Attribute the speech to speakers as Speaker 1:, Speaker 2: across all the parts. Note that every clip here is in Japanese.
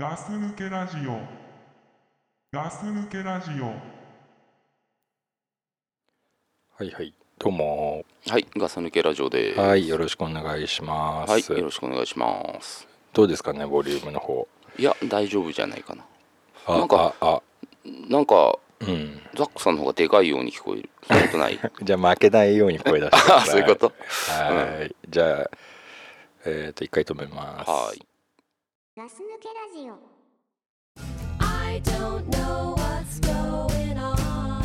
Speaker 1: ガス抜けラジオ。ガス抜けラジオ。
Speaker 2: はいはい、どうも。
Speaker 3: はい、ガス抜けラジオです。
Speaker 2: はい、よろしくお願いします。
Speaker 3: はい、よろしくお願いします。
Speaker 2: どうですかね、ボリュームの方。
Speaker 3: いや、大丈夫じゃないかな。
Speaker 2: あ
Speaker 3: なんか、
Speaker 2: あ、あ
Speaker 3: なんか、
Speaker 2: うん。
Speaker 3: ザックさんの方がでかいように聞こえる。そんなこと ない。
Speaker 2: じゃあ負けないように声出してくだ
Speaker 3: あ
Speaker 2: さい。
Speaker 3: そういうこと。
Speaker 2: はい、じゃあ、えっ、と、一回止めます。
Speaker 3: はい。
Speaker 4: ガス抜けラジオ
Speaker 5: I don't know what's going on.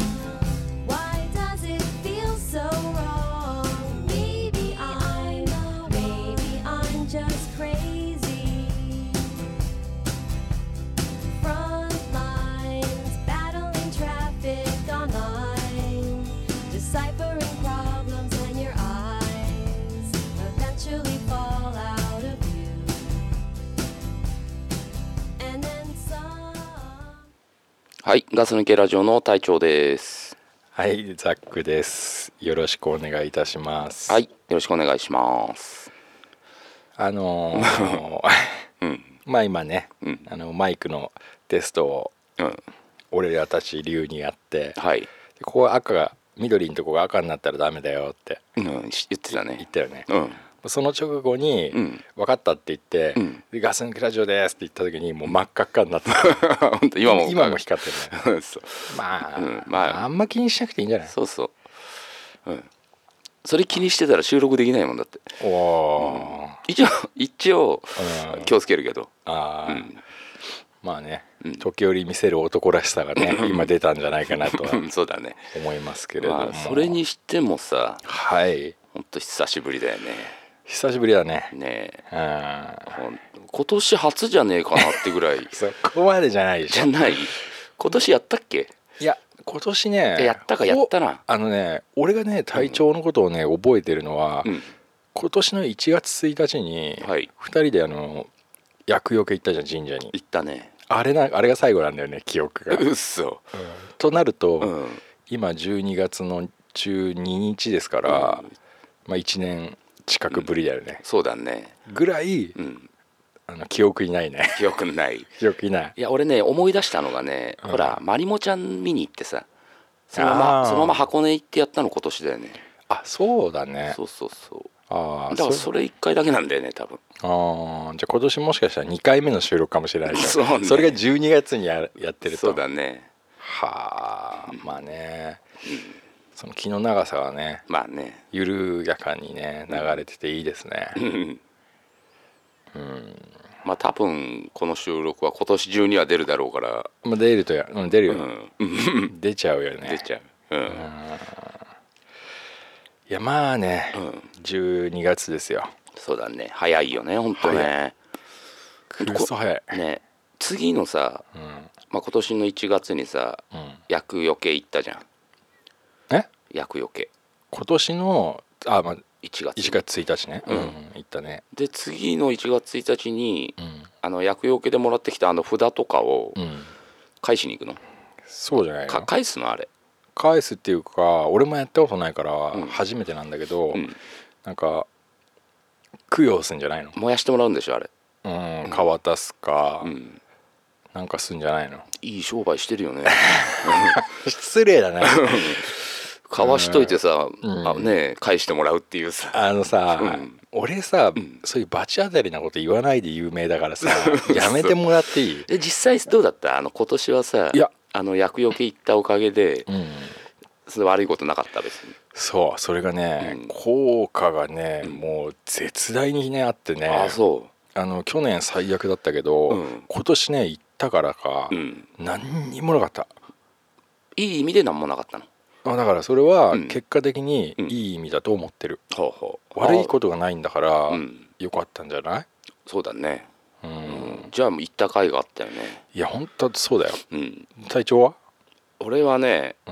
Speaker 5: Why does it feel so wrong? Maybe I'm maybe I'm just crazy. Front lines, battling traffic online, deciphering problems in your eyes, eventually fall out of view. And then some.
Speaker 3: はい、ガス抜けラジオの隊長です。
Speaker 2: はい、ザックです。よろしくお願いいたします。
Speaker 3: はい、よろしくお願いします。
Speaker 2: あのー
Speaker 3: うん、
Speaker 2: まあ今ね、
Speaker 3: うん
Speaker 2: あのマイクのテストを
Speaker 3: うん、
Speaker 2: 俺らたち流にやって、
Speaker 3: はい、
Speaker 2: でここは赤が緑のとこが赤になったらダメだよって
Speaker 3: うん、し言ってた
Speaker 2: 言っ
Speaker 3: ね。
Speaker 2: たよね。
Speaker 3: うん、
Speaker 2: その直後に、
Speaker 3: うん
Speaker 2: 分かったって言って、
Speaker 3: うん
Speaker 2: でガス抜きラジオですって言った時にもう真っ赤っかになって
Speaker 3: 本当 今も。
Speaker 2: 今も光ってる ね
Speaker 3: うんそう
Speaker 2: まあ、
Speaker 3: うん
Speaker 2: ま
Speaker 3: ま
Speaker 2: あ、
Speaker 3: あ
Speaker 2: あんま気にしなくていいんじゃない
Speaker 3: そうそう。うん。それ気にしてたら収録できないもんだって。
Speaker 2: おお
Speaker 3: 一応、一応、
Speaker 2: ー、うん
Speaker 3: 気をつけるけど。
Speaker 2: あー、
Speaker 3: うん
Speaker 2: まあね、
Speaker 3: うん
Speaker 2: 時折見せる男らしさがね今出たんじゃないかなとは
Speaker 3: うんそうだね。
Speaker 2: 思いますけれども、
Speaker 3: まあ、それにしてもさ、
Speaker 2: はい
Speaker 3: 本当久しぶりだよね。
Speaker 2: 久しぶりだね
Speaker 3: ねえ
Speaker 2: うん
Speaker 3: ほん今年初じゃねえかなってぐら い
Speaker 2: そこまでじゃないでし
Speaker 3: じゃ
Speaker 2: ょ
Speaker 3: ない今年やったっけ
Speaker 2: いや今年ね
Speaker 3: やったかやったな
Speaker 2: おあのね俺がね体調のことをね覚えてるのは、
Speaker 3: うん
Speaker 2: 今年の1月1日に
Speaker 3: はい
Speaker 2: 2人であの薬よけ行ったじゃん神社に
Speaker 3: 行ったね
Speaker 2: あれなあれが最後なんだよね記憶が。
Speaker 3: うっそ
Speaker 2: となると、
Speaker 3: うん
Speaker 2: 今12月の12日ですから、
Speaker 3: うん
Speaker 2: まあ、1年近くぶりだよね、
Speaker 3: そうだね
Speaker 2: ぐらい
Speaker 3: うん
Speaker 2: あの記憶にないね
Speaker 3: 記憶ない
Speaker 2: 記憶にない
Speaker 3: いや俺ね思い出したのがね、
Speaker 2: うん
Speaker 3: ほらまりもちゃん見に行ってさそのま
Speaker 2: あー
Speaker 3: まそのまま箱根行ってやったの今年だよね
Speaker 2: あそうだね
Speaker 3: そうそうそう
Speaker 2: ああ
Speaker 3: だからそれ1回だけなんだよね多分
Speaker 2: あーじゃあ今年もしかしたら2回目の収録かもしれないから
Speaker 3: そ
Speaker 2: れ
Speaker 3: うね
Speaker 2: が12月にややってると
Speaker 3: そうだね
Speaker 2: はあまあね、その気の長さはね
Speaker 3: まあね
Speaker 2: 緩やかにね流れてていいですね、
Speaker 3: うんまあ多分この収録は今年中には出るだろうから
Speaker 2: まあ、出るとや、うん、出るよ、
Speaker 3: うんうん
Speaker 2: 出ちゃうよね
Speaker 3: 出ちゃううん
Speaker 2: いやまあね、
Speaker 3: うん
Speaker 2: 12月ですよ
Speaker 3: そうだね早いよね本当ね
Speaker 2: くっそ早い、
Speaker 3: ね次のさ、
Speaker 2: うん
Speaker 3: まあ、今年の1月にさ
Speaker 2: うん、
Speaker 3: 厄除け行ったじゃん
Speaker 2: え
Speaker 3: 厄除け
Speaker 2: 今年のあ、まあ、
Speaker 3: 1月
Speaker 2: 1月1日ねう
Speaker 3: うんん、
Speaker 2: 行ったね
Speaker 3: で次の1月1日に
Speaker 2: うん、
Speaker 3: あの厄除けでもらってきたあの札とかを
Speaker 2: うん、
Speaker 3: 返しに行くの、
Speaker 2: そうじゃない
Speaker 3: か
Speaker 2: の
Speaker 3: 返すのあれ
Speaker 2: 返すっていうか俺もやったことないから
Speaker 3: うん
Speaker 2: 初めてなんだけど、
Speaker 3: うん
Speaker 2: なんか供養すんじゃないの
Speaker 3: 燃やしてもらうんでしょあれ
Speaker 2: うん皮渡すか、
Speaker 3: うん
Speaker 2: なんかすんじゃ ないの
Speaker 3: いい商売して るよね
Speaker 2: 失礼だね
Speaker 3: かわしといてさ、
Speaker 2: ん
Speaker 3: あね返してもらうっていうさ
Speaker 2: あのさ、
Speaker 3: うん
Speaker 2: 俺さ、
Speaker 3: うん
Speaker 2: そういう罰当たりなこと言わないで有名だから さやめてもらっていい、
Speaker 3: で実際どうだったあの今年はさ
Speaker 2: いや
Speaker 3: あの厄除け行ったおかげで
Speaker 2: うん、
Speaker 3: それ悪いことなかった別に
Speaker 2: そうそれがね、
Speaker 3: うん
Speaker 2: 効果がね、
Speaker 3: ん
Speaker 2: もう絶大にねあってね
Speaker 3: ああそ
Speaker 2: あの去年最悪だったけど、
Speaker 3: うん
Speaker 2: 今年ね行ったからか、
Speaker 3: ううん
Speaker 2: 何にもなかった
Speaker 3: いい意味で何もなかったの
Speaker 2: あだからそれは
Speaker 3: うん
Speaker 2: 結果的に
Speaker 3: うん
Speaker 2: いい意味だと思ってる、
Speaker 3: ほうほう
Speaker 2: 悪いこととがないんだから、
Speaker 3: うん
Speaker 2: よかったんじゃない、
Speaker 3: そうだね、
Speaker 2: うん
Speaker 3: うん、じゃあもう行った甲斐があったよね
Speaker 2: いや本当そうだよ
Speaker 3: うん
Speaker 2: 体調は、
Speaker 3: 俺はね
Speaker 2: う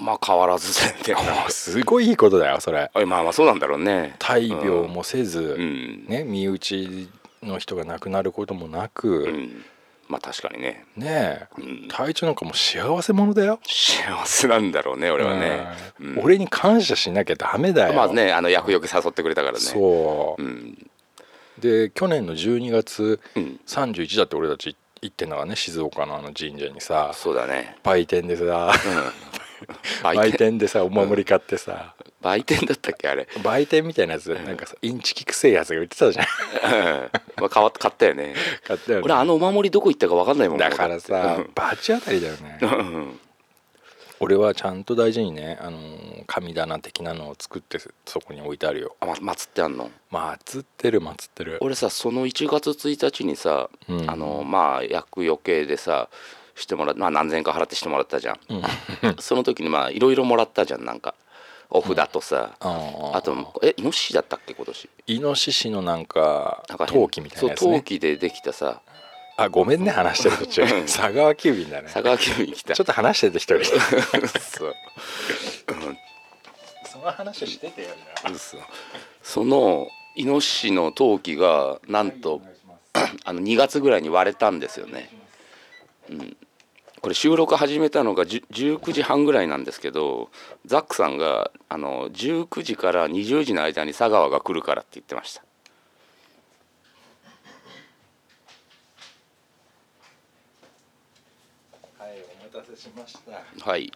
Speaker 2: ん、
Speaker 3: まあ変わらずだよね
Speaker 2: すごいいいことだよそれ
Speaker 3: あまあまあそうなんだろうね
Speaker 2: 大病もせず、
Speaker 3: うん
Speaker 2: ね身内の人が亡くなることもな
Speaker 3: う
Speaker 2: く、
Speaker 3: んまあ確かにね、
Speaker 2: ねえ
Speaker 3: うん、
Speaker 2: 体調なんかもう幸せ者だよ
Speaker 3: 幸せなんだろうね俺はね、
Speaker 2: うん
Speaker 3: うん
Speaker 2: 俺に感謝しなきゃダメだよ
Speaker 3: まあねあの厄除け誘ってくれたからね
Speaker 2: そう
Speaker 3: うん
Speaker 2: で去年の12月
Speaker 3: うん
Speaker 2: 31だって俺たち行ってんだからね静岡のあの神社にさ
Speaker 3: そうだね
Speaker 2: 売店でさ売
Speaker 3: 売店
Speaker 2: 店でさお守り買ってさ、
Speaker 3: 売店だったっけあれ、
Speaker 2: 売店みたいなやつでなんかさインチキくせえやつが売ってたじゃん
Speaker 3: まあ、買わ買ったよね
Speaker 2: 買ったよね
Speaker 3: 俺あのお守りどこ行ったか分かんないもん
Speaker 2: だからさ
Speaker 3: うん
Speaker 2: バチ当たりだよね
Speaker 3: うん
Speaker 2: 俺はちゃんと大事にね、あのー神棚的なのを作ってそこに置いてあるよ
Speaker 3: あま祭ってあんの
Speaker 2: 祭ってる祭ってる
Speaker 3: 俺さその1月1日にさ、
Speaker 2: うん
Speaker 3: あのまあ厄除けでさしてもらっまあ何千か払ってしてもらったじゃん、 その時にまあいろいろもらったじゃんなんかお札とさ、
Speaker 2: あ
Speaker 3: あとえイノシシだったっけ今年
Speaker 2: イノシシのなんか
Speaker 3: なんか変
Speaker 2: 陶器みたいなやつ
Speaker 3: そう陶
Speaker 2: ね
Speaker 3: 器でできたさ
Speaker 2: あごめんね話してる途中佐川急便だね
Speaker 3: 佐川急便来た
Speaker 2: ちょっと話してて一人
Speaker 3: そう
Speaker 2: その話しててよじゃ
Speaker 3: 嘘そのイノシシの陶器がなんと あの2月ぐらいに割れたんですよね、うん、これ収録始めたのがじゅ19時半ぐらいなんですけどザックさんがあの19時から20時の間に佐川が来るからって言ってました
Speaker 2: あはいお待たせしましたなんか
Speaker 3: はい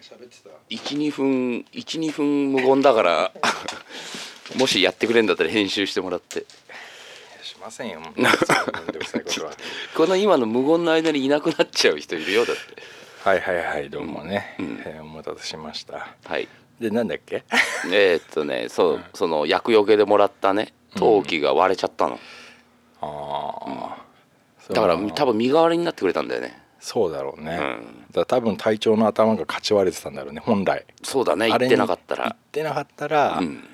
Speaker 2: 喋ってた
Speaker 3: 12分12分無言だから もしやってくれんだったら編集してもらって
Speaker 2: しま せんよもうめんどくさいことは
Speaker 3: この今の無言の間にいなくなっちゃう人いるよだって
Speaker 2: はいはいはいどうもね、えーお待たせしました
Speaker 3: はい
Speaker 2: でなんだっけ
Speaker 3: えーっとねそう、その厄除けでもらったね陶器が割れちゃったの、
Speaker 2: ああ、
Speaker 3: だから
Speaker 2: そう
Speaker 3: 多分身代わりになってくれたんだよね
Speaker 2: そうだろうね、
Speaker 3: うん
Speaker 2: だから多分隊長の頭が勝ち割れてたんだろうね本来
Speaker 3: そうだね
Speaker 2: あ
Speaker 3: 行っ
Speaker 2: れ
Speaker 3: てなかった
Speaker 2: 行っ
Speaker 3: ら
Speaker 2: てなかったら、
Speaker 3: うん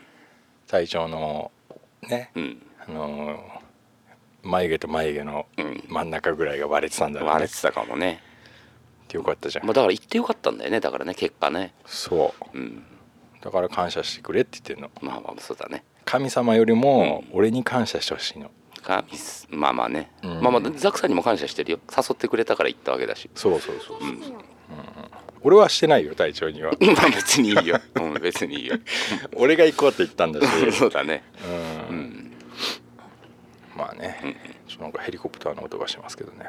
Speaker 2: 隊長のね、
Speaker 3: うん
Speaker 2: あのー眉毛と眉毛の
Speaker 3: うん
Speaker 2: 真ん中ぐらいが割れてたんだろうね、
Speaker 3: 割れてたかもね、
Speaker 2: よかったじゃん、
Speaker 3: まあ、だから行ってよかったんだよねだからね結果ね
Speaker 2: そ
Speaker 3: うん
Speaker 2: うだから感謝してくれって言ってんの
Speaker 3: まあまあそうだね
Speaker 2: 神様よりも俺に感謝してほしいの
Speaker 3: 神すまあまあね、
Speaker 2: うん
Speaker 3: まあまあザクさんにも感謝してるよ誘ってくれたから行ったわけだし
Speaker 2: そうそうそう
Speaker 4: ケラジオ
Speaker 2: 俺はしてないよ隊長には
Speaker 3: まあ別にいいよ、うん、別にいいよ
Speaker 2: 俺が行こうって言ったんだし
Speaker 3: そうだね
Speaker 2: う
Speaker 3: うんん
Speaker 2: まあね、ちょっとなんかヘリコプターの音がしますけどね、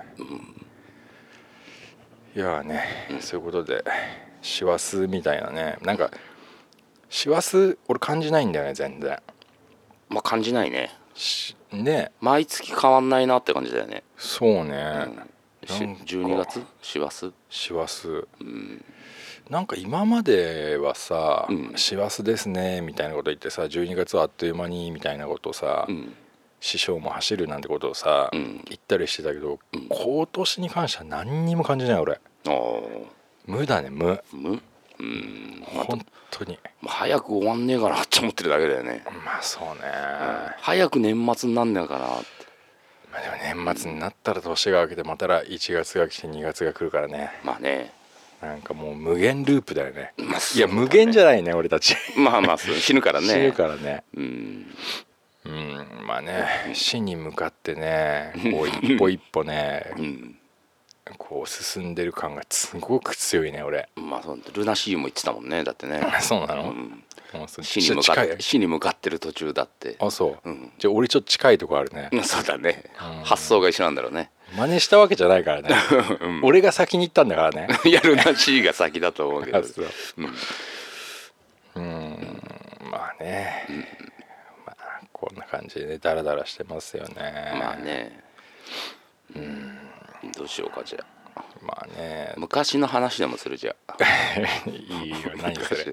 Speaker 2: いやーね、そういうことで師走みたいなねなんか師走俺感じないんだよね全然
Speaker 3: まあ感じないね
Speaker 2: しね
Speaker 3: 毎月変わんないなって感じだよね、
Speaker 2: そう
Speaker 3: う
Speaker 2: ね、
Speaker 3: ん、し
Speaker 2: なんか
Speaker 3: 12月師走
Speaker 2: 師走、
Speaker 3: うん
Speaker 2: なんか今まではさ
Speaker 3: うん
Speaker 2: 「師走、ですね」みたいなこと言ってさ12月はあっという間にみたいなことをさ、
Speaker 3: うん
Speaker 2: 師匠も走るなんてことをさ、
Speaker 3: うん
Speaker 2: 言ったりしてたけど、
Speaker 3: うん
Speaker 2: 今年に関しては何にも感じない俺
Speaker 3: ああ
Speaker 2: 無だね無
Speaker 3: むうんまあ
Speaker 2: 本当に
Speaker 3: まあ早く終わんねえかなって思ってるだけだよね、
Speaker 2: まあそうね、
Speaker 3: 早く年末になんねえかなって
Speaker 2: まあ、でも年末になったら年が明けてまたら1月が来て2月が来るからね
Speaker 3: まあね
Speaker 2: なんかもう無限ループだよね
Speaker 3: まあ
Speaker 2: いや無限じゃないね俺たち
Speaker 3: まあまあそう死ぬか らね
Speaker 2: 死ぬからね
Speaker 3: うん
Speaker 2: うんまあね死に向かってねこう一歩一歩ね
Speaker 3: うん
Speaker 2: こう進んでる感がすごく強いね俺
Speaker 3: まあそうルナシーも言ってたもんねだってね、
Speaker 2: あそうな
Speaker 3: う
Speaker 2: の、
Speaker 3: ん、
Speaker 2: もうそ
Speaker 3: 死に向
Speaker 2: ちょ
Speaker 3: か
Speaker 2: っと近
Speaker 3: っ
Speaker 2: い
Speaker 3: て死に向かってる途中だって
Speaker 2: あそう、
Speaker 3: うん
Speaker 2: じゃあ俺ちょっと近いとこあるね
Speaker 3: うんそうだね、
Speaker 2: うん
Speaker 3: 発想が一緒なんだろうね
Speaker 2: 真似したわけじゃない からね俺が先に行ったんだからね
Speaker 3: いやルナシーが先だと思うけど
Speaker 2: あそう
Speaker 3: うん
Speaker 2: まあね、まあこんな感じでねダラダラしてますよね
Speaker 3: まあねうんどうしようかじゃあ
Speaker 2: まあね
Speaker 3: 昔の話でもするじゃ あ
Speaker 2: いいよ 何それ
Speaker 3: 昔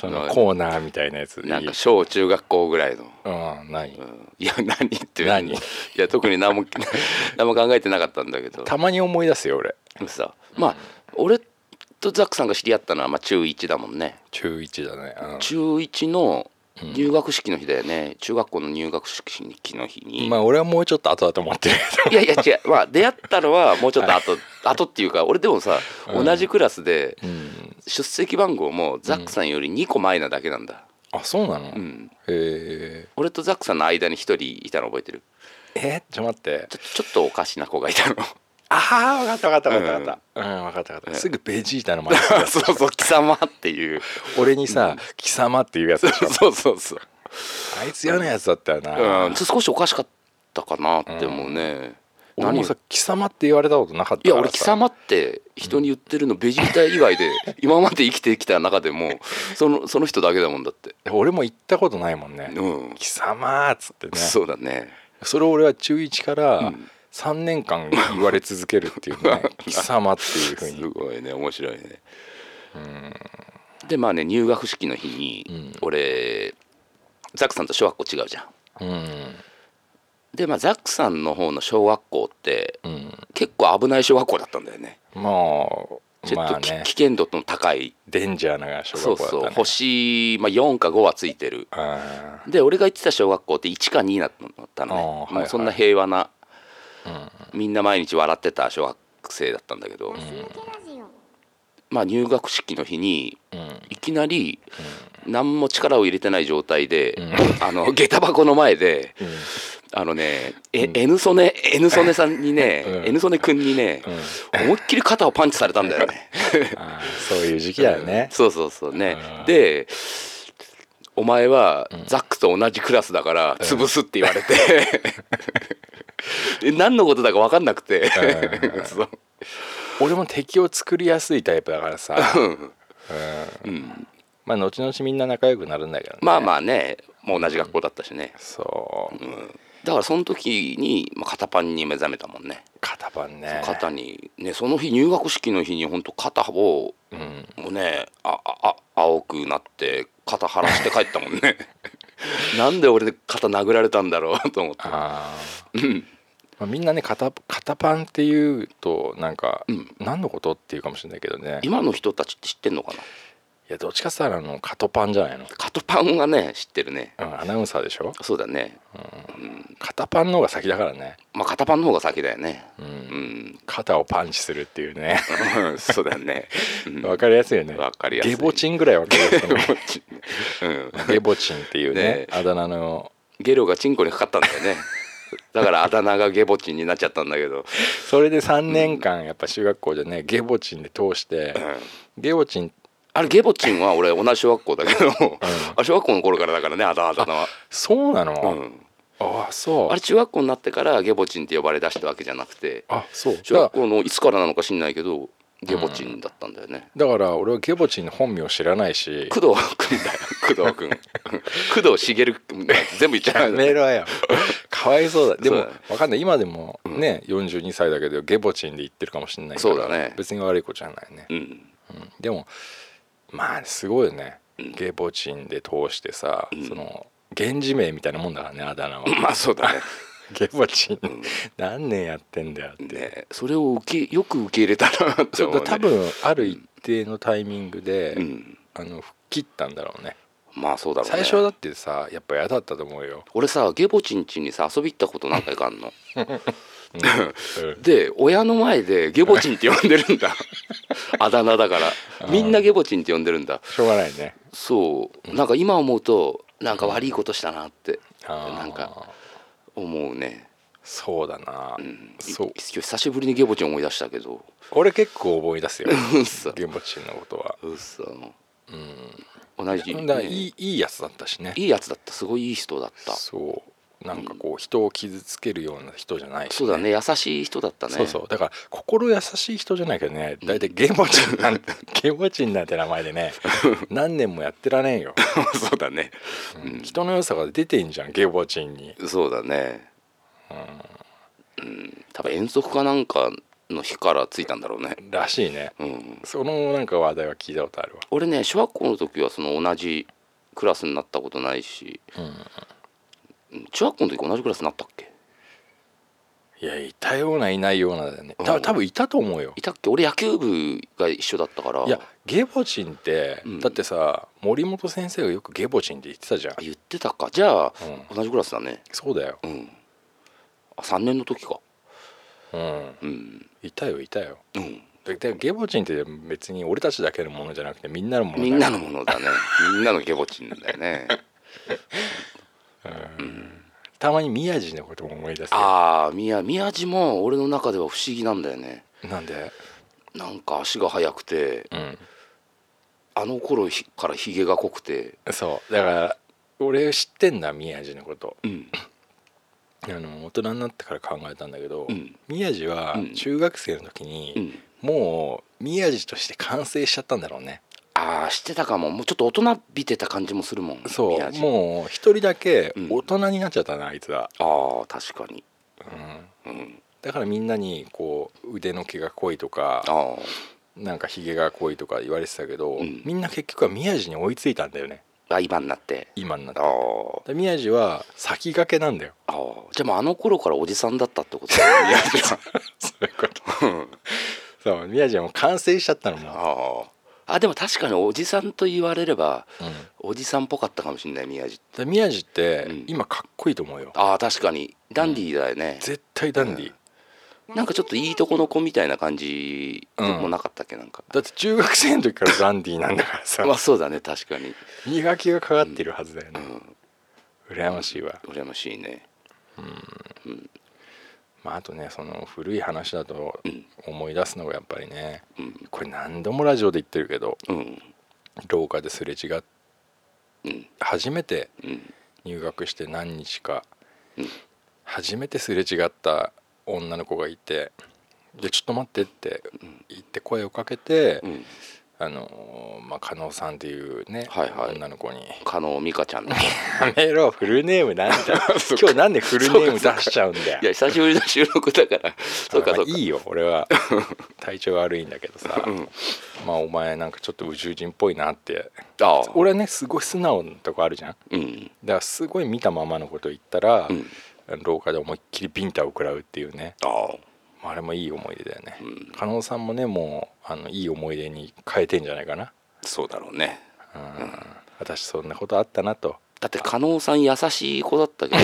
Speaker 2: そのコーナーみたいなやつ
Speaker 3: なんか
Speaker 2: いい
Speaker 3: 小中学校ぐらいの、
Speaker 2: うん何
Speaker 3: うんいや 何言ってる
Speaker 2: 何
Speaker 3: いや特に何も 何も考えてなかったんだけど
Speaker 2: たまに思い出すよ俺
Speaker 3: さまあ俺とザックさんが知り合ったのはまあ中1だもんね
Speaker 2: 中1だね、う
Speaker 3: 中1の入学式の日だよね、中学校の入学式の日に、
Speaker 2: ん、まあ俺はもうちょっと後だと思ってるけ
Speaker 3: いやいや違うまあ出会ったのはもうちょっと後、後っていうか俺でもさ、同じクラスで
Speaker 2: ど、うん、
Speaker 3: 出席番号もザックさんより2個前なだけなんだ、
Speaker 2: あそうなの、
Speaker 3: うん
Speaker 2: え
Speaker 3: 俺とザックさんの間に1人いたの覚えてる
Speaker 2: ー、えちょっと待って
Speaker 3: ちょちょっとおかしな子がいたの
Speaker 2: ああ分かった分かった分かった分かったうん、分かった分かったすぐベジータの前
Speaker 3: そうそう貴様っていう
Speaker 2: 俺にさ「貴様」っていうやつでしょ
Speaker 3: そうそうそう
Speaker 2: あいつ嫌なやつだったよな、
Speaker 3: うん、少しおかしかったかなって思うね、
Speaker 2: 俺も
Speaker 3: を
Speaker 2: さ貴様って言われたことなかった
Speaker 3: い
Speaker 2: から
Speaker 3: や
Speaker 2: さ
Speaker 3: 俺貴様って人に言ってるのベジータ以外で今まで生きてきた中でもそのその人だけだもんだって
Speaker 2: 俺も言ったことないもんね、
Speaker 3: うん
Speaker 2: 貴様っつってね
Speaker 3: そうだね
Speaker 2: それを俺は中1から
Speaker 3: ん
Speaker 2: 3年間言われ続けるっていう ね貴様っていうふう
Speaker 3: す
Speaker 2: に
Speaker 3: ごいね面白いねでまあね入学式の日に、俺ザックさんと小学校違うじゃ
Speaker 2: う
Speaker 3: ん
Speaker 2: ん
Speaker 3: でまあザックさんの方の小学校って、
Speaker 2: うん
Speaker 3: 結構危ない小学校だったんだよね
Speaker 2: もう
Speaker 3: ちょっ
Speaker 2: まあ
Speaker 3: とき、
Speaker 2: ね
Speaker 3: 危険度の高い
Speaker 2: デンジャーな小
Speaker 3: そ
Speaker 2: 学
Speaker 3: う
Speaker 2: 校だった
Speaker 3: そう
Speaker 2: ね
Speaker 3: 星、まあ、4か5はついてる
Speaker 2: あ
Speaker 3: で俺が行ってた小学校って1か2だった
Speaker 2: あ
Speaker 3: のね
Speaker 2: ーはいはい
Speaker 3: もうそんな平和な、みんな毎日笑ってた小学生だったんだけど、
Speaker 4: ガス抜けラジオ
Speaker 3: まあ入学式の日に
Speaker 2: ーうん
Speaker 3: いきなり何も力を入れてない状態で、あの下駄箱の前で、あのねえ N ソネ N ソネさんにね、
Speaker 2: うん
Speaker 3: N ソネくんにね、思いっきり肩をパンチされたんだよね。
Speaker 2: あーそういう時期だよね
Speaker 3: そうそうそうね
Speaker 2: うん。
Speaker 3: で、お前はザックと同じクラスだから潰すって言わ れて、で何のことだか分かんなくて、 そう
Speaker 2: 俺も敵を作りやすいタイプだからさ、うんまあ後々みんな仲良くなるんだけどね
Speaker 3: まあまあね、もう同じ学校だったしね。
Speaker 2: そう、
Speaker 3: だからその時にまあ肩パンに目覚めたもんね。
Speaker 2: 肩パンね
Speaker 3: 肩にねその日入学式の日に本当肩を
Speaker 2: うん
Speaker 3: もうねあああ青くなって肩張らして帰ったもん ねなんで俺で肩殴られたんだろうと思って
Speaker 2: あーまあみんなね肩肩パンっていうとなんか、何のことっていうかもしれないけどねい
Speaker 3: 今の人たちって知ってんのかな
Speaker 2: やどっちかって言ったらあの肩パンじゃないの、
Speaker 3: カトパンはね知ってるね
Speaker 2: うん、アナウンサーでしょ
Speaker 3: そうだね
Speaker 2: 肩パンの方が先だからね
Speaker 3: まあカタパンの方が先だよね
Speaker 2: う
Speaker 3: うんん、
Speaker 2: 肩をパンチするっていうね
Speaker 3: そう だね、うん、
Speaker 2: わかりやすいよね
Speaker 3: わかりやすい
Speaker 2: ゲボチンぐらいわかりや すいね
Speaker 3: うん
Speaker 2: ゲボチンっていうね
Speaker 3: ね
Speaker 2: あだ名の
Speaker 3: ゲロがチンコにかかったんだよねだからあだ名がゲボチンになっちゃったんだけど
Speaker 2: それで3年間やっぱ中学校でねゲボチンで通して、ゲボチン
Speaker 3: あれゲボチンは俺同じ小学校だけど、あ小学校の頃からだからねあだあだ名は、
Speaker 2: そうなの、
Speaker 3: うん、
Speaker 2: ああそう
Speaker 3: あれ中学校になってからゲボチンって呼ばれ出したわけじゃなくて
Speaker 2: あそう
Speaker 3: 小学校のいつからなのか知んないけどゲボチンだったんだよね、
Speaker 2: だから俺はゲボチンの本名を知らないし
Speaker 3: 工藤君だよ工藤 君工藤茂君全部言っちゃう
Speaker 2: メールはよかわいそうだでも
Speaker 3: そうだね
Speaker 2: わかんない今でもね、42歳だけどゲボチンで言ってるかもしれないから
Speaker 3: そうだね
Speaker 2: 別に悪い子じゃないね
Speaker 3: う、ん
Speaker 2: うんでもまあすごいよね、ゲボチンで通してさ、その源氏名みたいなもんだからねあだ名は
Speaker 3: まあそうだね
Speaker 2: ゲボチン何年やってんだよって、
Speaker 3: ねそれを受けよく受け入れたなって
Speaker 2: そう
Speaker 3: 思う、
Speaker 2: だ
Speaker 3: ね、
Speaker 2: 多分ある一定のタイミングで、
Speaker 3: うん
Speaker 2: あの吹っ切ったんだろうね
Speaker 3: まあそうだろうね
Speaker 2: 最初だってさやっぱ嫌だったと思うよ、
Speaker 3: 俺さゲボチンチンにさ遊び行ったこと何回かあんの
Speaker 2: うん
Speaker 3: で親の前でゲボチンって呼んで るんだあだ名だからみんなゲボチンって呼んでるんだ
Speaker 2: しょうがないね
Speaker 3: そうなんか今思うとなんか悪いことしたなって
Speaker 2: あー
Speaker 3: なんか思うね
Speaker 2: そうだな、そう
Speaker 3: い今日久しぶりにゲボチン思い出したけど
Speaker 2: 俺結構思い出すよ
Speaker 3: うんさ
Speaker 2: ゲボチンのことは
Speaker 3: うっさうん同じ、
Speaker 2: だから
Speaker 3: ね、
Speaker 2: い
Speaker 3: い
Speaker 2: いいいやつだったしね
Speaker 3: いやつだったすごいいい人だった
Speaker 2: そうなんかこう人を傷つけるような人じゃないし
Speaker 3: そうだね優しい人だったね
Speaker 2: そうそうだから心優しい人じゃないけどね大体ゲボチンなんて ゲボチンなんて名前で ね何年もやってられんよ、
Speaker 3: う そうだね
Speaker 2: うん人の良さが出てんじゃんゲボチンに
Speaker 3: そうだねうん、多分遠足かなんかの日からついたんだろうね
Speaker 2: らしいね
Speaker 3: うん
Speaker 2: そのなんか話題は聞いたことあるわ
Speaker 3: 俺ね小学校の時はその同じクラスになったことないし、うん中学校の時同じクラスになったっけ
Speaker 2: いやいたようないないようなだよねた多分いたと思うよ
Speaker 3: いたっけ俺野球部が一緒だったから
Speaker 2: いやゲボチンって、
Speaker 3: うん
Speaker 2: だってさ森本先生がよくゲボチンって言ってたじゃん
Speaker 3: あ言ってたかじゃあ、
Speaker 2: う
Speaker 3: 同じクラスだね
Speaker 2: そうだよ
Speaker 3: うんあ3年の時か
Speaker 2: うん
Speaker 3: うん、
Speaker 2: いたよいたよ
Speaker 3: うん、
Speaker 2: だだゲボチンって別に俺たちだけのものじゃなくてみんなのものだ
Speaker 3: み
Speaker 2: よ
Speaker 3: んなのものだねみんなのゲボチンだ よね
Speaker 2: たまに宮地のことも思い出すよ
Speaker 3: ああ宮宮地も俺の中では不思議なんだよね
Speaker 2: なんで
Speaker 3: なんか足が速くて
Speaker 2: うん
Speaker 3: あの頃ひからひげが濃くて
Speaker 2: そうだから俺知ってんだ宮地のこと
Speaker 3: うん
Speaker 2: あの大人になってから考えたんだけど、
Speaker 3: うん
Speaker 2: 宮地は
Speaker 3: うん
Speaker 2: 中学生の時
Speaker 3: う
Speaker 2: に、
Speaker 3: ん
Speaker 2: もう宮地として完成しちゃったんだろうね
Speaker 3: ああしてたかももうちょっと大人びてた感じもするもん
Speaker 2: そう
Speaker 3: 宮地
Speaker 2: もう一人だけ
Speaker 3: うん
Speaker 2: 大人になっちゃったな、あいつは、
Speaker 3: ああ確かに
Speaker 2: うん
Speaker 3: うん
Speaker 2: だからみんなにこう腕の毛が濃いと
Speaker 3: あ
Speaker 2: か
Speaker 3: ー
Speaker 2: なんかひげが濃いとか言われてたけど、
Speaker 3: うん
Speaker 2: みんな結局は宮地に追いついたんだよね
Speaker 3: あ今になって
Speaker 2: 今になっ
Speaker 3: あ
Speaker 2: て
Speaker 3: あ
Speaker 2: で宮地は先駆けなん だよ
Speaker 3: ああじゃあもうあの頃からおじさんだったってこと だね宮地は
Speaker 2: そういうことそう宮地はもう完成しちゃったのもう、
Speaker 3: あああでも確かにおじさんと言われれば
Speaker 2: うん
Speaker 3: おじさんっぽかったかもしれない宮地
Speaker 2: で宮地って
Speaker 3: うん
Speaker 2: 今かっこいいと思うよ、
Speaker 3: ああ確かにダンディーだよね、
Speaker 2: 絶対ダンディ、
Speaker 3: うんなんかちょっといいとこの子みたいな感じもなかったっけなんか、
Speaker 2: だって中学生の時からダンディなんだからさ
Speaker 3: まあ そうだね確かに
Speaker 2: 磨きがかかってるはずだよね、
Speaker 3: うん
Speaker 2: 羨ましいわ、
Speaker 3: 羨ましいね
Speaker 2: まあ、あとねその古い話だと
Speaker 3: うん
Speaker 2: 思い出すのがやっぱりね
Speaker 3: うん
Speaker 2: これ何度もラジオで言ってるけど
Speaker 3: うん
Speaker 2: 廊下ですれ違っ
Speaker 3: うん
Speaker 2: 初めて
Speaker 3: うん
Speaker 2: 入学して何日か
Speaker 3: うん
Speaker 2: 初めてすれ違った女の子がいて「でちょっと待って」って言って声をかけて、
Speaker 3: うん
Speaker 2: あのーまあ加納さんっていうね、
Speaker 3: はいはい
Speaker 2: 女の子に
Speaker 3: 加納美香ち ゃんの
Speaker 2: 「やめろフルネーム なんだよ今日なんでフルネーム出しちゃうんだよ
Speaker 3: い」や久しぶりの収録だから そうか
Speaker 2: まあ
Speaker 3: そうか
Speaker 2: いいよ俺 は体調悪いんだけどさ、
Speaker 3: うん
Speaker 2: まあお前なんかちょっと宇宙人っぽいなって
Speaker 3: ああ
Speaker 2: 俺はねすごい素直なとこあるじゃんだか
Speaker 3: うん
Speaker 2: らすごい見たままのこと言ったら、
Speaker 3: うん
Speaker 2: 廊下で思いっきりビンタを食らうっていうね
Speaker 3: ああ
Speaker 2: まああれもいい思い出だよね
Speaker 3: うん
Speaker 2: 加納さんもねもうあのいい思い出に変えてんじゃないかな
Speaker 3: そうだろうね
Speaker 2: うん、私そんなことあったなと、
Speaker 3: だって加納さん優しい子だっ たけど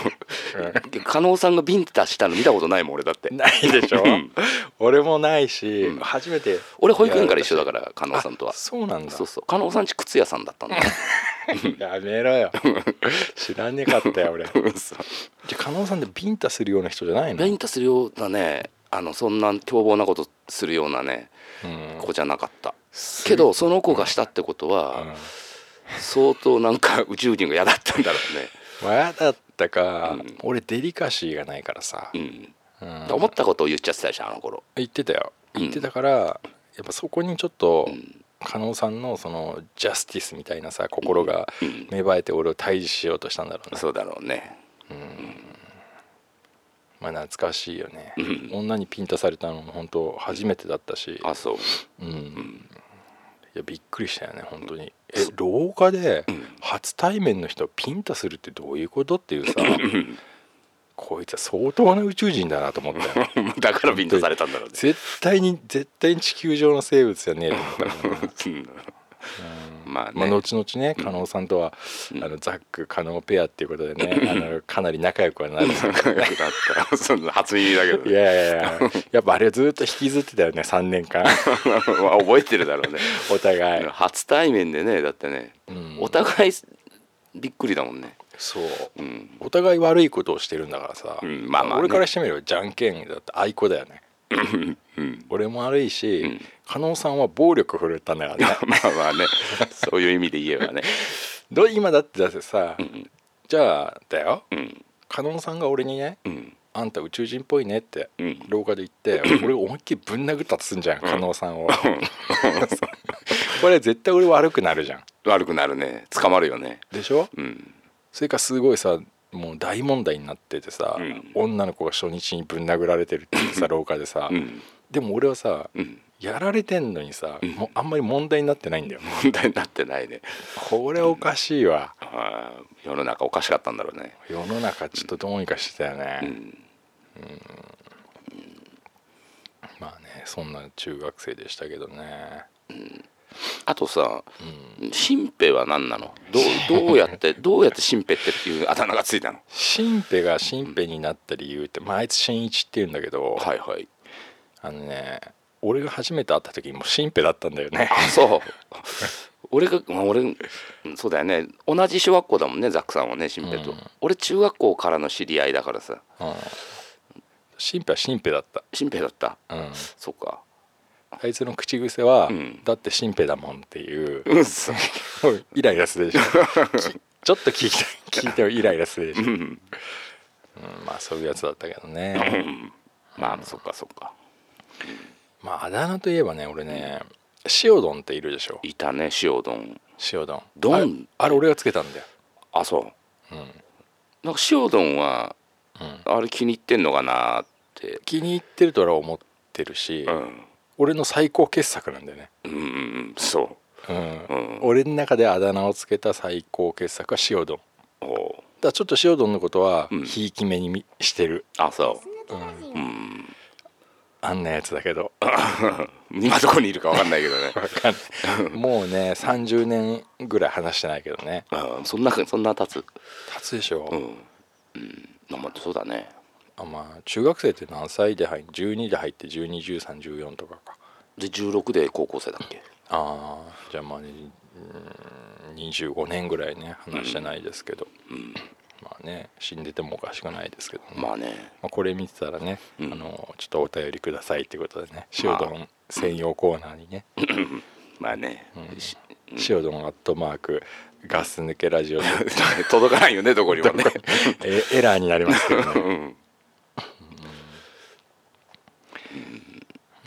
Speaker 3: 加納さんがビンタしたの見たこと ないもん俺だって
Speaker 2: ないで しょ
Speaker 3: うん
Speaker 2: 俺もないし、
Speaker 3: うん
Speaker 2: 初めて
Speaker 3: 俺保育園から一緒だから加納さんとは
Speaker 2: あそうなんだ
Speaker 3: そうそう加納さんち靴屋さんだったんだ
Speaker 2: やめろ よ知らねかったよ俺
Speaker 3: そう
Speaker 2: じゃあ加納さんってビンタするような人じゃないの、
Speaker 3: ビンタするようなねあのそんな凶暴なことするようなね
Speaker 2: うん
Speaker 3: 子じゃなかったけどその子がしたってこと
Speaker 2: うん
Speaker 3: は相当なんか宇宙人が嫌だったんだろ
Speaker 2: まあやだったか、
Speaker 3: うん
Speaker 2: 俺デリカシーがないからさ
Speaker 3: う、ね、
Speaker 2: うん
Speaker 3: うん、思ったことを言っちゃってたでしょあの頃
Speaker 2: 言ってたよ
Speaker 3: うん
Speaker 2: 言ってたから、やっぱそこにちょっと
Speaker 3: うん
Speaker 2: 加納さんのそのジャスティスみたいなさ心が
Speaker 3: うん
Speaker 2: 芽生えて俺を退治しようとしたんだろうね、
Speaker 3: そうだろうね
Speaker 2: まあ、懐かしいよね、
Speaker 3: うん
Speaker 2: 女にピンタされたのも本当初めてだったし、
Speaker 3: あそう
Speaker 2: うんいやびっくりしたよね本当にえ廊下で初対面の人をピンタするってどういうことっていうさこいつは相当な宇宙人だなと思った よ
Speaker 3: だからビンタされたんだろうね
Speaker 2: 絶対に絶対に地球上の生物じゃねえと思ったからね
Speaker 3: うんまあね、
Speaker 2: まあ、後々ね加納さんとは、あのザック加納ペアっていうことでねあのかなり仲良くはなるんだけど
Speaker 3: だったそんな初耳だけど
Speaker 2: い
Speaker 3: ね、
Speaker 2: やいやいややっぱあれずっと引きずってたよね3年 間
Speaker 3: まあ 覚えてるだろうね
Speaker 2: お互い
Speaker 3: 初対面でねだってね、
Speaker 2: ん
Speaker 3: お互いびっくりだもんね
Speaker 2: そう
Speaker 3: うん
Speaker 2: お互い悪いことをしてるんだからさ、
Speaker 3: うんまあまあね
Speaker 2: 俺からしてみればじゃんけんだって愛子だよ ね俺も悪いし、
Speaker 3: うん
Speaker 2: 加納さんは暴力振るったんだからね
Speaker 3: まあまあねそういう意味で言えばね
Speaker 2: ど今だってだってさ、じゃあだよ
Speaker 3: うん
Speaker 2: 加納さんが俺にね
Speaker 3: うん
Speaker 2: 「あんた宇宙人っぽいね」って
Speaker 3: うん
Speaker 2: 廊下で言って、 俺思いっきりぶん殴ったとすんじゃん加納さんを これ絶対俺悪くなるじゃん
Speaker 3: 悪くなるね捕まるよね
Speaker 2: でしょ
Speaker 3: うん
Speaker 2: それからすごいさもう大問題になっててさ、
Speaker 3: うん
Speaker 2: 女の子が初日にぶん殴られてるって言って さ廊下でさ、
Speaker 3: うん
Speaker 2: でも俺はさ、
Speaker 3: うん
Speaker 2: やられてんのにさ、
Speaker 3: うん
Speaker 2: もうあんまり問題になってないんだよ
Speaker 3: 問題になってないね
Speaker 2: これおかしいわ
Speaker 3: あー世の中おかしかったんだろうね
Speaker 2: 世の中ちょっとどうにかしてたよね、
Speaker 3: うん
Speaker 2: まあねそんな中学生でしたけどね
Speaker 3: あとさ新兵は何なのどうどうや ってどうやって新兵っていうあだ名がついたの
Speaker 2: 新兵が新兵になった理由って、まあ、あいつ新一って言うんだけど、
Speaker 3: はいはい
Speaker 2: あのね俺が初めて会った時にもう新兵だったんだよね
Speaker 3: あそう俺が、まあ、俺うんそうだよね同じ小学校だもんねザックさんはね新平と、
Speaker 2: うん
Speaker 3: 俺中学校からの知り合いだからさ
Speaker 2: うん新兵は新兵だった、
Speaker 3: 新平だった
Speaker 2: うん、
Speaker 3: そうか
Speaker 2: あいつの口癖は「
Speaker 3: うん
Speaker 2: だって新兵だもん」っていう
Speaker 3: うんそう
Speaker 2: イライラするでしょきちょっと聞きたい聞いてもイライラするでしょ、
Speaker 3: ん
Speaker 2: うんまあそういうやつだったけどね
Speaker 3: まあそっかそっか
Speaker 2: まああだ名といえばね俺ね塩丼っているでしょ
Speaker 3: いたね塩丼
Speaker 2: 塩丼
Speaker 3: 丼
Speaker 2: あれあれ俺がつけたんだよ
Speaker 3: あそう
Speaker 2: うん
Speaker 3: なんか塩丼は
Speaker 2: うん
Speaker 3: あれ気に入ってんのかなって
Speaker 2: 気に入ってると俺は思ってるし、
Speaker 3: うん
Speaker 2: 俺の最高傑作なんだよね、
Speaker 3: うんうんうんそ
Speaker 2: うん
Speaker 3: うん
Speaker 2: 俺の中であだ名をつけた最高傑作は塩丼
Speaker 3: うお
Speaker 2: だ
Speaker 3: う
Speaker 2: からちょっと塩丼のことは
Speaker 3: うん
Speaker 2: ひいき目にみしてる、
Speaker 3: あそ
Speaker 4: ガス抜けラジオ。
Speaker 3: ううん
Speaker 2: あんなやつだけど
Speaker 3: 今どこにいるかわかんないけどね
Speaker 2: わかんないもうね30年ぐらい話してないけどね
Speaker 3: うんそんなそんな経つ
Speaker 2: 立つでしょ、
Speaker 3: うんうんまあまあそうだね
Speaker 2: あまあ中学生って何歳で入る12で入って121314とかか
Speaker 3: で16で高校生だっけ
Speaker 2: ああじゃあまあ、にうん25年ぐらいね話してないですけど、まあね死んでてもおかしくないですけどね、
Speaker 3: まあね
Speaker 2: まあこれ見てたらね、
Speaker 3: うん
Speaker 2: あのちょっとお便りくださいってことでね塩丼専用コーナーにね
Speaker 3: まあね、し
Speaker 2: 「塩丼アットマークガス抜けラジオで」
Speaker 3: 届かないよねどこにもね
Speaker 2: えエラーになりますけどね、
Speaker 3: うん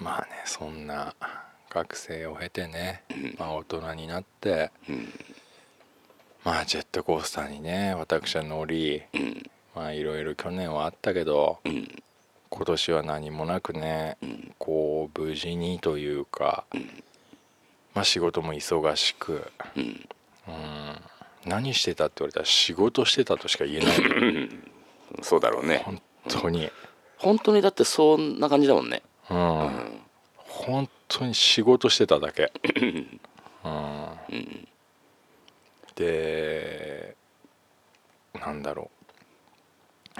Speaker 2: まあねそんな学生を経てね、まあ、大人になって、
Speaker 3: うん
Speaker 2: まあジェットコースターにね私は乗り
Speaker 3: うん
Speaker 2: まあいろいろ去年はあったけど
Speaker 3: うん
Speaker 2: 今年は何もなくね、
Speaker 3: ん
Speaker 2: こう無事にというか、まあ仕事も忙しく、
Speaker 3: うん
Speaker 2: 何してたって言われたら仕事してたとしか言えない
Speaker 3: そうだろうね
Speaker 2: 本当に、
Speaker 3: 本当にだってそんな感じだもんね
Speaker 2: うん
Speaker 3: うん
Speaker 2: 本当に仕事してただ けうん、でなんだろう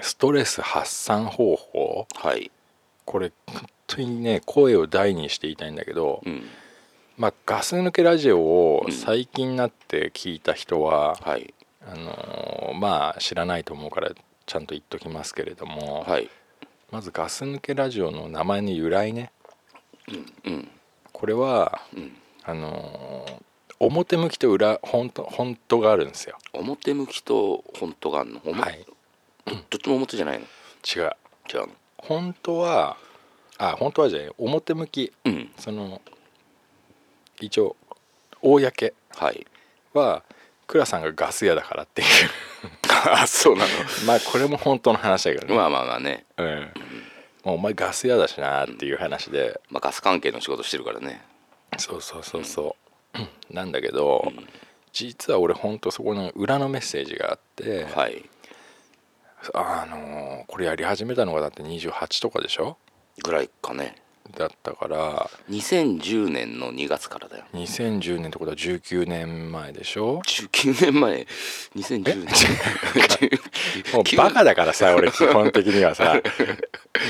Speaker 2: ストレス発散方法
Speaker 3: はい
Speaker 2: これ本当にね声を大にして言いたいんだけど、
Speaker 3: うん
Speaker 2: まあ、ガス抜けラジオを
Speaker 3: うん
Speaker 2: 最近になって聞いた人は、
Speaker 3: はい
Speaker 2: あのーまあ知らないと思うからちゃんと言っときますけれども、
Speaker 3: はい
Speaker 2: まずガス抜けラジオの名前の由来ね
Speaker 3: うん
Speaker 2: これは、
Speaker 3: うん
Speaker 2: あのー表向きと裏本当本当があるんですよ。
Speaker 3: 表向きと本当があるの、表
Speaker 2: はい、
Speaker 3: どっちも表じゃないの
Speaker 2: 違う
Speaker 3: 違うの
Speaker 2: 本当はあ本当はじゃない表向き
Speaker 3: うん
Speaker 2: その一応公
Speaker 3: はい
Speaker 2: は倉さんがガス屋だからっていう
Speaker 3: あそうな
Speaker 2: まあこれも本当の話だけどね、
Speaker 3: まあまあまあね、
Speaker 2: うん、まあお前ガス屋だしなっていう話で、
Speaker 3: まあ、ガス関係の仕事してるからね
Speaker 2: そうそうそうそう、なんだけど、実は俺本当そこの裏のメッセージがあって、
Speaker 3: はい
Speaker 2: あのーこれやり始めたのがだって28とかでしょ
Speaker 3: ぐらいかね
Speaker 2: だったから
Speaker 3: 2010年の2月からだよ
Speaker 2: 2010年ってことは19年前でしょ
Speaker 3: 19年前2010年
Speaker 2: もうバカだからさ俺基本的にはさ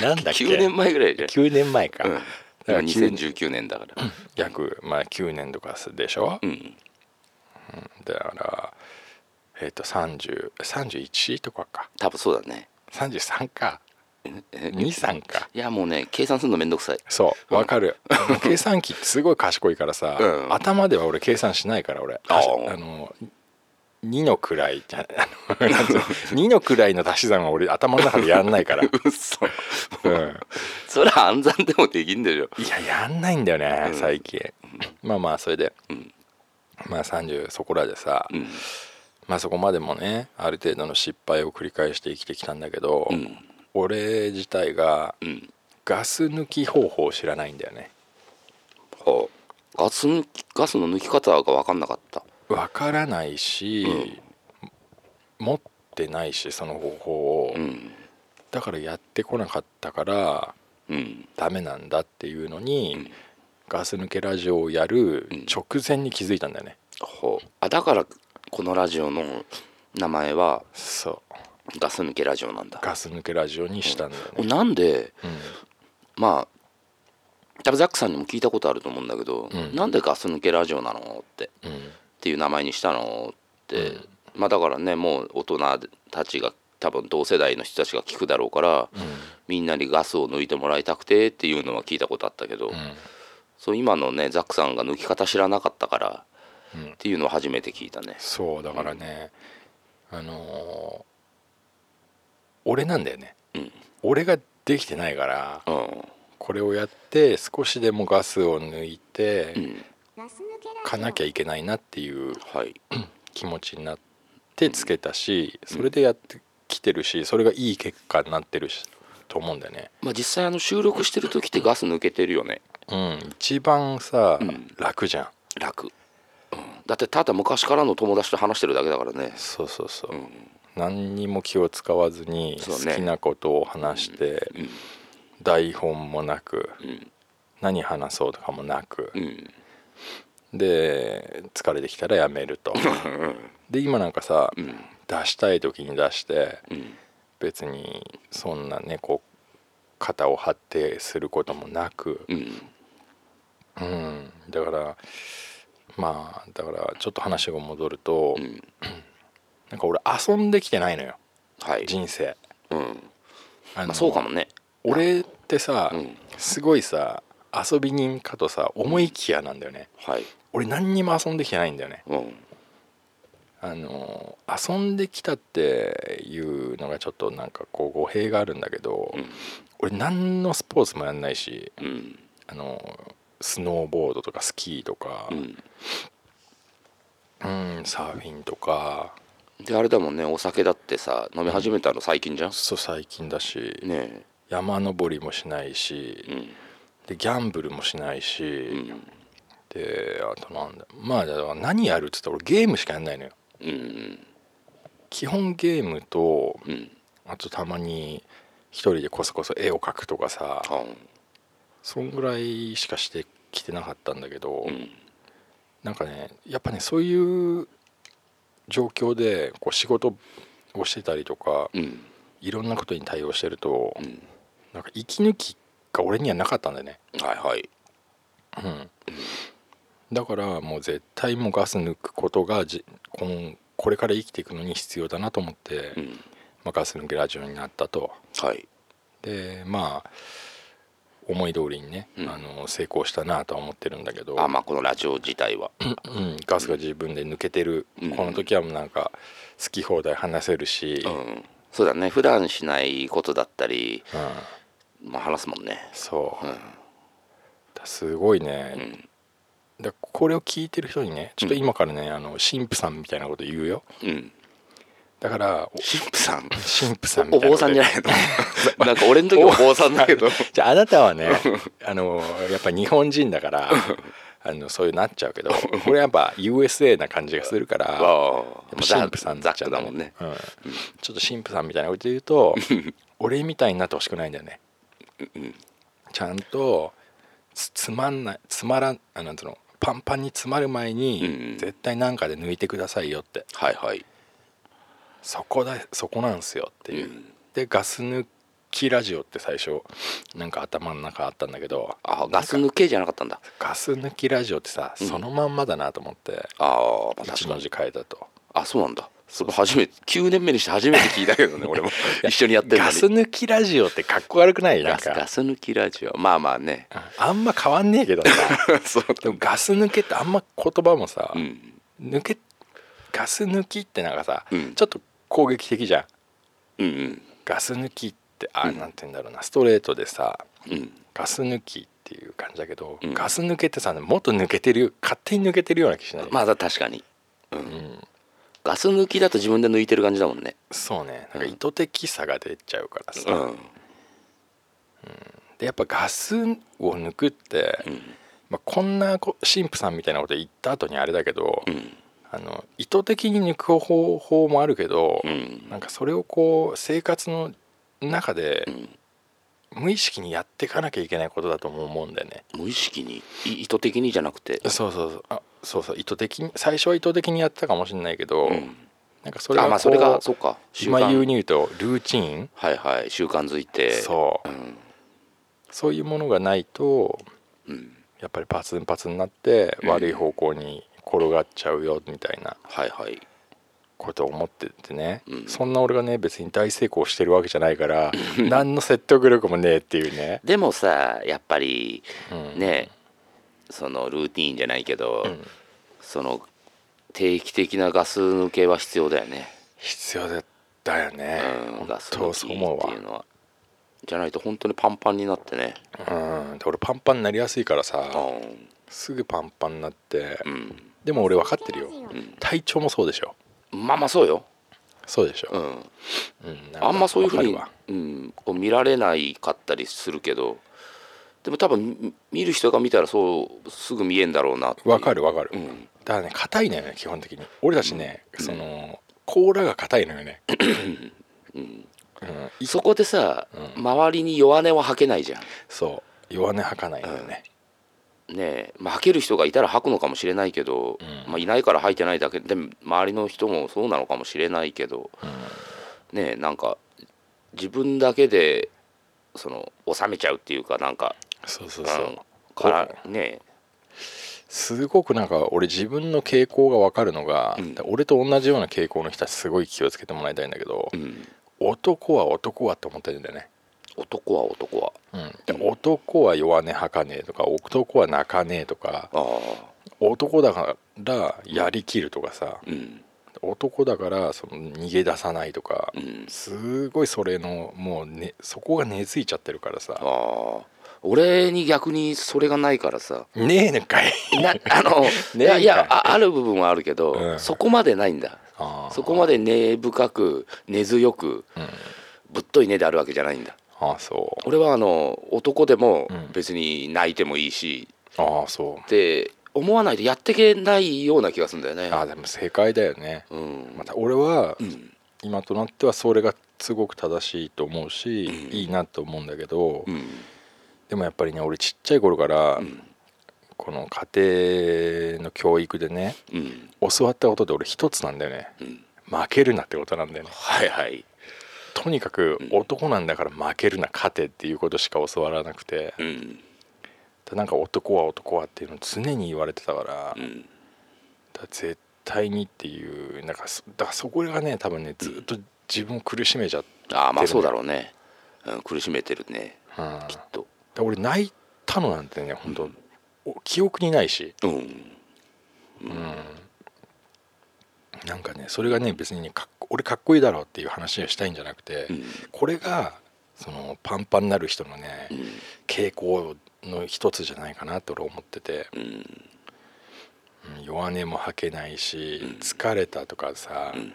Speaker 2: なんだっけ
Speaker 3: 9年前ぐらいじゃん
Speaker 2: 9年前か、
Speaker 3: うん
Speaker 2: だか
Speaker 3: 今
Speaker 2: ら9
Speaker 3: 2019年だから
Speaker 2: 約、まあ、9年とかでしょ、
Speaker 3: うん
Speaker 2: だからえっ、と3031とかか
Speaker 3: 多分そうだね
Speaker 2: 33か
Speaker 3: え
Speaker 2: 23か
Speaker 3: いやもうね計算するのめんどくさい
Speaker 2: そうわか る計算機ってすごい賢いからさ、
Speaker 3: うん
Speaker 2: 頭では俺計算しないから俺
Speaker 3: あ
Speaker 2: あ
Speaker 3: ー
Speaker 2: の2の位じゃあのなんつうの2の位の足し算は俺頭の中でやんないから、う
Speaker 3: うそ
Speaker 2: ん、
Speaker 3: それは暗算でもできんでしょ
Speaker 2: いややんないんだよね
Speaker 3: うん
Speaker 2: 最近、まあまあそれで、
Speaker 3: うん
Speaker 2: まあ30そこらでさ、
Speaker 3: うん
Speaker 2: まあそこまでもねある程度の失敗を繰り返して生きてきたんだけど、
Speaker 3: うん
Speaker 2: 俺自体が
Speaker 3: うん
Speaker 2: ガス抜き方法を知らないんだよね
Speaker 3: ほうガス抜きガスの抜き方が分かんなかった
Speaker 2: わからないし、持ってないしその方法を、
Speaker 3: うん
Speaker 2: だからやってこなかったから
Speaker 3: うん
Speaker 2: ダメなんだっていうのに、
Speaker 3: うん
Speaker 2: ガス抜けラジオをやる
Speaker 3: ん
Speaker 2: 直前に気づいたんだよね、
Speaker 3: ほうあだからこのラジオの名前は
Speaker 2: そう
Speaker 3: ガス抜けラジオなんだ
Speaker 2: ガス抜けラジオにしたんだよね、
Speaker 3: なんで
Speaker 2: うん
Speaker 3: まあ多分ザックさんにも聞いたことあると思うんだけど、
Speaker 2: うん
Speaker 3: なんでガス抜けラジオなのって
Speaker 2: うん
Speaker 3: っていう名前にしたのって、
Speaker 2: うん
Speaker 3: まあだからねもう大人たちが多分同世代の人たちが聞くだろうから、みんなにガスを抜いてもらいたくてっていうのは聞いたことあったけど、
Speaker 2: うん
Speaker 3: そう今のねザックさんが抜き方知らなかったから、
Speaker 2: うん
Speaker 3: っていうのを初めて聞いたね。
Speaker 2: そうだからね、あのー俺なんだよね、
Speaker 3: うん
Speaker 2: 俺ができてないから
Speaker 3: うん
Speaker 2: これをやって少しでもガスを抜いて、
Speaker 3: うん
Speaker 4: ガス抜けラジオ
Speaker 2: かなきゃいけないなっていう
Speaker 3: はい
Speaker 2: 気持ちになってつけたし、それでやってきてるしそれがいい結果になってるしと思うんだよね。
Speaker 3: まあ実際あの収録してる時ってガス抜けてるよね
Speaker 2: うん、一番さ、
Speaker 3: うん
Speaker 2: 楽じゃん
Speaker 3: 楽、うん、だってただ昔からの友達と話してるだけだからね
Speaker 2: そうそうそう、
Speaker 3: うん
Speaker 2: 何にも気を使わずに
Speaker 3: そう
Speaker 2: 好
Speaker 3: ね
Speaker 2: きなことを話して、
Speaker 3: うん
Speaker 2: 台本もなく
Speaker 3: うん
Speaker 2: 何話そうとかもなく
Speaker 3: う、ん
Speaker 2: で疲れてきたらやめるとで今なんかさ、
Speaker 3: ん
Speaker 2: 出したい時に出して
Speaker 3: うん
Speaker 2: 別にそんなねこう肩を張ってすることもなく、
Speaker 3: うん
Speaker 2: うん、だからまあだからちょっと話が戻ると、
Speaker 3: うん
Speaker 2: なんか俺遊んできてないのよ
Speaker 3: はい
Speaker 2: 人生
Speaker 3: うん
Speaker 2: あの
Speaker 3: まあそうかもね
Speaker 2: 俺ってさ、
Speaker 3: うん
Speaker 2: すごいさ遊び人かとさ思いきやなんだよね
Speaker 3: はい
Speaker 2: 俺何にも遊んできてないんだよね
Speaker 3: うん
Speaker 2: あの遊んできたっていうのがちょっとなんかこう語弊があるんだけど、
Speaker 3: うん
Speaker 2: 俺何のスポーツもやんないし
Speaker 3: うん
Speaker 2: あのスノーボードとかスキーとか、
Speaker 3: うん
Speaker 2: うんサーフィンとか
Speaker 3: であれだもんねお酒だってさ飲み始めたの最近じゃん
Speaker 2: そう最近だし、
Speaker 3: ね
Speaker 2: 山登りもしないし、
Speaker 3: えうん
Speaker 2: でギャンブルもしないし、
Speaker 3: うん
Speaker 2: であとなんだまあだから何やるっつったら俺ゲームしかやんないのよ
Speaker 3: うん
Speaker 2: 基本ゲームと
Speaker 3: うん
Speaker 2: あとたまに一人でこそこそ絵を描くとかさ
Speaker 3: あ
Speaker 2: そんぐらいしかしてきてなかったんだけど、
Speaker 3: うん
Speaker 2: なんかねやっぱねそういう状況でこう仕事をしてたりとか、
Speaker 3: うん
Speaker 2: いろんなことに対応してると、
Speaker 3: うん
Speaker 2: なんか息抜きが俺にはなかったんだよね
Speaker 3: はいはい
Speaker 2: うん、だからもう絶対もうガス抜くことがじこんこれから生きていくのに必要だなと思って、
Speaker 3: うん
Speaker 2: まあ、ガス抜けラジオになったと
Speaker 3: はい
Speaker 2: でまあ思い通りにね、
Speaker 3: うん
Speaker 2: あの成功したなとは思ってるんだけど
Speaker 3: あまあこのラジオ自体は
Speaker 2: うん、ガスが自分で抜けてる、
Speaker 3: うん
Speaker 2: この時はもうなんか好き放題話せるし、
Speaker 3: う
Speaker 2: うん
Speaker 3: んそうだね普段しないことだったりまあ話すもんね
Speaker 2: そう、
Speaker 3: うん
Speaker 2: だすごいね、
Speaker 3: うん
Speaker 2: だこれを聞いてる人にねちょっと今からね、あの神父さんみたいなこと言うよ
Speaker 3: うん
Speaker 2: だからお
Speaker 3: 神父さん
Speaker 2: 神父さんみた
Speaker 3: お
Speaker 2: いな
Speaker 3: 坊さ んじゃないのなんか俺の時お坊さんだけど
Speaker 2: じゃああなたはねあのやっぱ日本人だからあのそういうなっちゃうけどこれやっぱ USA な感じがするから
Speaker 3: あ
Speaker 2: やっ
Speaker 3: あ
Speaker 2: ぱ神父さんに
Speaker 3: ザ
Speaker 2: なっ
Speaker 3: ッ
Speaker 2: ちゃう
Speaker 3: クだもんね
Speaker 2: うんちょっと神父さんみたいなこと言う と俺みたいになってほしくないんだよねちゃんとつつまんないつまらんあなんつうのパンパンに詰まる前
Speaker 3: うんう
Speaker 2: に
Speaker 3: ん
Speaker 2: 絶対なんかで抜いてくださいよって
Speaker 3: はいはい
Speaker 2: そこだそこなんすよっていう、
Speaker 3: うん
Speaker 2: でガス抜きラジオって最初なんか頭の中あったんだけど
Speaker 3: あガス抜けじゃなかったんだ
Speaker 2: ガス抜きラジオってさ
Speaker 3: ん
Speaker 2: そのまんまだなと思って、
Speaker 3: ああまあ
Speaker 2: 一
Speaker 3: 確か
Speaker 2: の
Speaker 3: に
Speaker 2: 字変えたと
Speaker 3: あそうなんだそれ初めて9年目にして初めて聞いたけ どね俺も一緒にやってるのに
Speaker 2: ガス抜きラジオってかっこ悪くないなん
Speaker 3: ガス
Speaker 2: か
Speaker 3: ガス抜きラジオまあまあ ね
Speaker 2: あんま変わんねえけどさ
Speaker 3: そう
Speaker 2: でもガス抜けってあんま言葉もさ、
Speaker 3: うん
Speaker 2: 抜けガス抜きってなんかさ、
Speaker 3: うん
Speaker 2: ちょっと攻撃的じゃん
Speaker 3: うんうん
Speaker 2: ガス抜きってあ、なんて言うんだろうなストレートでさ
Speaker 3: うん
Speaker 2: ガス抜きっていう感じだけど、
Speaker 3: うん
Speaker 2: ガス抜けってさもっと抜けてる勝手に抜けてるような気しない、
Speaker 3: まあだ確かに
Speaker 2: うん、
Speaker 3: ガス抜きだと自分で抜いてる感じだもんね
Speaker 2: そうねなんか意図的さが出ちゃうからさ、
Speaker 3: うん
Speaker 2: でやっぱガスを抜くって、
Speaker 3: うん
Speaker 2: まあ、こんなこ神父さんみたいなこと言った後にあれだけど、
Speaker 3: うん
Speaker 2: あの意図的に抜く方法もあるけど、
Speaker 3: うん
Speaker 2: なんかそれをこう生活の中で
Speaker 3: うん
Speaker 2: 無意識にやっていかなきゃいけないことだとも思うんだよね。
Speaker 3: 無意識にい意図的にじゃなくて
Speaker 2: そうそうそうあそうそう意図的に最初は意図的にやってたかもしれないけど、
Speaker 3: うん
Speaker 2: なんかそれが
Speaker 3: あ
Speaker 2: こう、
Speaker 3: まあそれがそうか
Speaker 2: 今言うに言うとルーチン、
Speaker 3: はいはい習慣づいて
Speaker 2: そう
Speaker 3: うん
Speaker 2: そういうものがないと
Speaker 3: うん
Speaker 2: やっぱりパツンパツンになって
Speaker 3: うん
Speaker 2: 悪い方向に転がっちゃうよみたいな
Speaker 3: はいはい
Speaker 2: ことを思っててね、
Speaker 3: うん
Speaker 2: そんな俺がね別に大成功してるわけじゃないから何の説得力もねえっていうね、
Speaker 3: でもさやっぱり
Speaker 2: うん
Speaker 3: ねそのルーティーンじゃないけど、
Speaker 2: うん
Speaker 3: その定期的なガス抜けは必要だよね
Speaker 2: 必要だだよね
Speaker 3: うん、
Speaker 2: 本
Speaker 3: ガス
Speaker 2: 当
Speaker 3: 抜
Speaker 2: そ
Speaker 3: き
Speaker 2: う思う
Speaker 3: っていうのはじゃないと本当にパンパンになってね
Speaker 2: わうんで俺パンパンになりやすいからさ
Speaker 3: うん
Speaker 2: すぐパンパンになって
Speaker 3: うん
Speaker 2: でも俺分かってるよ
Speaker 4: うん
Speaker 2: 体調もそうでしょ
Speaker 3: まあまあそうよ、
Speaker 2: そうでし
Speaker 3: う
Speaker 2: ょ
Speaker 3: ん、
Speaker 2: うんなか
Speaker 3: あんまそういうふうに
Speaker 2: わかるわ、
Speaker 3: うん、こう見られないかったりするけどでも多分み見る人が見たらそうすぐ見えんだろうなっていう
Speaker 2: わかるわかる、
Speaker 3: うん
Speaker 2: だからね硬いのよね基本的に俺たちね、その甲羅が硬いのよね、うんい
Speaker 3: そこでさ、周りに弱音は吐けないじゃん
Speaker 2: そう弱音吐かないのよね、
Speaker 3: ねえ、まあ、吐ける人がいたら吐くのかもしれないけど、
Speaker 2: うん
Speaker 3: まあ、いないから吐いてないだけでも周りの人もそうなのかもしれないけど、ねえなんか自分だけでその収めちゃうっていうかなんか
Speaker 2: そうそうそう、
Speaker 3: うんからね
Speaker 2: すごくなんか俺自分の傾向が分かるのが、
Speaker 3: うん
Speaker 2: 俺と同じような傾向の人はすごい気をつけてもらいたいんだけど、
Speaker 3: え、うん、
Speaker 2: 男は男はと思ってるんだよね、
Speaker 3: 男は男は
Speaker 2: うん、で男は弱音吐かねえとか男は泣かねえとか
Speaker 3: ああ
Speaker 2: 男だからやりきるとかさ
Speaker 3: うん
Speaker 2: 男だからその逃げ出さないとか、
Speaker 3: うん
Speaker 2: すごいそれのもう、ね、そこが根付いちゃってるから
Speaker 3: あ
Speaker 2: さ
Speaker 3: あ俺に逆にそれがないからさ
Speaker 2: ねえのかい
Speaker 3: なあの、い
Speaker 2: ね
Speaker 3: やい
Speaker 2: な
Speaker 3: や
Speaker 2: んか
Speaker 3: あある部分はあるけど、
Speaker 2: うん
Speaker 3: そこまでないんだ
Speaker 2: あー
Speaker 3: そこまで根深く根強く、
Speaker 2: ん
Speaker 3: ぶっとい根であるわけじゃないんだ
Speaker 2: ああそ
Speaker 3: 俺はあの男でも
Speaker 2: うん
Speaker 3: 別に泣いてもいいし、
Speaker 2: うああそう
Speaker 3: って思わないとやってけないような気がするんだよね
Speaker 2: ああでも正解だよね
Speaker 3: うん
Speaker 2: また俺は
Speaker 3: うん
Speaker 2: 今となってはそれがすごく正しいと思うし、
Speaker 3: うん
Speaker 2: いいなと思うんだけど、
Speaker 3: うん
Speaker 2: でもやっぱりね俺ちっちゃい頃から、
Speaker 3: うん
Speaker 2: この家庭の教育でね
Speaker 3: うん
Speaker 2: 教わったことで俺一つなんだよね
Speaker 3: うん
Speaker 2: 負けるなってことなんだよね
Speaker 3: はいはい
Speaker 2: とにかく
Speaker 3: うん
Speaker 2: 男なんだから負けるな勝てっていうことしか教わらなくて、
Speaker 3: うん
Speaker 2: でなんか男は男はっていうのを常に言われてたから,、
Speaker 3: う
Speaker 2: だか
Speaker 3: ん
Speaker 2: ら絶対にっていうなんかそだからそこがね多分ねずっと自分を苦しめちゃって、
Speaker 3: ああまあそうだろうね、うん、苦しめてるね
Speaker 2: うん
Speaker 3: きっと
Speaker 2: で俺泣いたのなんてね本当、
Speaker 3: うん
Speaker 2: お記憶にないし、
Speaker 3: うん
Speaker 2: なんかねそれがね別にねかっこ俺かっこいいだろうっていう話をしたいんじゃなくて、
Speaker 3: うん
Speaker 2: これがそのパンパンになる人のね、
Speaker 3: うん
Speaker 2: 傾向の一つじゃないかなと俺思ってて、
Speaker 3: うん
Speaker 2: うん弱音も吐けないし、
Speaker 3: うん
Speaker 2: 疲れたとかさ、
Speaker 3: ん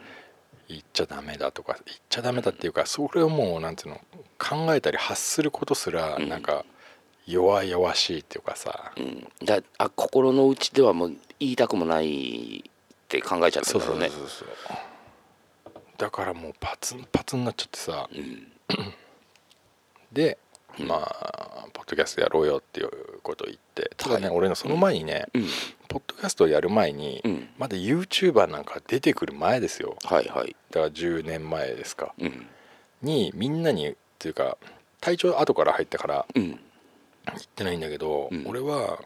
Speaker 2: 言っちゃダメだとか言っちゃダメだっていうかそれをもうなんていうの考えたり発することすら
Speaker 3: うん
Speaker 2: なんか弱々しいっていうかさ、
Speaker 3: うんだあ心の内ではもう言いたくもないって考えちゃって
Speaker 2: そ
Speaker 3: るん
Speaker 2: う
Speaker 3: だ
Speaker 2: そ
Speaker 3: ろ
Speaker 2: う
Speaker 3: う
Speaker 2: そう
Speaker 3: ね
Speaker 2: そうだからもうパツンパツンになっちゃってさ
Speaker 3: うん
Speaker 2: でまあポッドキャストやろうよっていうことを言ってただね、
Speaker 3: は
Speaker 2: 俺のその前にね、
Speaker 3: うん
Speaker 2: ポッドキャストをやる前に、
Speaker 3: うん
Speaker 2: まだ YouTuber なんか出てくる前ですよ
Speaker 3: はいはい
Speaker 2: だから10年前ですか
Speaker 3: うん
Speaker 2: にみんなにっていうか体調後から入ったから
Speaker 3: うん
Speaker 2: 言ってないんだけど、
Speaker 3: うん
Speaker 2: 俺は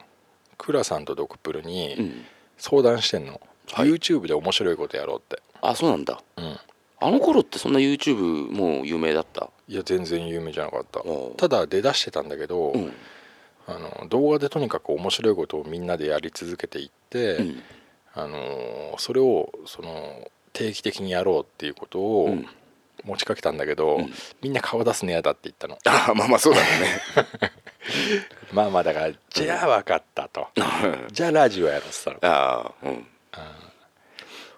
Speaker 2: クラさんとドクプル
Speaker 3: う
Speaker 2: に
Speaker 3: ん
Speaker 2: 相談してんの、
Speaker 3: はい
Speaker 2: YouTube で面白いことやろうって、
Speaker 3: あそうなんだ
Speaker 2: うん、
Speaker 3: あの頃ってそんな YouTube もう有名だった
Speaker 2: いや全然有名じゃなかった
Speaker 3: おう
Speaker 2: ただ出だしてたんだけど、
Speaker 3: うん
Speaker 2: あの動画でとにかく面白いことをみんなでやり続けていって、
Speaker 3: うん
Speaker 2: あのそれをその定期的にやろうっていうこと
Speaker 3: う
Speaker 2: を
Speaker 3: ん
Speaker 2: 持ちかけたんだけど、
Speaker 3: うん
Speaker 2: みんな顔出すの嫌だって言ったの
Speaker 3: あまあまあそうだよね
Speaker 2: まあまあだからじゃあ分かったと、じゃあラジオやろうって言ったの
Speaker 3: ああうん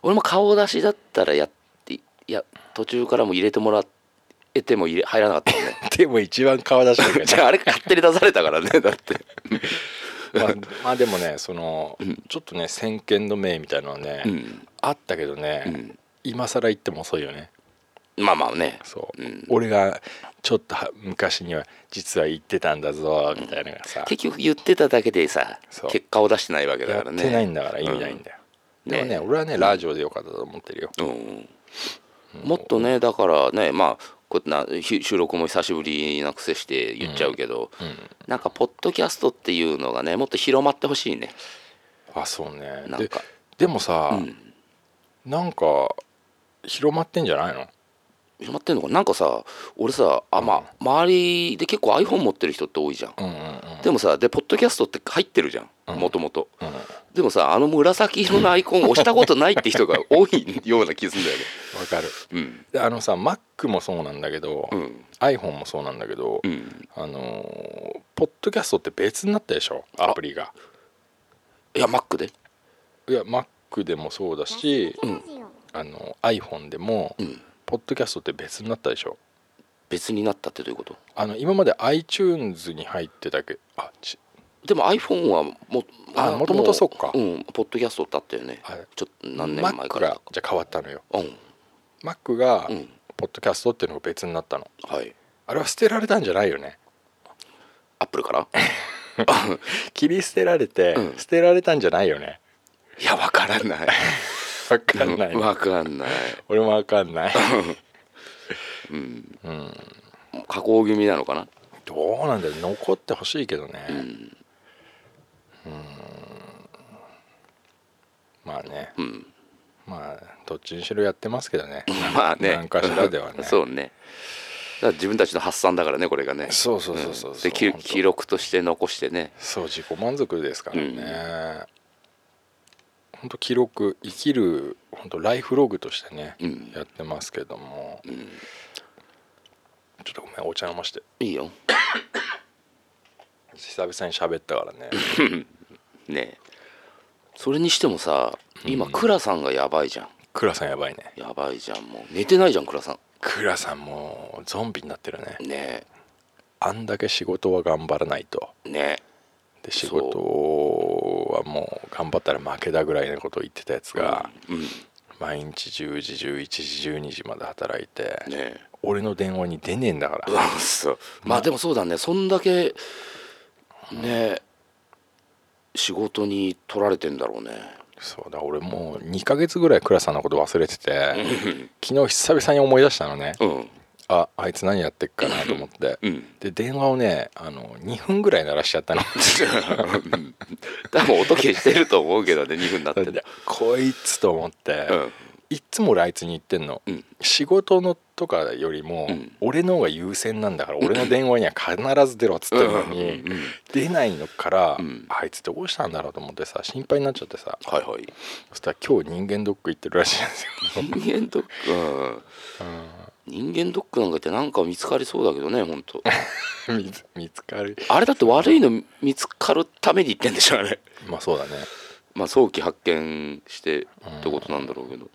Speaker 3: 俺も顔出しだったらやっていや途中からも入れてもらえても入れ入らなかったよね
Speaker 2: でも一番顔出したけど
Speaker 3: じゃああれ勝手に出されたからねだって
Speaker 2: まあ、まあでもねその、ちょっとね先見の明みたいなのはね、
Speaker 3: うん
Speaker 2: あったけどね、
Speaker 3: うん
Speaker 2: 今更言っても遅いよね
Speaker 3: まあまあね
Speaker 2: そう、
Speaker 3: うん
Speaker 2: 俺がちょっとは昔には実は言ってたんだぞみたいなのがさ、
Speaker 3: 結局言ってただけでさ
Speaker 2: そう
Speaker 3: 結果を出してないわけだ
Speaker 2: や
Speaker 3: か
Speaker 2: っ
Speaker 3: らね
Speaker 2: てないんだから意味ないんだよ、
Speaker 3: うん
Speaker 2: でもね
Speaker 3: ね
Speaker 2: 俺はねラジオでよかったと思ってるよ、
Speaker 3: うん、もっとねだからねまあこんなひ収録も久しぶりなくせして言っちゃうけど、なんかポッドキャストっていうのがねもっと広まってほしいね
Speaker 2: あそうね
Speaker 3: なん
Speaker 2: で
Speaker 3: か
Speaker 2: でもさ、
Speaker 3: ん
Speaker 2: なんか広まってんじゃないの
Speaker 3: 広まってんのかななんかさ俺さあまあ周りで結構 iPhone 持ってる人って多いじゃん、
Speaker 2: うんうんうん
Speaker 3: でもさでポッドキャストって入ってるじゃんもともとでもさあの紫色のアイコン押したことないって人が多いような気すんだよね。
Speaker 2: わかる
Speaker 3: うん
Speaker 2: であのさ Mac もそうなんだけど、
Speaker 3: うん
Speaker 2: iPhone もそうなんだけど、
Speaker 3: うん、
Speaker 2: あのーポッドキャストって別になったでしょアプリが
Speaker 3: いや Mac で
Speaker 2: いや Mac でもそうだ
Speaker 4: ガス
Speaker 2: し
Speaker 4: 抜、けラジオ
Speaker 2: あの iPhone でも、
Speaker 3: うん
Speaker 2: ポッドキャストって別になったでしょ
Speaker 3: 別になったってどういうこと
Speaker 2: あの今まで iTunes に入ってたけあち
Speaker 3: でも iPhone はも
Speaker 2: あもともとそっか
Speaker 3: んポッドキャストだったよね、
Speaker 2: はい
Speaker 3: ちょっと何年前か
Speaker 2: Mac
Speaker 3: ら
Speaker 2: がじゃあ変わったのよ
Speaker 3: うん
Speaker 2: Mac が、
Speaker 3: うん
Speaker 2: ポッドキャストっていうのが別になったの
Speaker 3: はい
Speaker 2: あれは捨てられたんじゃないよね
Speaker 3: アップルから
Speaker 2: 切り捨てられて、
Speaker 3: うん
Speaker 2: 捨てられたんじゃ ないよね
Speaker 3: いやわからない
Speaker 2: わかんない、
Speaker 3: わかんない、
Speaker 2: 俺もわかん ない
Speaker 3: うん、
Speaker 2: うん
Speaker 3: 加工気味なのかな
Speaker 2: どうなんだろう残ってほしいけどね
Speaker 3: うん、
Speaker 2: まあね
Speaker 3: うん、
Speaker 2: まあどっちにしろやってますけどね
Speaker 3: まあね
Speaker 2: 何かしらではね
Speaker 3: そうねだから自分たちの発散だからねこれがね
Speaker 2: そうそうそうそう
Speaker 3: うんで記
Speaker 2: 本当
Speaker 3: 記録として残してね
Speaker 2: そう自己満足ですから
Speaker 3: うん
Speaker 2: ね、ほん、本当記録生きる本当ライフログとしてね、
Speaker 3: うん
Speaker 2: やってますけども、
Speaker 3: ん
Speaker 2: ちょっとごめんお茶飲まして
Speaker 3: いいよ
Speaker 2: 久々に喋ったからね
Speaker 3: ねそれにしてもさ今倉さんがやばいじゃん
Speaker 2: 倉さんやばいね
Speaker 3: やばいじゃんもう寝てないじゃん倉さん
Speaker 2: 倉さんもうゾンビになってるね
Speaker 3: ね
Speaker 2: あんだけ仕事は頑張らないと
Speaker 3: えね
Speaker 2: で
Speaker 3: そ
Speaker 2: 仕
Speaker 3: う
Speaker 2: 事はもう頑張ったら負けだぐらいのことを言ってたやつ
Speaker 3: え
Speaker 2: が、
Speaker 3: うんね
Speaker 2: 毎日10時11時12時まで働いて、
Speaker 3: え
Speaker 2: 俺の電話に出ねえんだから
Speaker 3: うんそう まあでもそうだねそんだけねえ仕事に取られてんだろうね
Speaker 2: そうだ俺もう2ヶ月ぐらい倉さんのこと忘れてて昨日久々に思い出したのね
Speaker 3: うん
Speaker 2: ああいつ何やってっかなと思って
Speaker 3: うん
Speaker 2: で電話をねあの2分ぐらい鳴らしちゃったの
Speaker 3: うん多分音消してると思うけどね2分になって
Speaker 2: で
Speaker 3: ね
Speaker 2: こいつと思って、
Speaker 3: うん
Speaker 2: いっつも俺あいつに言ってんの、
Speaker 3: うん
Speaker 2: 仕事のとかよりも、
Speaker 3: うん
Speaker 2: 俺の方が優先なんだから俺の電話には必ず出ろっつってんのに、
Speaker 3: うんうんうん
Speaker 2: 出ないのから、
Speaker 3: うん
Speaker 2: あいつどうしたんだろうと思ってさ心配になっちゃってさ
Speaker 3: はいはい
Speaker 2: そしたら今日人間ドック行ってるらしいんですよ
Speaker 3: 人間ドック、うん、人間ドックなんかってなんか見つかりそうだけどね本当
Speaker 2: 見つ見つかる
Speaker 3: あれだって悪いの見つかるために言ってんでしょあれ
Speaker 2: まあそうだね
Speaker 3: まあ早期発見してってことなんだろうけど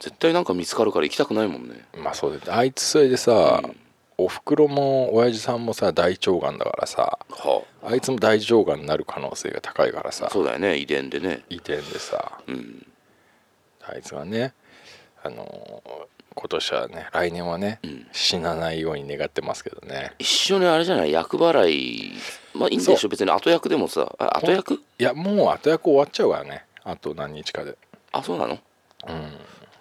Speaker 3: 絶対なんか見つかるから行きたくないもんね
Speaker 2: まあそうだよあいつそれでさ、
Speaker 3: うん
Speaker 2: おふくろも親父さんもさ大腸がんだからさ
Speaker 3: は
Speaker 2: あいつも大腸がんになる可能性が高いから
Speaker 3: あ
Speaker 2: さ
Speaker 3: そうだよね遺伝でね
Speaker 2: 遺伝でさ
Speaker 3: うん
Speaker 2: あいつがねあのー今年はね来年はね、
Speaker 3: うん
Speaker 2: 死なないように願ってますけどね
Speaker 3: 一緒にあれじゃない役払いまあいいんでし
Speaker 2: そ
Speaker 3: ょ別に後役でもさあ後役
Speaker 2: いやもう後役終わっちゃうからねあと何日かで
Speaker 3: あそうなの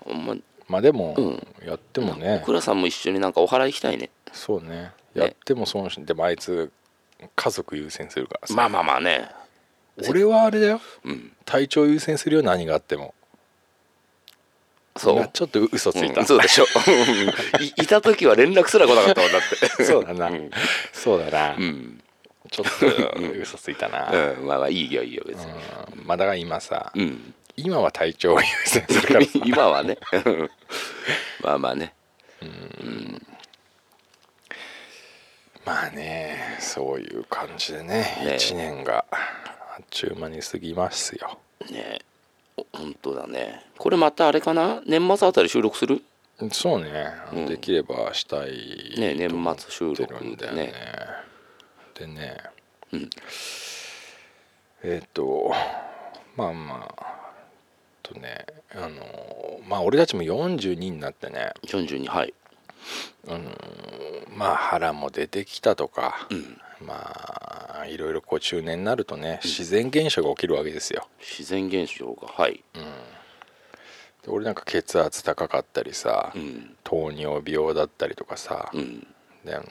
Speaker 2: うん
Speaker 3: うんま
Speaker 2: まあでも、
Speaker 3: うん
Speaker 2: やっても
Speaker 3: あ
Speaker 2: ね
Speaker 3: 倉さんも一緒になんかお祓い行きたいね
Speaker 2: そうねやっても損しでもあいつ家族優先するからさ、
Speaker 3: まあまあまあね
Speaker 2: 俺はあれだよ
Speaker 3: うん
Speaker 2: 体調優先するよ何があっても
Speaker 3: そう
Speaker 2: なちょっと嘘ついた、
Speaker 3: うんそうでしょいいた時は連絡すら来なかったもんだっ て
Speaker 2: そうだな、
Speaker 3: ん
Speaker 2: そうだな、
Speaker 3: うん、
Speaker 2: ちょっと嘘ついたな、
Speaker 3: うん、まあまあいいよいいよ別に
Speaker 2: うんまあだから今さ、
Speaker 3: うん、
Speaker 2: 今は体調を優先するからさ
Speaker 3: 今はねまあまあね
Speaker 2: まあねそういう感じでね
Speaker 3: ね
Speaker 2: 一年があっちゅう間に過ぎますよ
Speaker 3: ねお本当だねこれまたあれかな年末あたり収録する
Speaker 2: そうね、
Speaker 3: うん
Speaker 2: できればしたい
Speaker 3: ね年
Speaker 2: と思って
Speaker 3: 末収録
Speaker 2: るんだ
Speaker 3: で
Speaker 2: よね
Speaker 3: ね
Speaker 2: でね、
Speaker 3: うん
Speaker 2: えっ、とまあまあとねあのまあ俺たちも42になってね
Speaker 3: 42はい
Speaker 2: まあ腹も出てきたとか、
Speaker 3: ん
Speaker 2: まあいろいろこう中年になるとね自然現象が起きるわけですよ。
Speaker 3: 自然現象がはい
Speaker 2: で俺なんか血圧高かったりさ、
Speaker 3: うん
Speaker 2: 糖尿病だったりとかさ、
Speaker 3: うん
Speaker 2: でうんも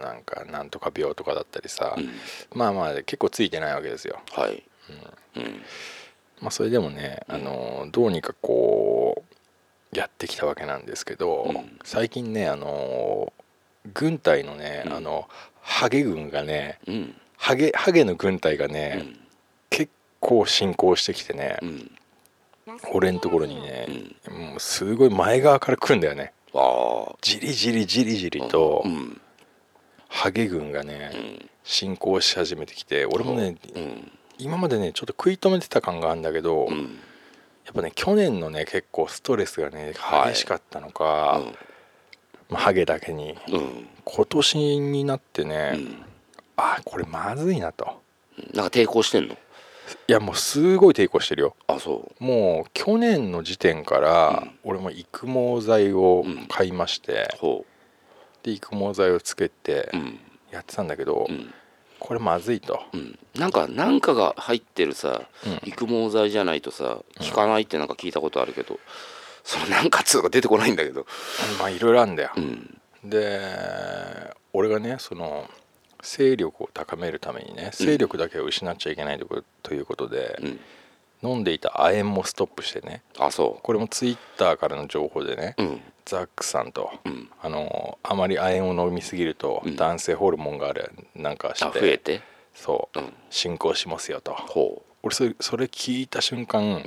Speaker 2: うなんかなんとか病とかだったりさ、
Speaker 3: うん
Speaker 2: まあまあ結構ついてないわけですよ。
Speaker 3: はいうん
Speaker 2: まあ、それでもね、あのどうにかこうやってきたわけなんですけど、
Speaker 3: うん
Speaker 2: 最近ねあの軍隊のね、
Speaker 3: うん
Speaker 2: あのハゲ軍がね
Speaker 3: うん
Speaker 2: ハゲハゲの軍隊がね、
Speaker 3: うん
Speaker 2: 結構進行してきてね、
Speaker 3: うん
Speaker 2: 俺のところにね、もうすごい前側から来るんだよね
Speaker 3: あ
Speaker 2: じりじりじりじり
Speaker 3: あ
Speaker 2: と、
Speaker 3: うん
Speaker 2: ハゲ軍がね、
Speaker 3: うん
Speaker 2: 進行し始めてきて俺もね、
Speaker 3: うん
Speaker 2: 今までねちょっと食い止めてた感があるんだけど、
Speaker 3: う
Speaker 2: や
Speaker 3: ん
Speaker 2: っぱね去年のね結構ストレスがね
Speaker 3: はい
Speaker 2: 激しかったのか、まあハゲだけに
Speaker 3: うん
Speaker 2: 今年になってね、
Speaker 3: うん
Speaker 2: あこれまずいなと
Speaker 3: なんか抵抗してんの
Speaker 2: いやもうすごい抵抗してるよ
Speaker 3: あそ
Speaker 2: もう去年の時点から
Speaker 3: うん
Speaker 2: 俺も育毛剤を買いまして
Speaker 3: う、ほ
Speaker 2: で育毛剤をつけて
Speaker 3: ううん
Speaker 2: やってたんだけど、
Speaker 3: うん
Speaker 2: これまずいと、
Speaker 3: うんなんかなんかが入ってるさ
Speaker 2: うん
Speaker 3: 育毛剤じゃないとさ効かないってなんか聞いたことあるけどそのなんかっつうのが出てこないんだけど
Speaker 2: まあいろいろあるんだよ、
Speaker 3: うん
Speaker 2: で俺がねその勢力を高めるためにね勢力だけを失っちゃいけないということということで、
Speaker 3: うん
Speaker 2: 飲んでいた亜鉛もストップしてね
Speaker 3: あそ
Speaker 2: これもツイッターからの情報でね、
Speaker 3: ううん
Speaker 2: ザックさんと、
Speaker 3: うん
Speaker 2: あのあまり亜鉛を飲みすぎると
Speaker 3: うん
Speaker 2: 男性ホルモンがあるなんか
Speaker 3: あ
Speaker 2: し
Speaker 3: 増
Speaker 2: て、
Speaker 3: えて
Speaker 2: そう、
Speaker 3: うん
Speaker 2: 進行しますよと
Speaker 3: ほ
Speaker 2: 俺それそれ聞いた瞬間、
Speaker 3: ううん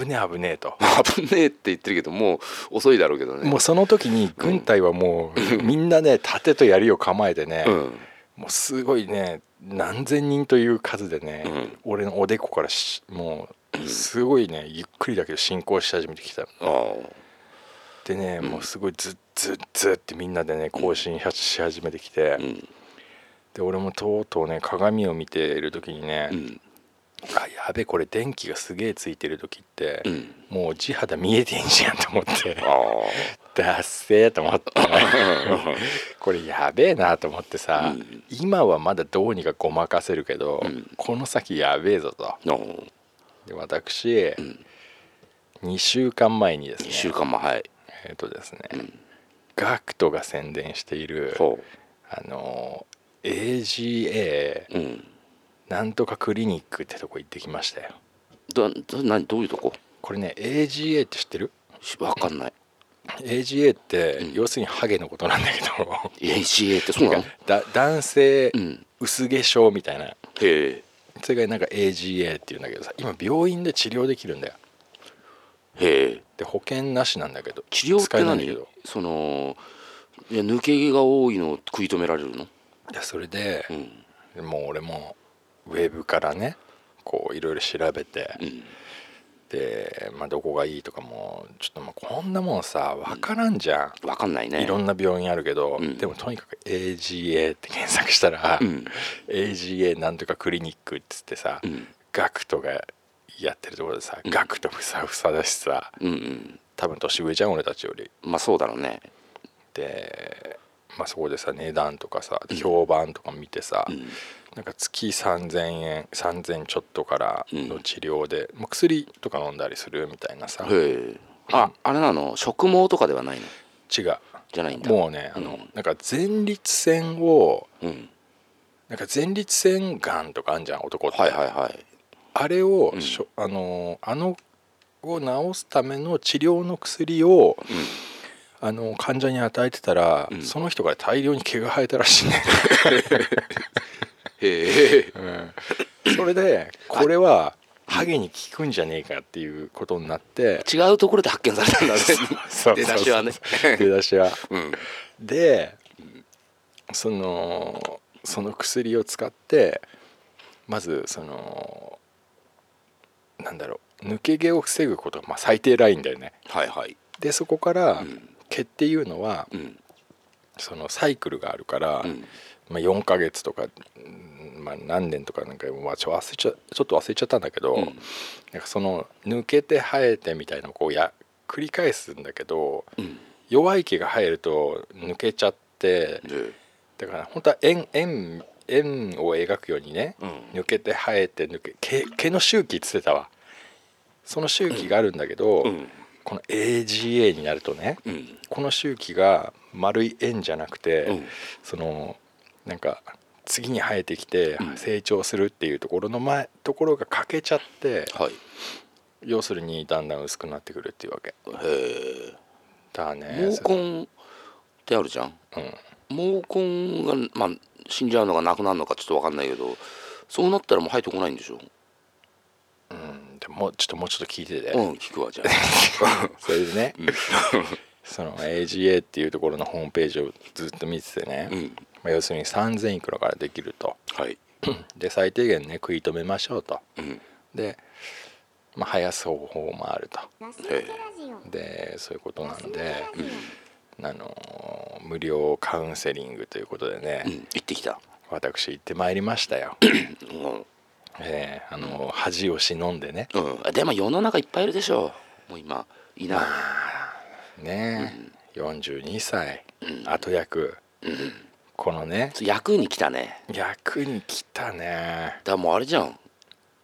Speaker 2: 危ねえ危ねえと。
Speaker 3: 危ねえって言ってるけどもう遅いだろうけどね
Speaker 2: もうその時に軍隊はもうみんなね盾と槍を構えてね、
Speaker 3: うん
Speaker 2: もうすごいね何千人という数でね、
Speaker 3: うん
Speaker 2: 俺のおでこからしもうすごいねゆっくりだけど進行し始めてきたの
Speaker 3: ああ
Speaker 2: でね、もうすごいズッズッズッってみんなでね行進し始めてきて、
Speaker 3: うん
Speaker 2: で俺もとうとうね鏡を見ている時にね、
Speaker 3: うん
Speaker 2: あやべこれ電気がすげえついてる時って、
Speaker 3: うん
Speaker 2: もう地肌見えてんじゃんと思って
Speaker 3: あ
Speaker 2: ダッセーと 思ってこれやべえなと思ってさ、
Speaker 3: うん
Speaker 2: 今はまだどうにかごまかせるけど、
Speaker 3: うん
Speaker 2: この先やべえぞと
Speaker 3: あの
Speaker 2: で私、
Speaker 3: ん
Speaker 2: 2週間前にです
Speaker 3: 2
Speaker 2: ね
Speaker 3: 週間もはい
Speaker 2: えっ、とですね、
Speaker 3: ん
Speaker 2: ガクトが宣伝している
Speaker 3: ほ
Speaker 2: あの AGA
Speaker 3: ううん
Speaker 2: なんとかクリニックってとこ行ってきましたよ
Speaker 3: どど何どういうとこ
Speaker 2: これね AGA って知ってる
Speaker 3: しわかんない
Speaker 2: AGA って、要するにハゲのことなんだけど
Speaker 3: ACA ってそうなの
Speaker 2: だ男性
Speaker 3: うん
Speaker 2: 薄化粧みたいな
Speaker 3: へえ
Speaker 2: それがなんか AGA っていうんだけどさ今病院で治療できるんだよ
Speaker 3: へえ
Speaker 2: で保険なしなんだけど
Speaker 3: 治療っ
Speaker 2: 使え
Speaker 3: て
Speaker 2: ないんだけ
Speaker 3: 何
Speaker 2: ど
Speaker 3: そのいや抜け毛が多いのを食い止められるの
Speaker 2: いやそれで
Speaker 3: う、ん
Speaker 2: もう俺もウェブからねこういろいろ調べて、
Speaker 3: うん
Speaker 2: で、まあ、どこがいいとかもちょっとまあこんなもんさ分からんじゃん、
Speaker 3: わかんないね
Speaker 2: いろんな病院あるけど、
Speaker 3: うん
Speaker 2: でもとにかく AGA って検索したら、
Speaker 3: うん
Speaker 2: AGA なんとかクリニックっつってさ、
Speaker 3: うん
Speaker 2: ガクトがやってるところでさ、ガクトふさふさだしさ
Speaker 3: うんうん
Speaker 2: 多分年上じゃん俺たちより
Speaker 3: まあそうだろうね
Speaker 2: で、まあ、そこでさ値段とかさ評判とか見てさ、
Speaker 3: ん
Speaker 2: なんか月3,000円3,000ちょっとから
Speaker 3: う
Speaker 2: の
Speaker 3: ん
Speaker 2: 治療で、まあ薬とか飲んだりするみたいなさ
Speaker 3: へえああれなの植毛とかではないの
Speaker 2: 違う
Speaker 3: じゃないんだ
Speaker 2: もうねあの、
Speaker 3: うん
Speaker 2: なんか前立腺を
Speaker 3: うん
Speaker 2: なんか前立腺がんとかあんじゃん男って、
Speaker 3: はいはいはい
Speaker 2: あれを、しょあのあのを治すための治療の薬を、あの患者に与えてたら、
Speaker 3: ん
Speaker 2: その人から大量に毛が生えたらしいね、
Speaker 3: へえ
Speaker 2: それでこれはハゲに効くんじゃねえかっていうことになって、
Speaker 3: 違うところで発見されたんだ ね
Speaker 2: そうそうそう
Speaker 3: 出だしはね
Speaker 2: 出だしは
Speaker 3: うん
Speaker 2: でそのその薬を使ってまずそのなんだろう抜け毛を防ぐことがまあ最低ラインだよね
Speaker 3: はいはい
Speaker 2: でそこから
Speaker 3: ん
Speaker 2: 毛っていうのは
Speaker 3: うん
Speaker 2: そのサイクルがあるから、
Speaker 3: うん
Speaker 2: まあ、4ヶ月とか、うんまあ、何年とかなんか、まあ、ちょ忘れちゃちょっと忘れちゃったんだけど、
Speaker 3: ん
Speaker 2: なんかその抜けて生えてみたいなのをこうや繰り返すんだけど、
Speaker 3: うん
Speaker 2: 弱い毛が生えると抜けちゃって
Speaker 3: で
Speaker 2: だから本当は円円円を描くようにね、
Speaker 3: うん
Speaker 2: 抜けて生えて抜け毛毛の周期っつってたわその周期があるんだけど、
Speaker 3: うん
Speaker 2: この AGA になるとね、
Speaker 3: うん
Speaker 2: この周期が丸い円じゃなくて、
Speaker 3: うん
Speaker 2: そのなんか次に生えてきて
Speaker 3: うん
Speaker 2: 成長するっていうところの前ところが欠けちゃって
Speaker 3: はい
Speaker 2: 要するにだんだん薄くなってくるっていうわけ
Speaker 3: へえ
Speaker 2: だね
Speaker 3: 毛根ってあるじゃん
Speaker 2: うん
Speaker 3: 毛根が、まあ、死んじゃうのかなくなるのかちょっと分かんないけどそうなったらもう入ってこないんでしょ
Speaker 2: じゃあもうちょっともうちょっと聞いてて、
Speaker 3: うん聞くわじゃあ
Speaker 2: それでね、その AGA っていうところのホームページをずっと見ててね、
Speaker 3: うん
Speaker 2: まあ、要するに3,000いくらからできると
Speaker 3: はい
Speaker 2: で最低限ね食い止めましょうと
Speaker 3: うん
Speaker 2: で、まあ、生やす方法もあると
Speaker 4: ガス抜けラジオ
Speaker 2: でそういうことな
Speaker 4: ガス
Speaker 2: ん
Speaker 4: 抜け
Speaker 2: で
Speaker 4: ラ、ジ
Speaker 2: あの無料カウンセリングということでね、
Speaker 3: うん行ってきた
Speaker 2: 私行ってまいりましたよ、
Speaker 3: うん
Speaker 2: ええあの恥を忍んでね
Speaker 3: うんあでも世の中いっぱいいるでしょもう今いない
Speaker 2: ねえ、42歳、後役、このね
Speaker 3: 役に来たね
Speaker 2: 役に来たね
Speaker 3: だからもうあれじゃん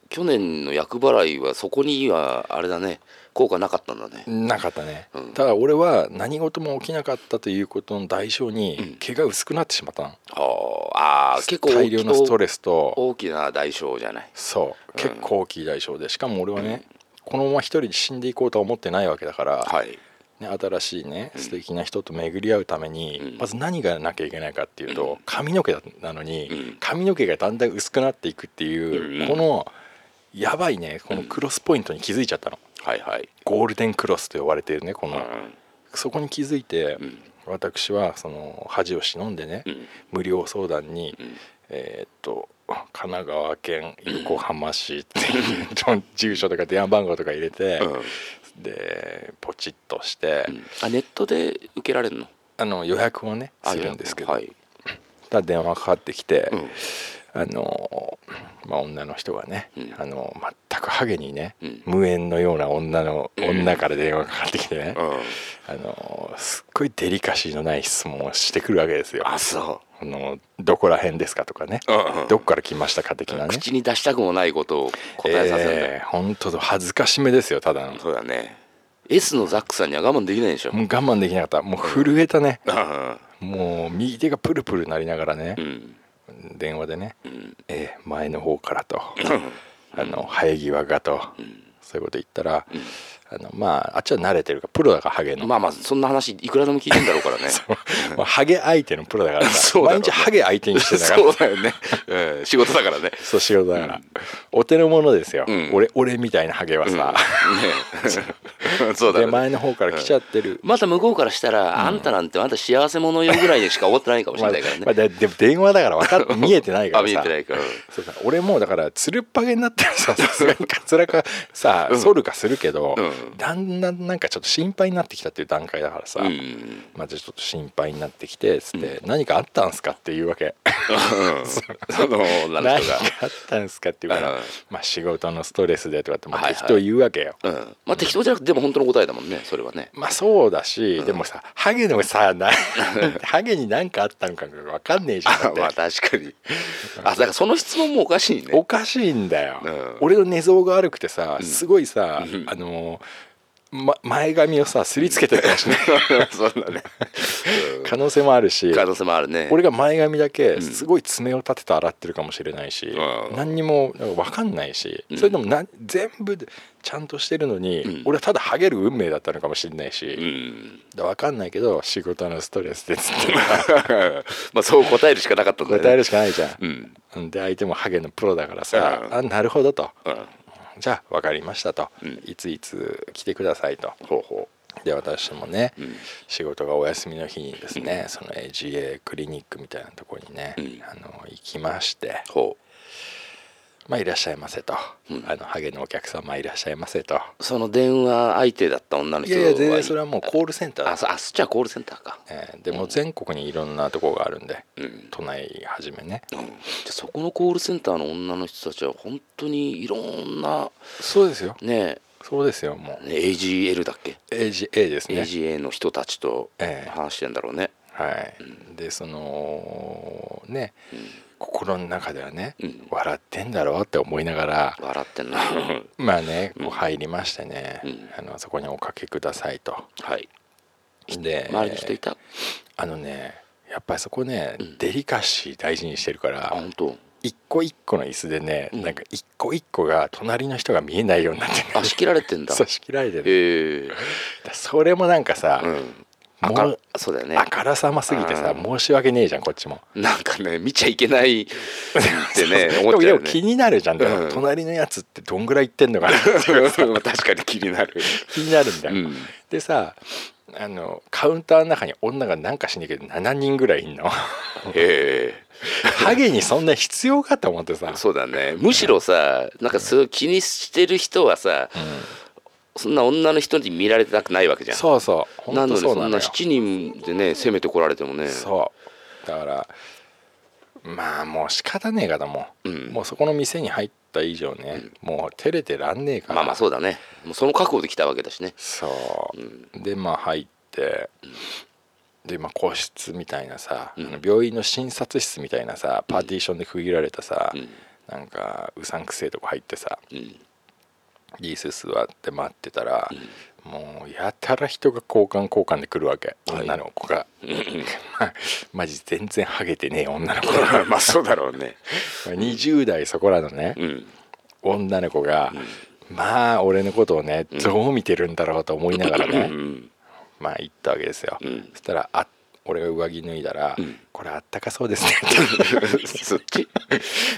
Speaker 3: 去年の役払いはそこにはあれだね効果なかったんだね
Speaker 2: なかったね、
Speaker 3: うん
Speaker 2: ただ俺は何事も起きなかったということの代償に毛が薄くなってしまったの、
Speaker 3: ああ結構
Speaker 2: 大量のストレ
Speaker 3: ス
Speaker 2: スと
Speaker 3: 大きな代償じゃない
Speaker 2: そう
Speaker 3: うん
Speaker 2: 結構大きい代償でしかも俺はね、このまま一人で死んでいこうとは思ってないわけだから、
Speaker 3: はい
Speaker 2: ね、新しいね素敵な人と巡り合うために、
Speaker 3: うん
Speaker 2: まず何がなきゃいけないかっていうと、髪の毛なのに、
Speaker 3: うん
Speaker 2: 髪の毛がだんだん薄くなっていくっていう、
Speaker 3: うん
Speaker 2: このやばいねこのクロスポイントに気づいちゃったの、
Speaker 3: はいはい
Speaker 2: ゴールデンクロスと呼ばれているねこ
Speaker 3: う
Speaker 2: の、
Speaker 3: ん
Speaker 2: そこに気づいて、
Speaker 3: うん
Speaker 2: 私はその恥を忍んでね、
Speaker 3: うん
Speaker 2: 無料相談に、
Speaker 3: ん
Speaker 2: えーっと神奈川県横浜市っていう住所とか電話番号とか入れて、でポチッとして、
Speaker 3: うんあネットで受けられるの
Speaker 2: あの予約をね
Speaker 3: あ
Speaker 2: するんですけど、
Speaker 3: はい
Speaker 2: ただ電話かかってきて、
Speaker 3: うん
Speaker 2: あのまあ、女の人がね、
Speaker 3: うん
Speaker 2: あの全くハゲにね、
Speaker 3: うん
Speaker 2: 無縁のような女の
Speaker 3: うん
Speaker 2: 女から電話かかってきてね、
Speaker 3: うん
Speaker 2: あのすっごいデリカシーのない質問をしてくるわけですよ。
Speaker 3: あそ
Speaker 2: あのどこら辺ですかとかね、
Speaker 3: うんうん
Speaker 2: どこから来ましたか的
Speaker 3: う
Speaker 2: なね
Speaker 3: 口に出したくもないことを答えさせるんだ
Speaker 2: えー本当恥ずかしめですよただの、も
Speaker 3: そうだね S のザックさんには我慢できないでしょ
Speaker 2: う我慢できなかったもう震えたね、
Speaker 3: うん
Speaker 2: もう右手がプルプルなりながらね
Speaker 3: う、ん
Speaker 2: 電話でね、
Speaker 3: うん
Speaker 2: えー前の方からとあの生え際がと、そういうこと言ったら、あのまああっちは慣れてるからプロだからハゲの、
Speaker 3: まあまあそんな話いくらでも聞いてんだろうから ね
Speaker 2: まあハゲ相手のプロだからさ
Speaker 3: そうだろ
Speaker 2: 毎
Speaker 3: うね
Speaker 2: 日ハゲ相手にしてたから
Speaker 3: そうだよね、うん、仕事だから ね
Speaker 2: そうしようだから、お手の物ですよ、
Speaker 3: うん
Speaker 2: 俺俺みたいなハゲはさ、
Speaker 3: ねそうだ
Speaker 2: で
Speaker 3: よね
Speaker 2: 前の方から来ちゃってる、
Speaker 3: また向こうからしたら、あんたなんてあんた幸せ者よぐらいでしか思ってないかもし
Speaker 2: まあ
Speaker 3: れないからね、
Speaker 2: まあででも電話だからわか る見えてないから
Speaker 3: あ
Speaker 2: さ
Speaker 3: 見えてないから
Speaker 2: そうさ俺もうだからつるっぱげになってるささすがにかつらかさ反るかするけど、
Speaker 3: うん
Speaker 2: だんだんなんかちょっと心配になってきたっていう段階だからさ、
Speaker 3: うん
Speaker 2: まあじゃあちょっと心配になってきてつって、何かあったんすかっていうわけ
Speaker 3: その女 の
Speaker 2: 何
Speaker 3: 人
Speaker 2: か
Speaker 3: が
Speaker 2: あったんすかっていうから、
Speaker 3: うん
Speaker 2: まあ仕事のストレスでとかってまあ
Speaker 3: はいはい
Speaker 2: 適当言うわけよ、
Speaker 3: うんまあ適当じゃなくてでも本当の答えだもんねそれはね
Speaker 2: まあそうだし、でもさハゲのさなハゲに何かあったのかわかんねえじゃんだって
Speaker 3: まあ確かにあだからその質問もおかしい ね
Speaker 2: おかしいんだよ、
Speaker 3: うん
Speaker 2: 俺の寝相が悪くてさすごいさ、あのま、前髪をさすりつけてるかもしれない
Speaker 3: そうだね
Speaker 2: 可能性もあるし
Speaker 3: 可能性もあるね
Speaker 2: 俺が前髪だけすごい爪を立てて洗ってるかもしれないし、
Speaker 3: うん
Speaker 2: 何にもなんか分かんないし、
Speaker 3: ん
Speaker 2: それでもな全部ちゃんとしてるのに、
Speaker 3: ん
Speaker 2: 俺はただハゲる運命だったのかもしれないし、
Speaker 3: うん
Speaker 2: だ分かんないけど仕事のストレスでつって
Speaker 3: まあそう答えるしかなかったんだよ ね
Speaker 2: 答えるしかないじゃん。
Speaker 3: うん
Speaker 2: で相手もハゲのプロだからさ「
Speaker 3: うん
Speaker 2: あなるほど」と。
Speaker 3: うん
Speaker 2: じゃあ分かりましたと、
Speaker 3: うん
Speaker 2: いついつ来てくださいと
Speaker 3: ほうほ
Speaker 2: で私もね、
Speaker 3: ん
Speaker 2: 仕事がお休みの日にですね、その AGA クリニックみたいなところにね、
Speaker 3: うん
Speaker 2: あの行きまして
Speaker 3: うほ
Speaker 2: 「まあ、いらっしゃいませと」
Speaker 3: うん
Speaker 2: あのハゲのお客様いらっしゃいませと」
Speaker 3: うその電話相手だった女の
Speaker 2: い
Speaker 3: 人
Speaker 2: や
Speaker 3: はい
Speaker 2: や全然それはもうコールセンター
Speaker 3: あ
Speaker 2: だ
Speaker 3: そあそっちはコールセンターか
Speaker 2: えーでもう全国にいろんなとこがあるんで、
Speaker 3: うん
Speaker 2: 都内はじめね
Speaker 3: じゃあそこのコールセンターの女の人たちは本当にいろんな
Speaker 2: そうですよ
Speaker 3: ね
Speaker 2: そうですよもう
Speaker 3: ね AGL だっけ
Speaker 2: AGA ですね
Speaker 3: AGA の人たちと
Speaker 2: ええ
Speaker 3: 話してんだろうね
Speaker 2: はい、でそのね、心の中ではね、
Speaker 3: うん
Speaker 2: 笑ってんだろうって思いながら
Speaker 3: 笑ってんな
Speaker 2: まあねこう入りましてね、
Speaker 3: うん
Speaker 2: あのそこにおかけくださいと。
Speaker 3: はい
Speaker 2: で
Speaker 3: 周りの人いた
Speaker 2: あのねやっぱりそこね、
Speaker 3: うん
Speaker 2: デリカシー大事にしてるか
Speaker 3: あ
Speaker 2: ら
Speaker 3: 本当
Speaker 2: 一個一個の椅子でね、
Speaker 3: うん
Speaker 2: なんか一個一個が隣の人が見えないようになってる
Speaker 3: あ仕切られてんだ
Speaker 2: そう仕切られてる
Speaker 3: ええ
Speaker 2: それもなんかさ、
Speaker 3: うんあ
Speaker 2: も
Speaker 3: か
Speaker 2: う
Speaker 3: そうだよね
Speaker 2: あからさますぎてさ
Speaker 3: う
Speaker 2: 申
Speaker 3: ん
Speaker 2: し訳ねえじゃんこっちも。
Speaker 3: なんかね見ちゃいけ ないってね
Speaker 2: でも
Speaker 3: 思っちゃ
Speaker 2: で
Speaker 3: うよ
Speaker 2: も
Speaker 3: ね
Speaker 2: 気になるじゃん、だから
Speaker 3: うん
Speaker 2: 隣のやつってどんぐらい行ってんの かな
Speaker 3: 確かに気になる、
Speaker 2: 気になるんだ
Speaker 3: う
Speaker 2: よ。
Speaker 3: ん、
Speaker 2: でさあのカウンターの中に女がなんかしねえけど7人ぐらいいん の
Speaker 3: へえ
Speaker 2: ハゲにそんな必要かと思ってさ
Speaker 3: そうだねむしろさなんかすごい気にしてる人はさ、そんな女の人に見られたくないわけじゃん
Speaker 2: そうそう
Speaker 3: な
Speaker 2: 本
Speaker 3: の
Speaker 2: 当
Speaker 3: に
Speaker 2: そ
Speaker 3: そう
Speaker 2: なんの
Speaker 3: な
Speaker 2: よ
Speaker 3: 7人でね攻めてこられてもね
Speaker 2: そうだからまあもう仕方ねえからもう、
Speaker 3: うん
Speaker 2: もうそこの店に入った以上ね、もう照れてらんねえから
Speaker 3: まあまあそうだねもうその覚悟で来たわけだしね
Speaker 2: そう、
Speaker 3: う
Speaker 2: でまあ入って、でまあ個室みたいなさ、
Speaker 3: うん
Speaker 2: あの病院の診察室みたいなさパーティションで区切られたさ、
Speaker 3: うん
Speaker 2: なんかうさんくせえとこ入ってさ
Speaker 3: うん
Speaker 2: リース座って待ってたら、もうやたら人が交換交換で来るわけ、
Speaker 3: はい
Speaker 2: 女の子が、 まあマジ全然ハゲてねえ女の子
Speaker 3: まあそうだろうね
Speaker 2: 20代そこらのね、
Speaker 3: うん
Speaker 2: 女の子が、まあ俺のことをねどう見てるんだろうと思いながらね、
Speaker 3: うん
Speaker 2: まあ行ったわけですよ、
Speaker 3: うん
Speaker 2: そしたらあ俺が上着脱いだら、
Speaker 3: うん
Speaker 2: これあったかそうですね って
Speaker 3: そっち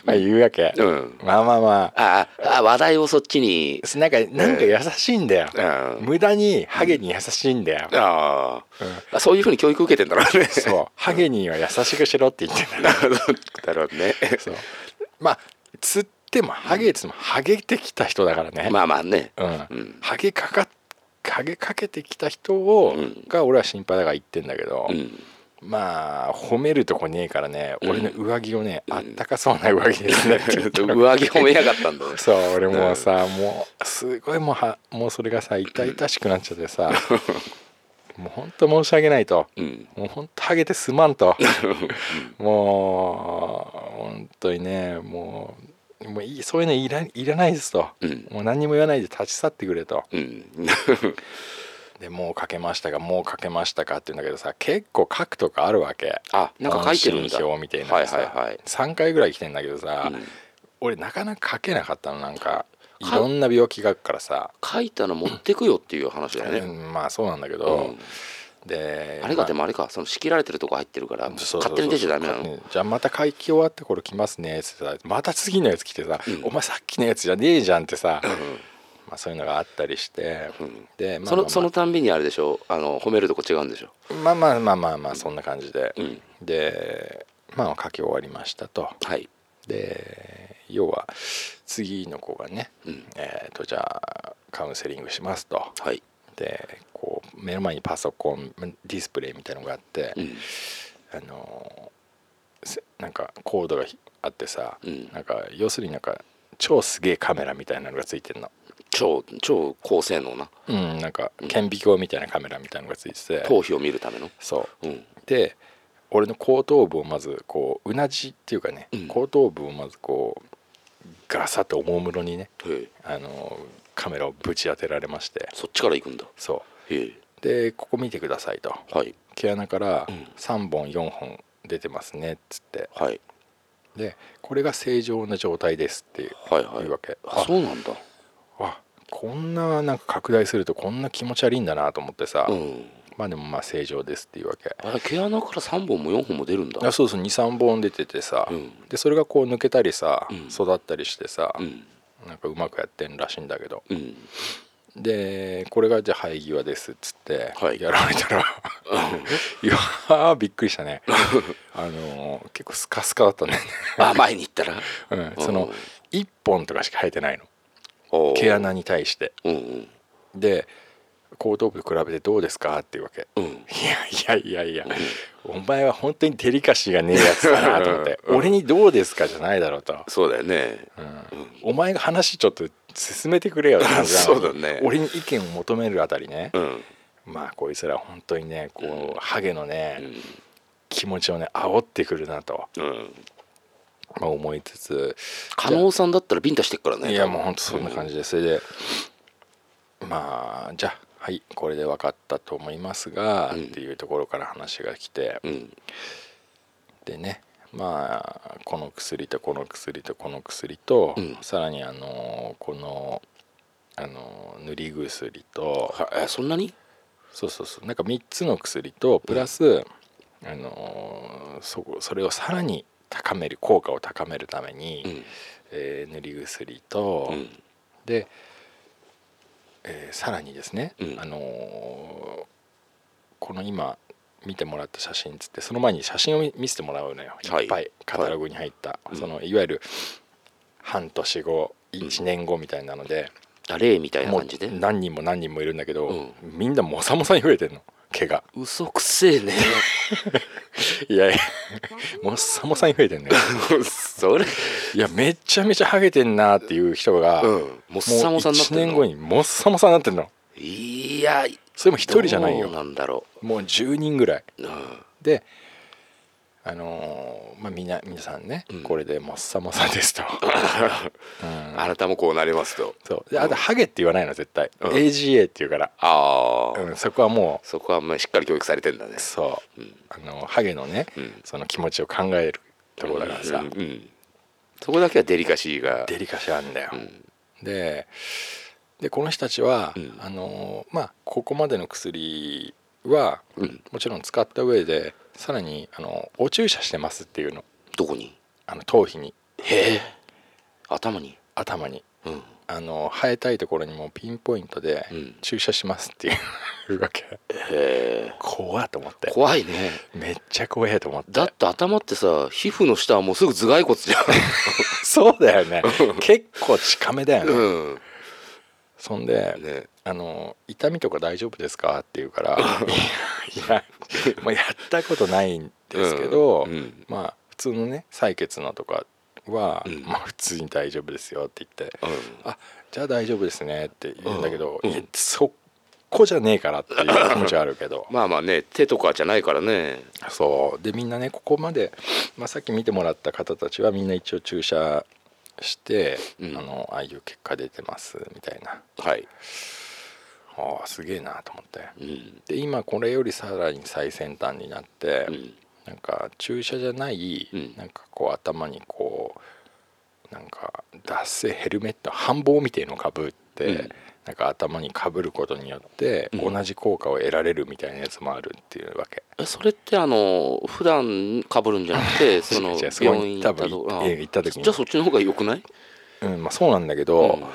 Speaker 2: まあ言うわけ、
Speaker 3: うん
Speaker 2: まあまあま
Speaker 3: あああ話題をそっちに
Speaker 2: あなんかなんか優しいんだよ、
Speaker 3: うん
Speaker 2: 無駄にハゲに優しいんだよ、
Speaker 3: ああそういうふうに教育受けてんだろうね
Speaker 2: そうハゲには優しくしろって言ってんだよ
Speaker 3: なるほどだろうね
Speaker 2: そうまあつってもハゲっつってもハゲてきた人だからね、
Speaker 3: まあまあね
Speaker 2: う
Speaker 3: うん
Speaker 2: ん、ハゲかかハゲかけてきた人を、
Speaker 3: うん
Speaker 2: が俺は心配だから言ってんだけど、
Speaker 3: うん
Speaker 2: まあ褒めるとこねえからね、
Speaker 3: うん
Speaker 2: 俺の上着をねあったかそうな上着ですねって言ったの
Speaker 3: 上着褒めやがったんだね
Speaker 2: そう俺もうさ、もうすごいもうはもうそれがさ痛々しくなっちゃってさもうほんと申し訳ないと、
Speaker 3: うん
Speaker 2: もうほんとハゲてすまんともう本当にねもうもういいそういうのいらいらないですと、
Speaker 3: うん
Speaker 2: もう何にも言わないで立ち去ってくれと
Speaker 3: うん
Speaker 2: でもうかけましたがもうかけましたかって言うんだけどさ結構書くとかあるわけ
Speaker 3: あなんか書いてるんだ
Speaker 2: 問診票みたいなのさ、
Speaker 3: はいはいはい
Speaker 2: 3回ぐらい来てんだけどさ、
Speaker 3: うん
Speaker 2: 俺なかなか書けなかったのなんかい
Speaker 3: か
Speaker 2: ろんな病気があるからさ、
Speaker 3: 書いたの持ってくよっていう話だよ
Speaker 2: う
Speaker 3: ね
Speaker 2: んまあそうなんだけ
Speaker 3: う
Speaker 2: ど
Speaker 3: ん、
Speaker 2: で
Speaker 3: あれがで
Speaker 2: ま
Speaker 3: もあれかその仕切られてるとこ入ってるから
Speaker 2: あそうそうそう
Speaker 3: 勝手に出ちゃダメな
Speaker 2: 勝
Speaker 3: の
Speaker 2: 手にじゃあまた会期終わってこれ来ますねってさまた次のやつ来てさ、お前さっきのやつじゃねえじゃんってさ、まあ、そういうのがあったりして、
Speaker 3: うん
Speaker 2: で、まあ
Speaker 3: そ
Speaker 2: まあまあ
Speaker 3: のそのたんびにあれでしょあの褒めるとこ違うんでしょ
Speaker 2: まあまあまあまあまあそんな感じで、
Speaker 3: うん
Speaker 2: でまあ書き終わりましたと
Speaker 3: はい
Speaker 2: で要は次の子がね、
Speaker 3: うん
Speaker 2: えーとじゃあカウンセリングしますと
Speaker 3: はい
Speaker 2: でこう目の前にパソコンディスプレイみたいのがあって、
Speaker 3: うん
Speaker 2: あのーせなんかコードがひあってさ、
Speaker 3: うん
Speaker 2: なんか要するになんか超すげえカメラみたいなのがついてんの。
Speaker 3: 超超高性能な
Speaker 2: うん、なんか顕微鏡みたいなカメラみたいなのがついてて、
Speaker 3: 頭皮を見るための
Speaker 2: そう
Speaker 3: うん
Speaker 2: で俺の後頭部をまずこううなじっていうかね、
Speaker 3: うん
Speaker 2: 後頭部をまずこうガサッとおもむろにね
Speaker 3: へえ
Speaker 2: あのカメラをぶち当てられまして
Speaker 3: そっちから行くんだ
Speaker 2: そ
Speaker 3: へえ
Speaker 2: うでここ見てくださいと
Speaker 3: はい
Speaker 2: 毛穴から
Speaker 3: うん
Speaker 2: 3本4本出てますねっつって
Speaker 3: はい
Speaker 2: でこれが正常な状態ですっていう,、
Speaker 3: はいはい
Speaker 2: わけ
Speaker 3: あ
Speaker 2: あ
Speaker 3: そうなんだ
Speaker 2: あこんななんか拡大するとこんな気持ち悪いんだなと思ってさ、
Speaker 3: うん
Speaker 2: まあでもまあ正常ですっていうわけ
Speaker 3: あれ毛穴から3本も4本も出るんだ
Speaker 2: あそうそう23本出ててさ、
Speaker 3: うん
Speaker 2: でそれがこう抜けたりさ、
Speaker 3: うん
Speaker 2: 育ったりしてさ、
Speaker 3: うん
Speaker 2: なんかうまくやってんらしいんだけど
Speaker 3: うん
Speaker 2: でこれがじゃあ生え際ですっつって、
Speaker 3: はい
Speaker 2: やられたら いやーびっくりしたね あのー結構スカスカだったね、
Speaker 3: あ前に行ったら
Speaker 2: うん
Speaker 3: う、ん
Speaker 2: その1本とかしか生えてないの
Speaker 3: おー
Speaker 2: 毛穴に対して
Speaker 3: うんうん
Speaker 2: で後頭部と比べてどうですかっていうわけ
Speaker 3: うん
Speaker 2: いやいやいやいやお前は本当にデリカシーがねえやつだなと思って俺にどうですかじゃないだろうと、
Speaker 3: そうだよね
Speaker 2: お前が話ちょっと進めてくれよって感じなのに
Speaker 3: そうだね
Speaker 2: 俺に意見を求めるあたりね、
Speaker 3: うん
Speaker 2: まあこいつら本当にねこうハゲのね、
Speaker 3: うん
Speaker 2: 気持ちをね煽ってくるなと、
Speaker 3: うん
Speaker 2: まあ、思いつつ
Speaker 3: 加納さんだったらビンタしてっからね
Speaker 2: いやもう本当そんな感じでそれでまあじゃあはいこれで分かったと思いますが、
Speaker 3: うん
Speaker 2: っていうところから話が来て、
Speaker 3: うん
Speaker 2: でねまあこの薬とこの薬とこの薬と、
Speaker 3: うん
Speaker 2: さらにあのこのあの塗り薬と
Speaker 3: はえそんなに
Speaker 2: そうそうそうなんか3つの薬とプラス、あのーそこそれをさらに高める効果を高めるために、
Speaker 3: うん
Speaker 2: えー塗り薬と、
Speaker 3: うん
Speaker 2: で、えーさらにですね、
Speaker 3: うん
Speaker 2: あのーこの今見てもらった写真つってその前に写真を見見せてもらうのよ
Speaker 3: はい
Speaker 2: いっぱいカタログに入った、
Speaker 3: い
Speaker 2: そのいわゆる半年後1年後みたいなので、
Speaker 3: あ例みたいな
Speaker 2: もう
Speaker 3: 感じで
Speaker 2: 何人も何人もいるんだけど、
Speaker 3: うん
Speaker 2: みんなもさもさに増えてんの毛が
Speaker 3: 嘘くせえ ね
Speaker 2: いやいやも
Speaker 4: も
Speaker 2: っ
Speaker 4: っ
Speaker 2: さ
Speaker 4: さ
Speaker 2: も
Speaker 4: も
Speaker 2: さ
Speaker 4: さ
Speaker 2: に
Speaker 4: に
Speaker 2: 増えてんのよ
Speaker 3: それ
Speaker 2: いやめちゃめちゃハゲてんなっていう人が、
Speaker 3: うん
Speaker 2: も
Speaker 3: もっ
Speaker 2: う
Speaker 3: さもさになって
Speaker 2: 1
Speaker 3: んの
Speaker 2: 年後にもっさもさになってんの
Speaker 3: いや一
Speaker 2: それも1人じゃないよ
Speaker 3: どうなんだろ、
Speaker 2: もう10人ぐらいう
Speaker 3: うん
Speaker 2: であのーまあみな皆さんね、
Speaker 3: うん
Speaker 2: これでもっさもさです と、うん
Speaker 3: あなたもこうなりますと
Speaker 2: そうであとハゲって言わないの絶対、
Speaker 3: うん
Speaker 2: AGA って言うから、
Speaker 3: ああ、
Speaker 2: うん、そこはも
Speaker 3: そこはまあしっかり教育されてんだね
Speaker 2: うそう、あのハゲのね、
Speaker 3: うん
Speaker 2: その気持ちを考えるところだからさ、
Speaker 3: うんうんそこだけはデリカシーが
Speaker 2: デリカシーあるんだよ、
Speaker 3: うん
Speaker 2: ででこの人たちは、
Speaker 3: うん
Speaker 2: あのまあここまでの薬は
Speaker 3: うん
Speaker 2: もちろん使った上でさらにあのお注射してますっていうの
Speaker 3: どこに
Speaker 2: あの頭皮に
Speaker 3: へえ頭に
Speaker 2: 頭に
Speaker 3: うん
Speaker 2: あの生えたいところにもピンポイントで
Speaker 3: うん
Speaker 2: 注射しますっていうわけ、
Speaker 3: へ
Speaker 2: 怖っと思っ
Speaker 3: え
Speaker 2: て
Speaker 3: 怖いね
Speaker 2: めっちゃ怖えと思って
Speaker 3: だって頭ってさ皮膚の下はもうすぐ頭蓋骨じゃん
Speaker 2: そうだよね結構近めだ よね、
Speaker 3: うん
Speaker 2: そんで、
Speaker 3: ね
Speaker 2: あの「痛みとか大丈夫ですか?」って言うからいやいやもうやったことないんですけど、
Speaker 3: うんうん
Speaker 2: まあ普通のね採血のとかは、
Speaker 3: うん
Speaker 2: まあ、普通に大丈夫ですよって言って「
Speaker 3: うん
Speaker 2: あじゃあ大丈夫ですね」って言うんだけど、
Speaker 3: うん
Speaker 2: いやそこじゃねえからっていう気持ちはあるけど
Speaker 3: まあまあね手とかじゃないからね
Speaker 2: そうでみんなねここまで、まあ、さっき見てもらった方たちはみんな一応注射して、
Speaker 3: うん
Speaker 2: あのああいう結果出てますみたいな
Speaker 3: はい、
Speaker 2: ああすげえなと思って。
Speaker 3: うん
Speaker 2: で今これよりさらに最先端になって、
Speaker 3: うん
Speaker 2: なんか注射じゃない、
Speaker 3: うん
Speaker 2: なんかこう頭にこうなんか脱製ヘルメット半棒みたいのかぶって、
Speaker 3: うん
Speaker 2: なんか頭にかぶることによって
Speaker 3: うん
Speaker 2: 同じ効果を得られるみたいなやつもあるっていうわけ、
Speaker 3: えそれってあの普段かぶるんじゃなくてその
Speaker 2: 違う違うそこに
Speaker 3: 病院行った
Speaker 2: 多
Speaker 3: と
Speaker 2: 分
Speaker 3: あ
Speaker 2: いえ行った時に
Speaker 3: じゃあそっちの方が良くない
Speaker 2: うんまあ、そうなんだけど、
Speaker 3: うんは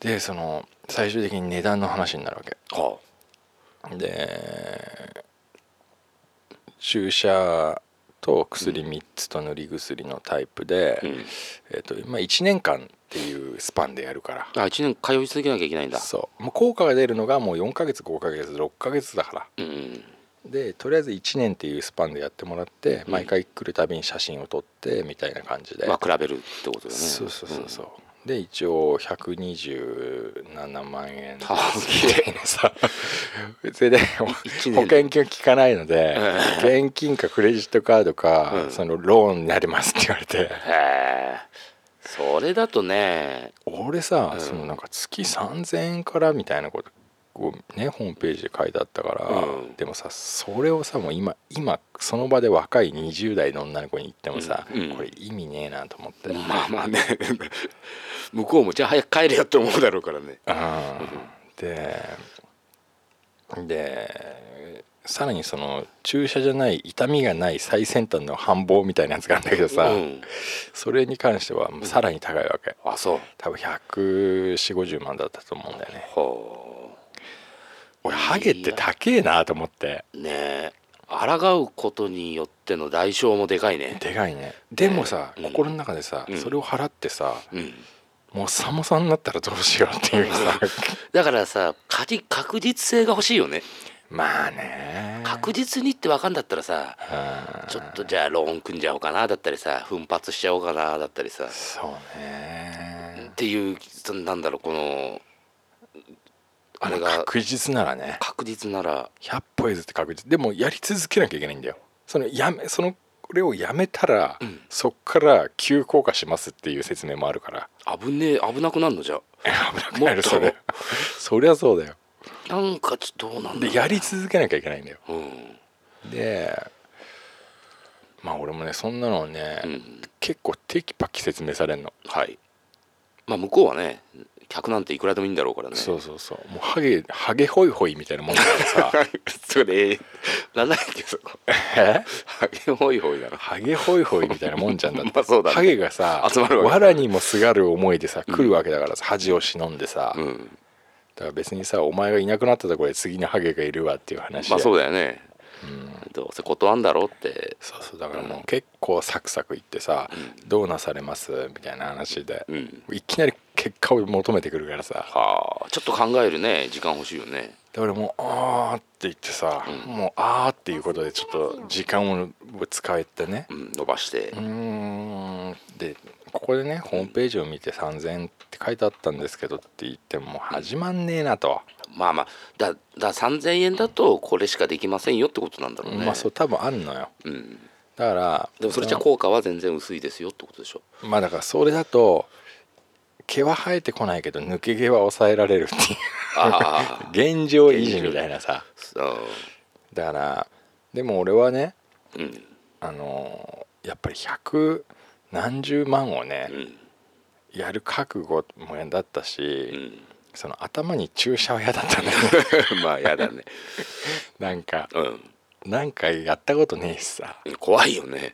Speaker 2: でその最終的に値段の話になるわけ
Speaker 3: あ
Speaker 2: で注射と薬3つと塗り薬のタイプで、
Speaker 3: うん
Speaker 2: えっとまあ、1年間っていうスパンでやるから
Speaker 3: あ1年通い続けなきゃいけないんだ
Speaker 2: そうもう効果が出るのがもう4ヶ月5ヶ月6ヶ月だから
Speaker 3: うん
Speaker 2: でとりあえず1年っていうスパンでやってもらって、
Speaker 3: うん
Speaker 2: 毎回来るたびに写真を撮ってみたいな感じで、
Speaker 3: まあ比べるってことだよね
Speaker 2: そうそうそうそう、で一応127万円
Speaker 3: 高い
Speaker 2: みたいなさそれで保
Speaker 3: 一年で
Speaker 2: 険金効かないので
Speaker 3: え
Speaker 2: 現金かクレジットカードか、
Speaker 3: うん
Speaker 2: そのローンになりますって言われて
Speaker 3: うんへえそれだとね
Speaker 2: 俺さ、
Speaker 3: うん
Speaker 2: そのなんか月3,000円からみたいなことこうねホームページで書いてあったから、
Speaker 3: うん
Speaker 2: でもさそれをさもう今今その場で若い20代の女の子に言ってもさ、
Speaker 3: うんうん
Speaker 2: これ意味ねえなと思って。
Speaker 3: まあまあね 向こうもじゃあ早く帰れよって思うだろうからね
Speaker 2: ででさらにその注射じゃない痛みがない最先端の繁忙みたいなやつがあるんだけどさ、
Speaker 3: うん、
Speaker 2: それに関してはもうさらに高いわけ
Speaker 3: あそう
Speaker 2: 多分14050万だったと思うんだよね
Speaker 3: ほ
Speaker 2: 俺ハゲって高えなと思って
Speaker 3: うねえ抗うことによっての代償もでかいね
Speaker 2: でかいねでもさ、
Speaker 3: うん
Speaker 2: 心の中でさ、
Speaker 3: うん
Speaker 2: それを払ってさ
Speaker 3: うん
Speaker 2: もうさもさになったらどうしようっていう さ
Speaker 3: だからさかじ確実性が欲しいよね
Speaker 2: まあね
Speaker 3: 確実にって分かんだったらさ
Speaker 2: うん
Speaker 3: ちょっとじゃあローン組んじゃおうかなだったりさ奮発しちゃおうかなだったりさ
Speaker 2: そうね
Speaker 3: っていうそのなんだろうこのあれ
Speaker 2: ま
Speaker 3: が
Speaker 2: 確実ならね
Speaker 3: 確実なら
Speaker 2: 100歩譲って確実でもやり続けなきゃいけないんだよそのやめそのこれをやめたら、
Speaker 3: うん
Speaker 2: そっから急降下しますっていう説明もあるから
Speaker 3: 危ねえ危なくなるのじゃ
Speaker 2: 危なくな
Speaker 3: もっ
Speaker 2: る
Speaker 3: と
Speaker 2: それ そりゃそうだよ
Speaker 3: なんかちょっとどうなんだろう
Speaker 2: でやり続けなきゃいけないんだよ
Speaker 3: うん
Speaker 2: でまあ俺もねそんなのね、
Speaker 3: うん
Speaker 2: 結構テキパキ説明されんの
Speaker 3: はいまあ向こうはね客なんていくらでもいいんだろうからね
Speaker 2: そうそうそうもうハゲハゲホイホイみたいなもんだからさ
Speaker 3: それ なんだっけそこ
Speaker 2: え
Speaker 3: ハゲホイホイだな
Speaker 2: ハゲホイホイみたいなもんじゃんだって
Speaker 3: まあそうだね
Speaker 2: ハゲがさ
Speaker 3: 集まるわけだから
Speaker 2: 藁にもすがる思いでさ来るわけだからさ恥を忍んでさ、
Speaker 3: う
Speaker 2: だ
Speaker 3: ん
Speaker 2: から別にさお前がいなくなったところで次のハゲがいるわっていう話
Speaker 3: まあそう
Speaker 2: だ
Speaker 3: だよね、どうせ断んだろうって
Speaker 2: そうそうだからもう結構サクサクいってさ、どうなされますみたいな話で、
Speaker 3: うん
Speaker 2: いきなり結果を求めてくるからさ
Speaker 3: はあちょっと考えるね時間欲しいよね
Speaker 2: だからもう「あー」って言ってさ、もう「あー」っていうことでちょっと時間を使えてね
Speaker 3: うん伸ばして
Speaker 2: うーんでここでねホームページを見て3,000って書いてあったんですけどって言っても始まんねえなと、
Speaker 3: まあまあだだ3,000円だとこれしかできませんよってことなんだろうね
Speaker 2: まあそう多分あんのよ
Speaker 3: うん、
Speaker 2: だから
Speaker 3: でもそれじゃ効果は全然薄いですよってことで しょ
Speaker 2: そのまあだからそれだと毛は生えてこないけど抜け毛は抑えられるってい う
Speaker 3: あ
Speaker 2: 現状維持みたいなさ
Speaker 3: あ
Speaker 2: だからでも俺はね
Speaker 3: うんうん
Speaker 2: あのーやっぱり100何十万をね、
Speaker 3: うん
Speaker 2: やる覚悟も嫌だったし、
Speaker 3: う
Speaker 2: その頭に注射は嫌だったんだよ
Speaker 3: ん まあやだね
Speaker 2: なんか
Speaker 3: う
Speaker 2: なんかやったことねえしさ
Speaker 3: ん怖いよね、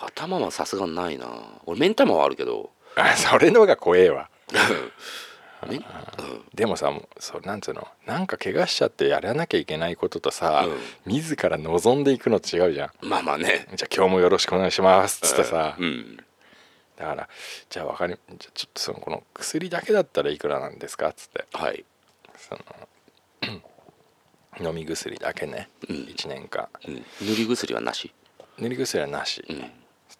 Speaker 3: 頭はさすがにないな俺目ん玉はあるけど
Speaker 2: あそれの方が怖えわ
Speaker 3: めん
Speaker 2: でもさそうなんつうのなんか怪我しちゃってやらなきゃいけないこととさ、
Speaker 3: う
Speaker 2: 自ら望んでいくの違うじゃん
Speaker 3: まあまあね
Speaker 2: じゃあ今日もよろしくお願いしますっつってさ、
Speaker 3: うん
Speaker 2: だからじゃあわかりじゃあちょっとそのこの薬だけだったらいくらなんですかっつって
Speaker 3: はい
Speaker 2: その飲み薬だけね、
Speaker 3: うん
Speaker 2: 1年間
Speaker 3: うん塗り薬はなし
Speaker 2: 塗り薬はなし、
Speaker 3: ん
Speaker 2: そし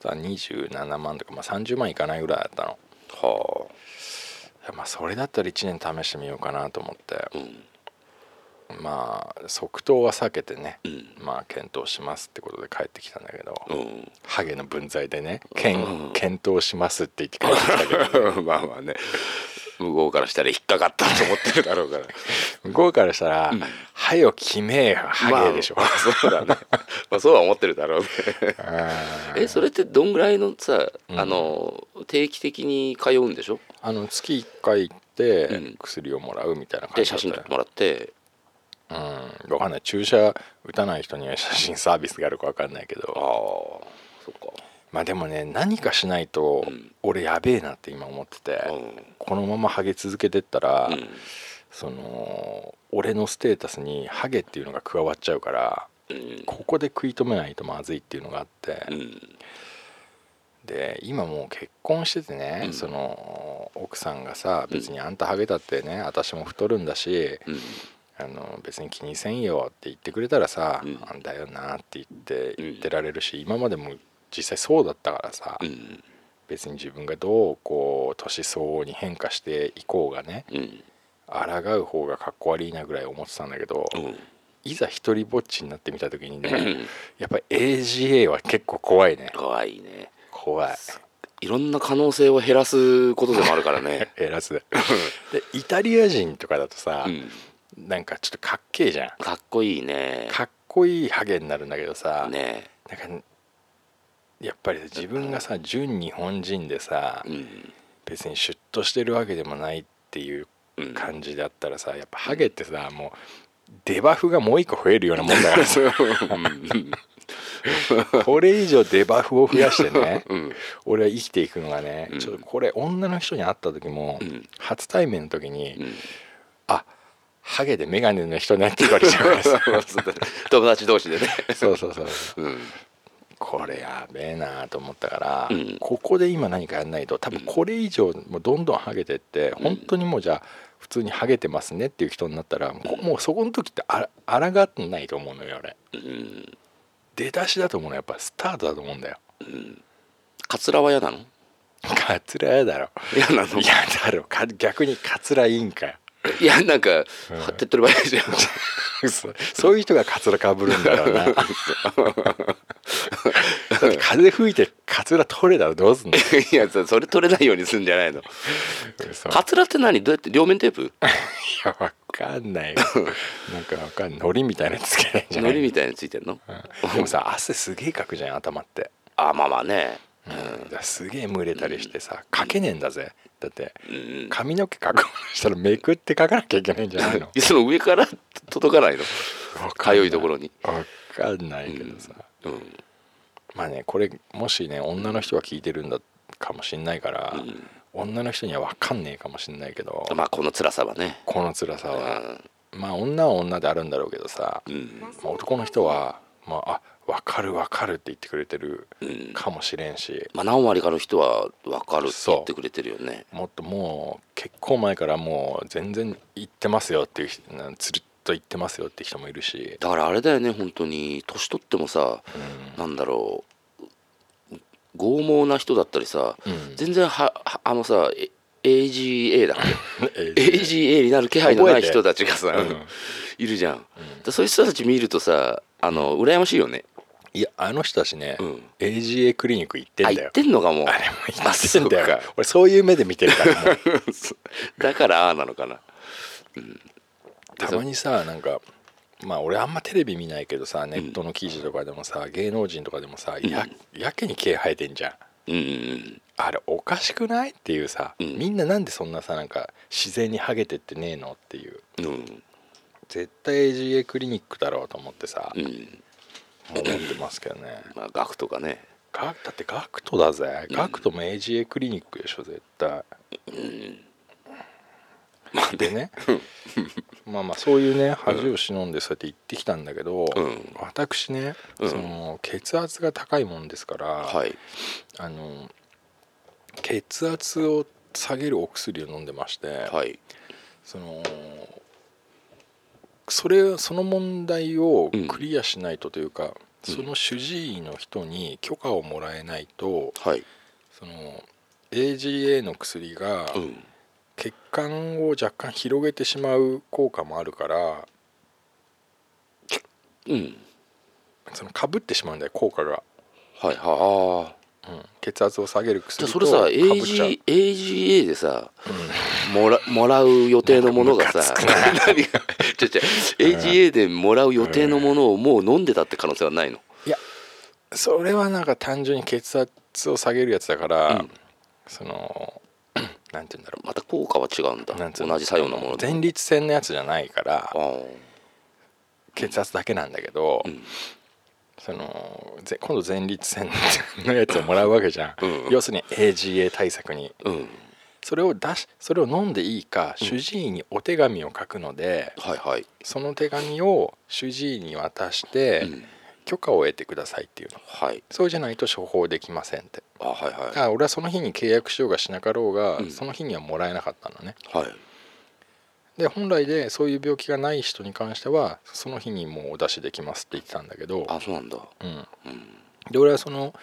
Speaker 2: たら27万とか、まあ、30万いかないぐらいだったの
Speaker 3: は
Speaker 2: でまあそれだったら1年試してみようかなと思って
Speaker 3: あう、ん
Speaker 2: まあ即答は避けてね、
Speaker 3: うん
Speaker 2: まあ検討しますってことで帰ってきたんだけど、
Speaker 3: うん
Speaker 2: ハゲの分際でね「けん
Speaker 3: うん
Speaker 2: 検討します」って言って帰ってきたけど
Speaker 3: まあまあね向こうからしたら引っかかったと思ってるだろうから
Speaker 2: 向こうからしたら
Speaker 3: う
Speaker 2: 「
Speaker 3: ん
Speaker 2: はよ決めえよハゲでしょ」
Speaker 3: まあ、そうだね、まあ、そうは思ってるだろうね
Speaker 2: あー
Speaker 3: えそれってどんぐらいのさ、
Speaker 2: うん
Speaker 3: あの定期的に通うんでしょ
Speaker 2: あの月1回行って
Speaker 3: うん
Speaker 2: 薬をもらうみたいな感
Speaker 3: で
Speaker 2: じ
Speaker 3: 写
Speaker 2: だったよ
Speaker 3: 真撮ってもらって
Speaker 2: うん分かんない注射打たない人には写真サービスがあるか分かんないけ
Speaker 3: ああ
Speaker 2: ど
Speaker 3: そっか
Speaker 2: まあでもね何かしないと
Speaker 3: うん
Speaker 2: 俺やべえなって今思ってて、
Speaker 3: う
Speaker 2: このままハゲ続けてったら、
Speaker 3: ん
Speaker 2: その俺のステータスにハゲっていうのが加わっちゃうから
Speaker 3: うん
Speaker 2: ここで食い止めないとまずいっていうのがあって、
Speaker 3: うん
Speaker 2: で今もう結婚しててね、
Speaker 3: うん
Speaker 2: その奥さんがさ別にあんたハゲたってね私も太るんだし、
Speaker 3: うん
Speaker 2: あの別に気にせんよって言ってくれたらさ「
Speaker 3: うん
Speaker 2: なんだよな」って言って
Speaker 3: うん
Speaker 2: 言ってられるし、今までも実際そうだったからさ、
Speaker 3: うん
Speaker 2: 別に自分がどうこう年相応に変化していこうがね
Speaker 3: うん
Speaker 2: 抗う方がかっこ悪いなぐらい思ってたんだけど、
Speaker 3: うん
Speaker 2: いざ一人ぼっちになってみた時にねやっぱり AGA は結構怖いね
Speaker 3: 怖いね
Speaker 2: 怖い
Speaker 3: いろんな可能性を減らすことでもあるからね
Speaker 2: 偉そうでイタリア人とかだとさ、
Speaker 3: うん
Speaker 2: なんかちょっとかっけえじゃん
Speaker 3: かっこいいね
Speaker 2: かっこいいハゲになるんだけどさ、
Speaker 3: ね
Speaker 2: なんかやっぱり自分がさ純日本人でさ
Speaker 3: うん
Speaker 2: 別にシュッとしてるわけでもないっていう
Speaker 3: うん
Speaker 2: 感じだったらさやっぱハゲってさもうデバフがもう一個増えるようなもんだからさ これ以上デバフを増やしてね
Speaker 3: うん
Speaker 2: 俺は生きていくのがね、
Speaker 3: うん
Speaker 2: ちょっとこれ女の人に会った時も、
Speaker 3: うん
Speaker 2: 初対面の時に「
Speaker 3: うん
Speaker 2: あハゲで眼鏡の人ね」って言われちゃうからさ
Speaker 3: 友達同士でね
Speaker 2: そうそうそう
Speaker 3: うん
Speaker 2: これやべえなと思ったから、
Speaker 3: うん
Speaker 2: ここで今何かやんないと多分これ以上もうどんどんハゲてって、本当にもうじゃあ普通にハゲてますねっていう人になったら、こもうそこの時ってあら抗ってないと思うのよ俺
Speaker 3: うん
Speaker 2: 出だしだと思うのやっぱスタートだと思うんだよ
Speaker 3: カツラは嫌なの
Speaker 2: カツラやだろ
Speaker 3: 嫌なの
Speaker 2: いやだろか逆にカツラいいんかよ
Speaker 3: いやなんか貼ってってる場合じゃん
Speaker 2: 嘘そういう人がカツラかぶるんだろうなだって風吹いてカツラ取れたらどうすんの
Speaker 3: いやそそれ取れないようにするんじゃないの
Speaker 2: 嘘
Speaker 3: カツラって何どうやって両面テープ
Speaker 2: いやわかんないよなんかわかんないのりみたいなのつけないんじゃな
Speaker 3: の
Speaker 2: い
Speaker 3: りみたいについてんの
Speaker 2: うんでもさ汗すげえかくじゃん頭って
Speaker 3: あまあまあね
Speaker 2: だからすげえ群れたりしてさ書けねえんだぜだって
Speaker 3: うん
Speaker 2: 髪の毛書こうとしたらめくって書かなきゃいけないんじゃないの
Speaker 3: その上から届かないのかゆいところ
Speaker 2: に
Speaker 3: に、
Speaker 2: わかんないけどさ、
Speaker 3: うん
Speaker 2: まあねこれもしね女の人が聞いてるんだかもしんないから、
Speaker 3: うん
Speaker 2: 女の人にはわかんねえかもしんないけど、
Speaker 3: まあこの辛さはね
Speaker 2: この辛さは、
Speaker 3: う
Speaker 2: まあ女は女であるんだろうけどさ、
Speaker 3: ん
Speaker 4: ガス抜けラジ
Speaker 2: まあ
Speaker 4: オ
Speaker 2: 男の人はまああわかるわかるって言ってくれてる
Speaker 3: うん
Speaker 2: かもしれんし、
Speaker 3: まあ、何割かの人は分かるって
Speaker 2: そう
Speaker 3: 言ってくれてるよね
Speaker 2: もっともう結構前からもう全然言ってますよっていう人なんつるっと言ってますよって人もいるし、
Speaker 3: だからあれだよね本当に年取ってもさ、なんだろう剛毛な人だったりさ、
Speaker 2: うん
Speaker 3: 全然ははあのさえ AGA だっ
Speaker 2: え
Speaker 3: け AGA になる気配のない
Speaker 2: 覚えて
Speaker 3: 人たちがさ、
Speaker 2: うん
Speaker 3: いるじゃん、でそういう人たち見るとさあの羨ましいよね
Speaker 2: いやあの人たちね、
Speaker 3: うん
Speaker 2: AGA クリニック行ってん
Speaker 3: あ
Speaker 2: だ
Speaker 3: 言
Speaker 2: よ
Speaker 3: ってんのかも
Speaker 2: あれも行
Speaker 3: あ
Speaker 2: って
Speaker 3: そ
Speaker 2: ん
Speaker 3: う
Speaker 2: だよ
Speaker 3: か
Speaker 2: 俺そういう目で見てるからもう
Speaker 3: だからああなのかな
Speaker 2: たまにさなんかまあ俺あんまテレビ見ないけどさネットの記事とかでもさ、芸能人とかでもさややけに毛生えてんじゃん
Speaker 3: うんうん
Speaker 2: あれおかしくないっていうさ、
Speaker 3: うん
Speaker 2: みんななんでそんなさなんか自然にハゲてってねえのっていう
Speaker 3: うんうん
Speaker 2: 絶対 AGA クリニックだろうと思ってさ、
Speaker 3: うん
Speaker 2: 思ってますけどね
Speaker 3: まあ額とかね
Speaker 2: ガだってガクトだぜガクトも AGA クリニックでしょ絶対
Speaker 3: まあ
Speaker 2: でねまあまあそういうね恥を忍んでそうやって行ってきたんだけど、
Speaker 3: うん
Speaker 2: 私ね、
Speaker 3: うん
Speaker 2: その血圧が高いもんですから、
Speaker 3: はい
Speaker 2: あの血圧を下げるお薬を飲んでまして、
Speaker 3: はい
Speaker 2: そのそれその問題をクリアしないとというか、その主治医の人に許可をもらえないと
Speaker 3: はい
Speaker 2: その AGA の薬が
Speaker 3: うん
Speaker 2: 血管を若干広げてしまう効果もあるから
Speaker 3: うん
Speaker 2: そのかぶってしまうんだよ効果が、
Speaker 3: はいはあ
Speaker 2: うん、血圧を下げる
Speaker 3: じゃ
Speaker 2: 薬
Speaker 3: あ
Speaker 2: と
Speaker 3: それさ
Speaker 2: かぶっちゃう
Speaker 3: AG AGA でさ、もらもらう予定のものがさ 何がちょちょ AGA でもらう予定のものをもう飲んでたって可能性はないの、
Speaker 2: それはなんか単純に血圧を下げるやつだから、
Speaker 3: うん
Speaker 2: その なんて言うんだろう
Speaker 3: また効果は違うんだ
Speaker 2: なんつうの
Speaker 3: 同じ作用のもので
Speaker 2: 前立腺のやつじゃないから
Speaker 3: あー
Speaker 2: 血圧だけなんだけど、
Speaker 3: うん
Speaker 2: そのぜ今度前立腺のやつをもらうわけじゃん、
Speaker 3: うん
Speaker 2: 要するに AGA 対策に
Speaker 3: うん
Speaker 2: それを出しそれを飲んでいいか、主治医にお手紙を書くので
Speaker 3: はいはい、
Speaker 2: その手紙を主治医に渡して、
Speaker 3: うん、
Speaker 2: 許可を得てくださいっていうの
Speaker 3: はい
Speaker 2: そうじゃないと処方できませんって
Speaker 3: あはいは
Speaker 2: だから俺はその日に契約しようがしなかろうが、
Speaker 3: うん
Speaker 2: その日にはもらえなかったのね
Speaker 3: いはい
Speaker 2: で本来でそういう病気がない人に関してはその日にもうお出しできますって言ってたんだけど
Speaker 3: あそうなんだ
Speaker 2: うん、
Speaker 3: うん、
Speaker 2: で俺はその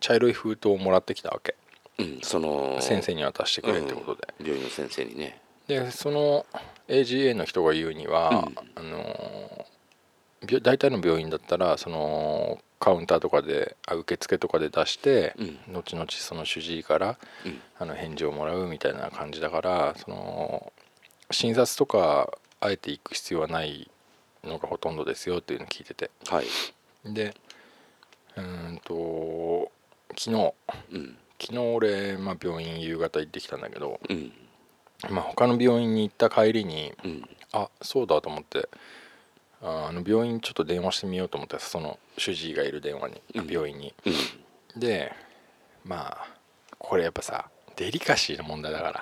Speaker 2: 茶色い封筒をもらってきたわけ
Speaker 3: うん、その
Speaker 2: 先生に渡してくれってことで、
Speaker 3: うん病院の先生にね
Speaker 2: でその AGA の人が言うには、あの病大体の病院だったらそのカウンターとかであ受付とかで出して、
Speaker 3: う
Speaker 2: 後々その主治医から、
Speaker 3: うん
Speaker 2: あの返事をもらうみたいな感じだからその診察とかあえて行く必要はないのがほとんどですよっていうのを聞いてて
Speaker 3: はい、
Speaker 2: でうーんと昨日
Speaker 3: うん
Speaker 2: 昨日俺、まあ、病院夕方行ってきたんだけど、
Speaker 3: うん
Speaker 2: まあ、他の病院に行った帰りに
Speaker 3: うん
Speaker 2: あそうだと思ってああの病院ちょっと電話してみようと思ってその主治医がいる電話に、
Speaker 3: うん
Speaker 2: 病院に
Speaker 3: うん
Speaker 2: でまあこれやっぱさデリカシーの問題だから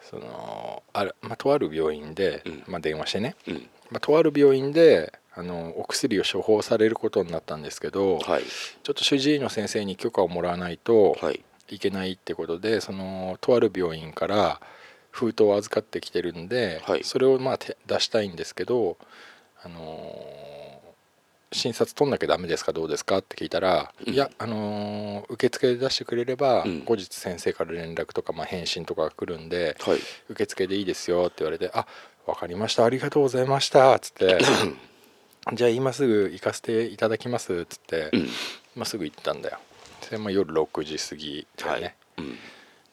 Speaker 2: そのある、まあ、とある病院で、
Speaker 3: うん
Speaker 2: まあ、電話してね、
Speaker 3: うん
Speaker 2: まあ、とある病院であのお薬を処方されることになったんですけど、
Speaker 3: はい
Speaker 2: ちょっと主治医の先生に許可をもらわないと
Speaker 3: はい
Speaker 2: いけないってことで、そのとある病院から封筒を預かってきてるんで、
Speaker 3: はい
Speaker 2: それをまあ手出したいんですけど、あのー診察取んなきゃダメですかどうですかって聞いたら、
Speaker 3: うん
Speaker 2: いや、あのー受付で出してくれれば、
Speaker 3: うん
Speaker 2: 後日先生から連絡とか、まあ、返信とかが来るんで、
Speaker 3: はい
Speaker 2: 受付でいいですよって言われて「あわかりましたありがとうございました」っつ って「じゃあ今すぐ行かせていただきます」っつって、
Speaker 3: うん
Speaker 2: まあ、すぐ行ったんだよで、まあ、夜6時過ぎだよね、
Speaker 3: うん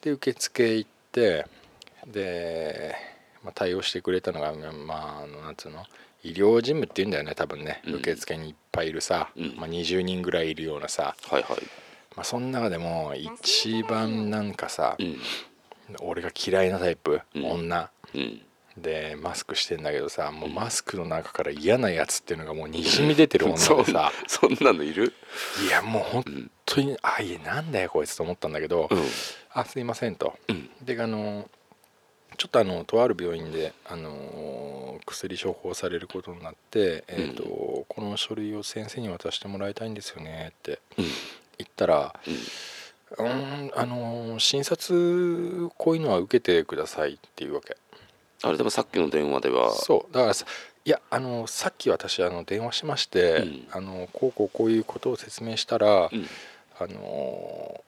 Speaker 2: で受付行ってで、まあ、対応してくれたのがまああのなんつうの医療事務っていうんだよね多分ね、
Speaker 3: うん
Speaker 2: 受付にいっぱいいるさ、
Speaker 3: うん
Speaker 2: まあ、20人ぐらいいるようなさ、
Speaker 3: はいはい
Speaker 2: ままあ、その中でも一番なんかさ、
Speaker 3: うん
Speaker 2: 俺が嫌いなタイプ、
Speaker 3: うん
Speaker 2: 女
Speaker 3: うん
Speaker 2: でマスクしてんだけどさもうマスクの中から嫌なやつっていうのがもうにじみ出てる女
Speaker 3: そ
Speaker 2: で
Speaker 3: う
Speaker 2: さ
Speaker 3: そんなのいる、
Speaker 2: いやもう本当に「あいやなんだよこいつ」と思ったんだけど「
Speaker 3: うん
Speaker 2: あすいません」と。
Speaker 3: うん
Speaker 2: であのちょっとあのとある病院であの薬処方されることになって、えーとこの書類を先生に渡してもらいたいんですよねって
Speaker 3: うん
Speaker 2: 言ったら
Speaker 3: うん
Speaker 2: 「うーんあの診察こういうのは受けてください」っていうわけ。
Speaker 3: あれでもさっきの電話では
Speaker 2: そうだからさいやあのさっき私あの電話しまして、
Speaker 3: うん
Speaker 2: あのこうこうこういうことを説明したら、
Speaker 3: うん
Speaker 2: あの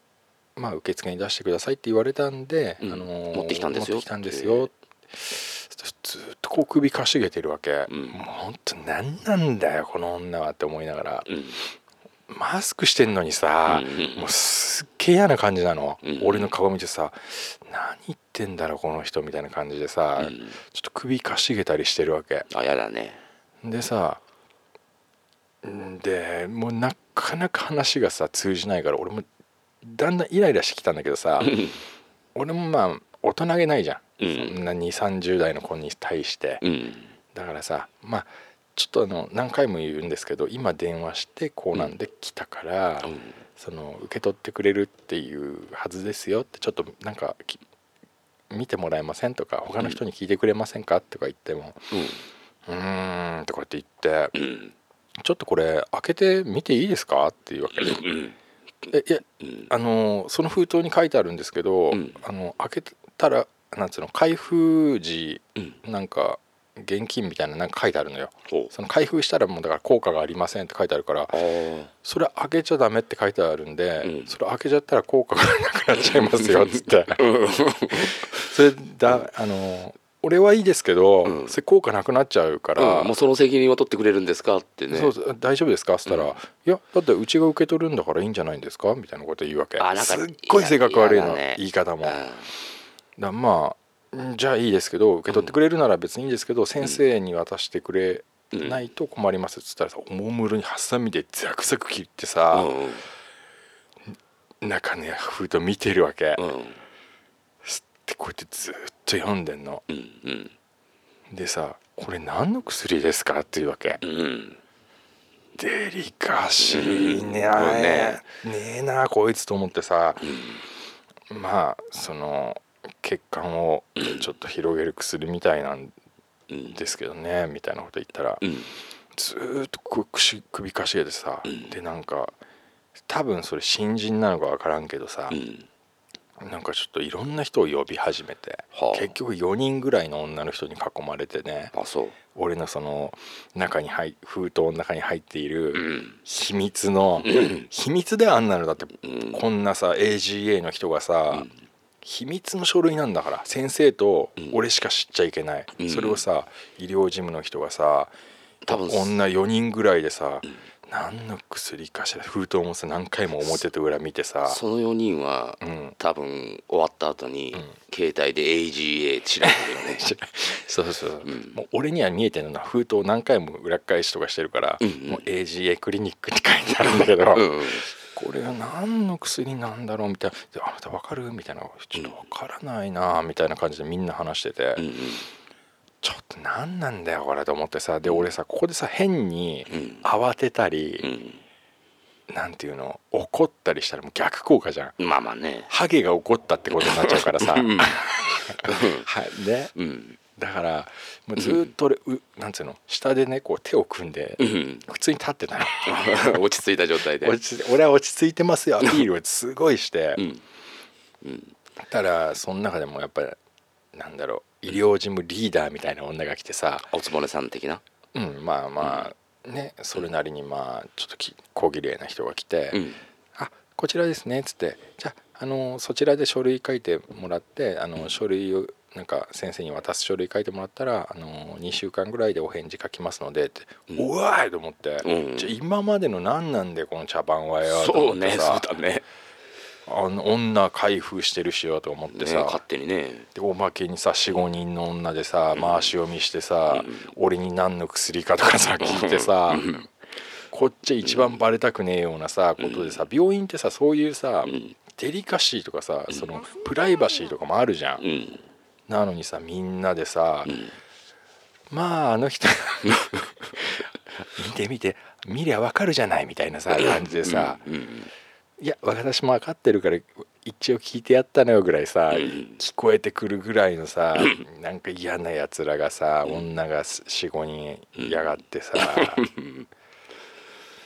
Speaker 2: まあ受付に出してくださいって言われたんで、
Speaker 3: うん
Speaker 2: あの
Speaker 3: 持ってきたんです
Speaker 2: 持
Speaker 3: よ
Speaker 2: ってきたんですよずっとこう首かしげてるわけ、
Speaker 3: うん
Speaker 2: もうほんと何なんだよこの女はって思いながら、
Speaker 3: うん
Speaker 2: マスクしてんのにさ、
Speaker 3: うんうん
Speaker 2: もうすっげえ嫌な感じなの、
Speaker 3: うん
Speaker 2: 俺の顔見てさ何言ってんだろうこの人みたいな感じでさ、
Speaker 3: うん
Speaker 2: ちょっと首かしげたりしてるわけ
Speaker 3: あやだね
Speaker 2: でさんでもうなかなか話がさ通じないから俺もだんだんイライラしてきたんだけどさ俺もまあ大人げないじゃん、
Speaker 3: うん
Speaker 2: そんな2 3 0代の子に対して、
Speaker 3: うん
Speaker 2: だからさまあちょっとあの何回も言うんですけど今電話してこうなんで来たから、
Speaker 3: うん
Speaker 2: その受け取ってくれるっていうはずですよってちょっとなんかき見てもらえませんとか他の人に聞いてくれませんかとか言っても「うーん」とかって言って
Speaker 3: うんうん
Speaker 2: 「ちょっとこれ開けてみていいですか?」っていうわけ
Speaker 3: うん
Speaker 2: でいや
Speaker 3: うん
Speaker 2: あのその封筒に書いてあるんですけど、
Speaker 3: うん
Speaker 2: あの開けたらなんつうの開封時
Speaker 3: うん
Speaker 2: なんか現金みたいななんか書いてあるのよ。
Speaker 3: ほう
Speaker 2: その開封したらもうだから効果がありませんって書いてあるから
Speaker 3: あー
Speaker 2: それ開けちゃダメって書いてあるんで、
Speaker 3: うん
Speaker 2: それ開けちゃったら効果がなくなっちゃいますよっつ ってそれだあの俺はいいですけど、
Speaker 3: うん
Speaker 2: それ効果なくなっちゃうから、
Speaker 3: うんもうその責任は取ってくれるんですかってね
Speaker 2: そうそう大丈夫ですか?」っつったら「
Speaker 3: うん
Speaker 2: いやだってうちが受け取るんだからいいんじゃないんですか?」みたいなこと言うわけ
Speaker 3: あなんか
Speaker 2: すっごい性格悪い
Speaker 3: 嫌
Speaker 2: の
Speaker 3: だね
Speaker 2: 言い方も。だか
Speaker 3: あ
Speaker 2: らまあんじゃあいいですけど受け取ってくれるなら別にいいんですけど、先生に渡してくれないと困りますっつったらさおもむろにハサミでザクザク切ってさ、
Speaker 3: ーうん
Speaker 2: 中のヤフーと見てるわけ、
Speaker 3: うん
Speaker 2: すってこうやってずっと読んでんの
Speaker 3: うんうん
Speaker 2: でさ「これ何の薬ですか?」っていうわけ、
Speaker 3: うん
Speaker 2: デリカシーね,、
Speaker 3: うん
Speaker 2: ねえなこいつと思ってさ、まあその血管をちょっと広げる薬みたいなん
Speaker 3: うん
Speaker 2: ですけどね、みたいなこと言ったら、
Speaker 3: うん
Speaker 2: ずーっとこうくし首かしげてさ、でなんか多分それ新人なのか分からんけどさ、
Speaker 3: うん
Speaker 2: なんかちょっといろんな人を呼び始めて、
Speaker 3: はあ
Speaker 2: 結局4人ぐらいの女の人に囲まれてね
Speaker 3: あそう
Speaker 2: 俺のその中に入封筒の中に入っている
Speaker 3: ん
Speaker 2: 秘密の、秘密であんなのだって、
Speaker 3: うん
Speaker 2: こんなさ AGA の人がさ、秘密の書類なんだから先生と俺しか知っちゃいけない、
Speaker 3: ん
Speaker 2: それをさ医療事務の人がさ
Speaker 3: 多分
Speaker 2: 女4人ぐらいでさ、何の薬かしら封筒もさ何回も表と裏見てさ
Speaker 3: その4人は、
Speaker 2: ん
Speaker 3: 多分終わった後に、携帯で AGA ちらってるよ ね
Speaker 2: そうそう、もう俺には見えてるのは封筒を何回も裏返しとかしてるから、もう AGA クリニックって書いてあるんだけど、
Speaker 3: うん
Speaker 2: これは何の薬なんだろうみたいなで「あなた分かる?」みたいな「ちょっと分からないな」みたいな感じでみんな話してて、
Speaker 3: うん
Speaker 2: ちょっと何なんだよこれと思ってさで俺さここでさ変に
Speaker 3: ん
Speaker 2: 慌てたり、
Speaker 3: うん
Speaker 2: なんていうの怒ったりしたらもう逆効果じゃん。
Speaker 3: うんまあまあね
Speaker 2: ハゲが怒ったってことになっちゃうからさ、
Speaker 3: ん
Speaker 2: はいね、
Speaker 3: うん
Speaker 2: だからもうずーっと俺、うなんつうの下でねこう手を組んで、
Speaker 3: うん
Speaker 2: 普通に立ってたの
Speaker 3: 落ち着いた状態で
Speaker 2: 落ち俺は落ち着いてますよアピールをすごいして、
Speaker 3: うん
Speaker 2: ただその中でもやっぱりなんだろう医療事務リーダーみたいな女が来てさ、
Speaker 3: おつぼねさん的な
Speaker 2: うん、まあまあねそれなりにまあちょっとき小綺麗な人が来て「
Speaker 3: うん
Speaker 2: あこちらですね」っつって「じゃああのそちらで書類書いてもらってあの書類をなんか先生に渡す書類書いてもらったらあの2週間ぐらいでお返事書きますので」って「うわーい!」と思って「
Speaker 3: うん
Speaker 2: じゃあ今までの何なんでこの茶番はよ」と
Speaker 3: そ
Speaker 2: 思
Speaker 3: う
Speaker 2: って
Speaker 3: ね
Speaker 2: さ
Speaker 3: そうだね
Speaker 2: あの女開封してるしよと思って
Speaker 3: ね
Speaker 2: さ、
Speaker 3: 勝手にね
Speaker 2: でおまけにさ45人の女でさ回し読みしてさ、俺に何の薬かとかさ聞いてさ、こっちゃ一番バレたくねえようなさことでさ病院ってさそういうさ
Speaker 3: ん
Speaker 2: デリカシーとかさそのプライバシーとかもあるじゃん
Speaker 3: うん
Speaker 2: なのにさみんなでさ
Speaker 3: ん
Speaker 2: まああの人見て見て見りゃわかるじゃないみたいなさ感じでさ
Speaker 3: うんうん
Speaker 2: いや私も分かってるから一応聞いてやったのよぐらいさ、
Speaker 3: うん
Speaker 2: 聞こえてくるぐらいのさ、なんか嫌なやつらがさ、女が45人いやがってさ、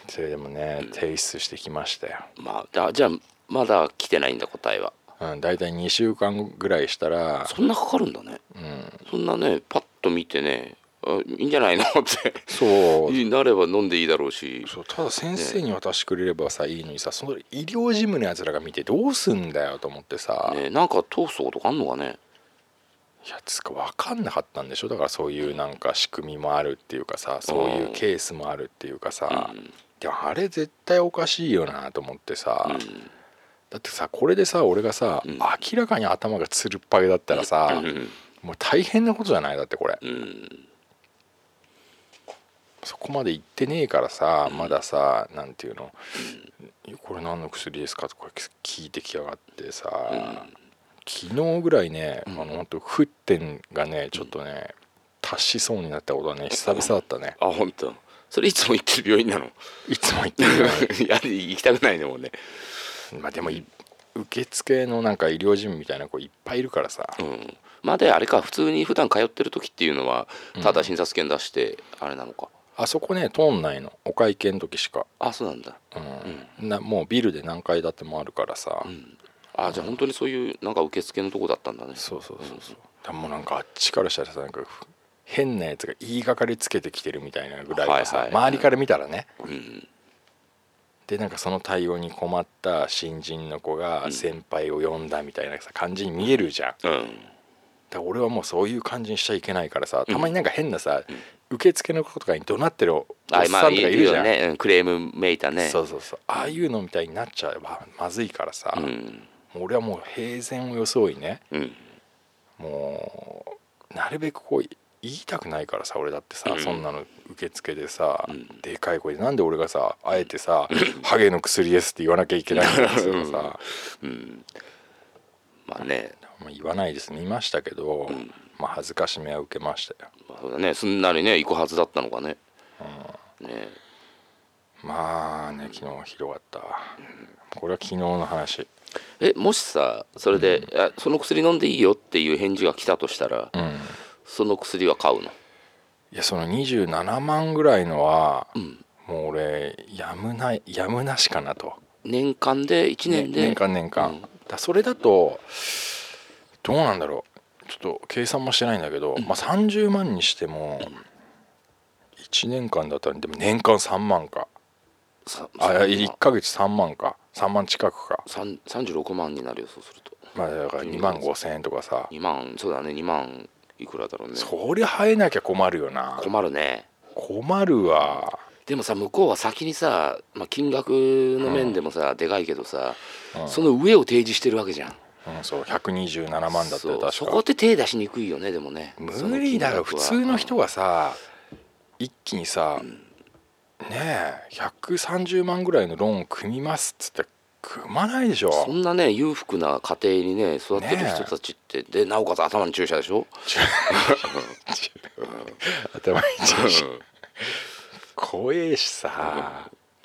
Speaker 2: それでもね、提出してきましたよ、
Speaker 3: まあだじゃあまだ来てないんだ答えは
Speaker 2: うん、大体2週間ぐらいしたら
Speaker 3: そんなかかるんだね
Speaker 2: うん、
Speaker 3: そんなねパッと見てねあいいんじゃないのって
Speaker 2: そう
Speaker 3: なれば飲んでいいだろうし
Speaker 2: そうただ先生に渡してくれればさいいのにさその医療事務のやつらが見てどうすんだよと思ってさ、
Speaker 3: ね、なんか闘争とかあんのかね
Speaker 2: いやつうか分かんなかったんでしょだからそういうなんか仕組みもあるっていうかさそういうケースもあるっていうかさ、でもあれ絶対おかしいよなと思ってさ、だってさこれでさ俺がさ、
Speaker 3: ん
Speaker 2: 明らかに頭がつるっぱげだったらさ、
Speaker 3: うん
Speaker 2: もう大変なことじゃないだってこれ、
Speaker 3: うん
Speaker 2: そこまで行ってねえからさまださなんていうの「これ何の薬ですか?」とか聞いてきやがってさ、昨日ぐらいね、あの本当沸点がねちょっとね達しそうになったことはね久々だったね
Speaker 3: あ本当。それいつも行ってる病院なの
Speaker 2: いつも言ってるよ
Speaker 3: いや行きたくないねもうね
Speaker 2: うにまあでもい受付のなんか医療事務みたいな子いっぱいいるからさ、
Speaker 3: うんまあであれか普通に普段通ってる時っていうのはただ診察券出してあれなのか、
Speaker 2: あそこね通んないのお会計の時しか、
Speaker 3: あそうなんだ
Speaker 2: うんなもうビルで何階建てもあるからさ、
Speaker 3: あじゃあ本当にそういうなんか受付のとこだったんだね
Speaker 2: そうそうそうそうでもなんかあっちからしたらさなんかふ変なやつが言いがかりつけてきてるみたいなぐらいのさ、
Speaker 3: はいはいはい
Speaker 2: 周りから見たらね
Speaker 3: うん
Speaker 2: でなんかその対応に困った新人の子が先輩を呼んだみたいなさ感じに見えるじゃんだか
Speaker 3: うん
Speaker 2: ら俺はもうそういう感じにしちゃいけないからさたまになんか変なさ、受付の子とかに怒鳴ってるおお
Speaker 3: あ
Speaker 2: っ
Speaker 3: ま
Speaker 2: さ
Speaker 3: あ
Speaker 2: んとか
Speaker 3: い
Speaker 2: いる
Speaker 3: る
Speaker 2: じ
Speaker 3: よ
Speaker 2: ゃん、
Speaker 3: ねうんクレームめいたね
Speaker 2: そうそうそうああいうのみたいになっちゃえばまずいからさ、
Speaker 3: うん
Speaker 2: もう俺はもう平然を装いね
Speaker 3: うん
Speaker 2: もうなるべくこう言いたくないからさ俺だってさ、
Speaker 3: うん
Speaker 2: そんなの受付でさ、
Speaker 3: ん
Speaker 2: でかい声でなんで俺がさあえてさ「ハゲの薬です」って言わなきゃいけないんですよさ、
Speaker 3: うんまあね
Speaker 2: まあ言わないです見ましたけど、まあ恥ずかしめは受けましたよ
Speaker 3: まあそうだねすんなりね行くはずだったのかねね
Speaker 2: まあね昨日ひどかったわこれは昨日の話
Speaker 3: えもしさそれで、あその薬飲んでいいよ」っていう返事が来たとしたら、
Speaker 2: うん
Speaker 3: その薬は買うの
Speaker 2: いやその27万ぐらいのは、
Speaker 3: うん
Speaker 2: もう俺やむないやむなしかなと。
Speaker 3: 年間で1年で、
Speaker 2: ね年間年間、
Speaker 3: うん
Speaker 2: だそれだとどうなんだろうちょっと計算もしてないんだけど、まあ、30万にしても1年間だったらでも年間3万か
Speaker 3: さ
Speaker 2: あ
Speaker 3: さ
Speaker 2: 1ヶ月3万か3万近くか
Speaker 3: さん36万になるよそうすると
Speaker 2: まあだから2万5千円とかさ
Speaker 3: 2万そうだね2万いくらだろうね
Speaker 2: そりゃ生えなきゃ困るよな
Speaker 3: 困るね
Speaker 2: 困るわ
Speaker 3: でもさ向こうは先にさ、まあ、金額の面でもさ、でかいけどさ、その上を提示してるわけじゃん
Speaker 2: うんそう127万だった
Speaker 3: そ
Speaker 2: よ
Speaker 3: う
Speaker 2: 確
Speaker 3: そ
Speaker 2: か
Speaker 3: こって手出しにくいよねでもね
Speaker 2: 無理だろ普通の人
Speaker 3: は
Speaker 2: がさ一気にさ、ねえ130万ぐらいのローンを組みますっつって組まないでしょ
Speaker 3: そんなね裕福な家庭にね育ってる人たちって、でなおかつ頭に注射でしょ
Speaker 2: 頭いいし怖えしさ、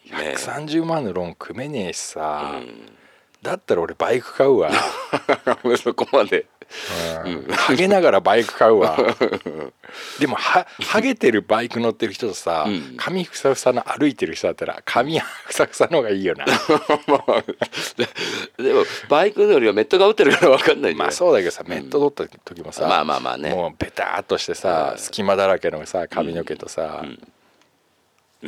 Speaker 3: ね
Speaker 2: 130万のローン組めねえしさ、
Speaker 3: うん
Speaker 2: だったら俺バイク買うわ、
Speaker 3: そこまで
Speaker 2: うん、ハゲながらバイク買うわでもはハゲてるバイク乗ってる人とさ、
Speaker 3: うん
Speaker 2: 髪ふさふさの歩いてる人だったら髪ふさふさの方がいいよな
Speaker 3: でもバイクよりはメットが打ってるから分かんないんじゃ
Speaker 2: まあ
Speaker 3: ない
Speaker 2: そうだけどさメット取った時もさ、
Speaker 3: まあまあまあね
Speaker 2: もうベターっとしてさ、
Speaker 3: うん
Speaker 2: 隙間だらけのさ髪の毛とさ、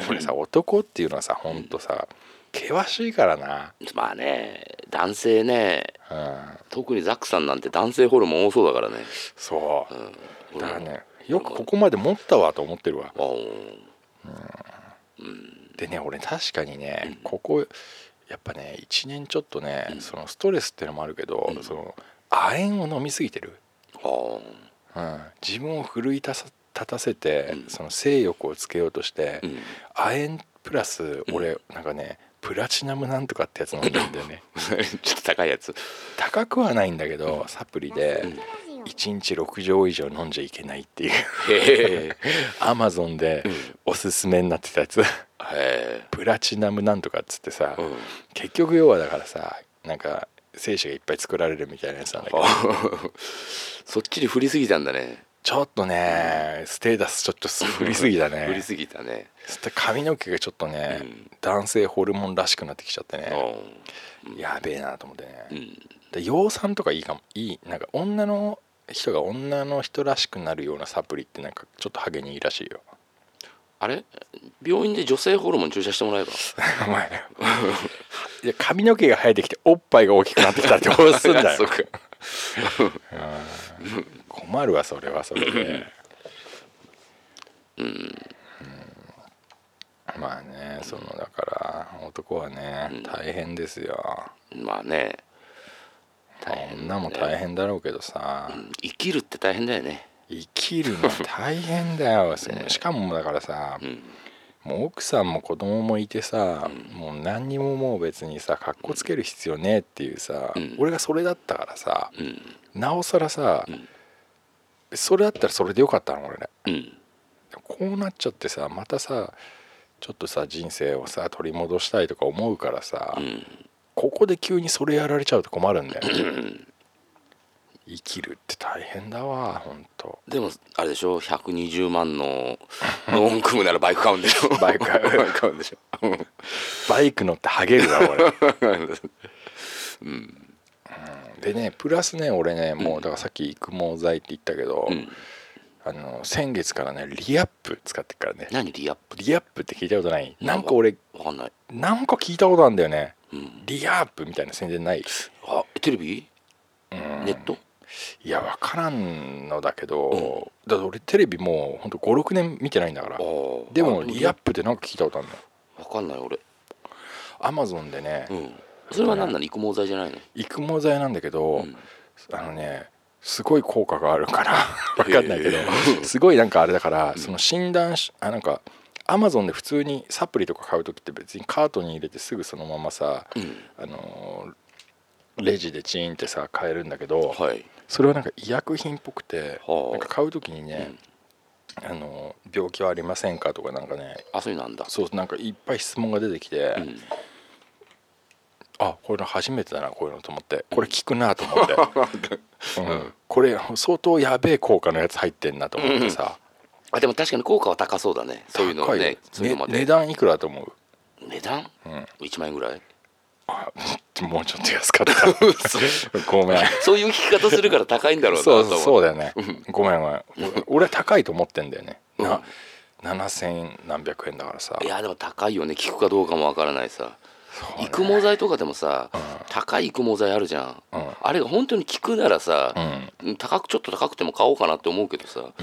Speaker 2: これさ男っていうのはさほんとさ険しいからな、
Speaker 3: まあね男性ね
Speaker 2: うん、
Speaker 3: 特にザックさんなんて男性ホルモン多そうだからね、
Speaker 2: そう、
Speaker 3: うん、
Speaker 2: だからねよくここまで持ったわと思ってるわ
Speaker 3: あー
Speaker 2: でね俺確かにねここやっぱね1年ちょっとね、そのストレスってのもあるけど、その亜鉛を飲みすぎてる、
Speaker 3: あー
Speaker 2: うん、自分を奮い立たさ立たせて、その性欲をつけようとして、亜鉛っプラス俺なんかねプラチナムなんとかってやつ飲んだんだよね
Speaker 3: ちょっと高いやつ
Speaker 2: 高くはないんだけどサプリ
Speaker 4: ガス
Speaker 2: で
Speaker 4: 抜けラジ
Speaker 2: 1日6錠以上飲んじゃいけないっていう
Speaker 3: へえ
Speaker 2: アマゾンでおすすめになってたやつ
Speaker 3: へ
Speaker 2: プラチナムなんとかっつってさ、
Speaker 3: えうん
Speaker 2: 結局要はだからさなんか精子がいっぱい作られるみたいなやつなんだけど
Speaker 3: あそっちに振りすぎたんだね
Speaker 2: ちょっとねステータスちょっと振りすぎだ ね
Speaker 3: 振りすぎたね
Speaker 2: そして髪の毛がちょっとね、
Speaker 3: うん
Speaker 2: 男性ホルモンらしくなってきちゃって
Speaker 3: う
Speaker 2: ね、
Speaker 3: ん
Speaker 2: やべえなと思ってね、
Speaker 3: うん
Speaker 2: で養酸とかいいかもいいなんか女の人が女の人らしくなるようなサプリってなんかちょっとハゲにいいらしい よ
Speaker 3: あれ病院で女性ホルモン注射してもらえ ば
Speaker 2: お前いや髪の毛が生えてきておっぱいが大きくなってきたらどうすんだよ
Speaker 3: そうか
Speaker 2: 困るわそれはそれでうんまあねそのだから男はね大変ですよ、
Speaker 3: まあね大変だ
Speaker 2: 女
Speaker 3: ね
Speaker 2: も大変だろうけどさ、
Speaker 3: うん生きるって大変だよね
Speaker 2: 生きるの大変だ よそのしかもだからさ、
Speaker 3: ん
Speaker 2: もう奥さんも子供もいてさ、もう何にももう別にさかっこつける必要ねえっていうさ、
Speaker 3: うん
Speaker 2: 俺がそれだったからさ、
Speaker 3: うん
Speaker 2: なおさらさ、
Speaker 3: ん
Speaker 2: それだったらそれでよかったの俺ね
Speaker 3: うん
Speaker 2: こうなっちゃってさまたさちょっとさ人生をさ取り戻したいとか思うからさ、
Speaker 3: うん
Speaker 2: ここで急にそれやられちゃうと困るんだよね生きるって大変だわほんと
Speaker 3: でもあれでしょ120万のローン組むならバイク買うんでしょ
Speaker 2: バイク買う
Speaker 3: バイク買うんでしょうん
Speaker 2: バイク乗ってハゲる わ俺
Speaker 3: うん
Speaker 2: でねプラスね俺ねもうだからさっき育毛剤って言ったけど、
Speaker 3: うん
Speaker 2: あの先月からねリアップ使ってっからね
Speaker 3: 何リアップ
Speaker 2: リアップって聞いたことないなんか俺
Speaker 3: わかんない、
Speaker 2: なんか聞いたことあるんだよね
Speaker 3: うん、
Speaker 2: リアップみたいな宣伝ない
Speaker 3: あテレビ
Speaker 2: うん
Speaker 3: ネット
Speaker 2: いや分からんのだけど、だって俺テレビもうほんと56年見てないんだから
Speaker 3: ああ
Speaker 2: でもリアップってなんか聞いたことあるのよ
Speaker 3: わかんない俺
Speaker 2: アマゾンでね、
Speaker 3: うんそれは何なの育毛剤じゃないの
Speaker 2: 育毛剤なんだけど、
Speaker 3: ん
Speaker 2: あのねすごい効果があるから わかんないけど
Speaker 3: へ
Speaker 2: すごいなんかあれだから、その診断しあなんかアマゾンで普通にサプリとか買う時って別にカートに入れてすぐそのままさ、
Speaker 3: うん
Speaker 2: あのーレジでチーンってさ買えるんだけど、
Speaker 3: はい
Speaker 2: それはなんか医薬品っぽくて、
Speaker 3: はあ
Speaker 2: なんか買う時にね、あのー病気はありませんかとかなんかね
Speaker 3: あそういうのなんだ
Speaker 2: そうなんかいっぱい質問が出てきて、
Speaker 3: ん
Speaker 2: あこういうの初めてだなこういうのと思ってこれ効くなと思 って、うん、これ相当やべえ効果のやつ入ってんなと思ってさ、
Speaker 3: あでも確かに効果は高そうだねそういうの
Speaker 2: 高
Speaker 3: ね
Speaker 2: よ
Speaker 3: そういうのま
Speaker 2: ね値
Speaker 3: で、
Speaker 2: 段いくらだと思う
Speaker 3: 値段、1万円ぐらい
Speaker 2: あもうちょっと安かった
Speaker 3: そ
Speaker 2: ご めん
Speaker 3: そういう聞き方するから高いんだろうなと
Speaker 2: そう
Speaker 3: 思
Speaker 2: そうそうだよね、ごめんごめん俺俺は高いと思ってんだよね、な7000何百円だからさ
Speaker 3: いやでも高いよね聞くかどうかもわからないさ
Speaker 2: そうね
Speaker 3: 育毛剤とかでもさ、高い育毛剤あるじゃん、
Speaker 2: うん
Speaker 3: あれが本当に効くならさ、
Speaker 2: うん
Speaker 3: 高くちょっと高くても買おうかなって思うけどさ、
Speaker 2: ん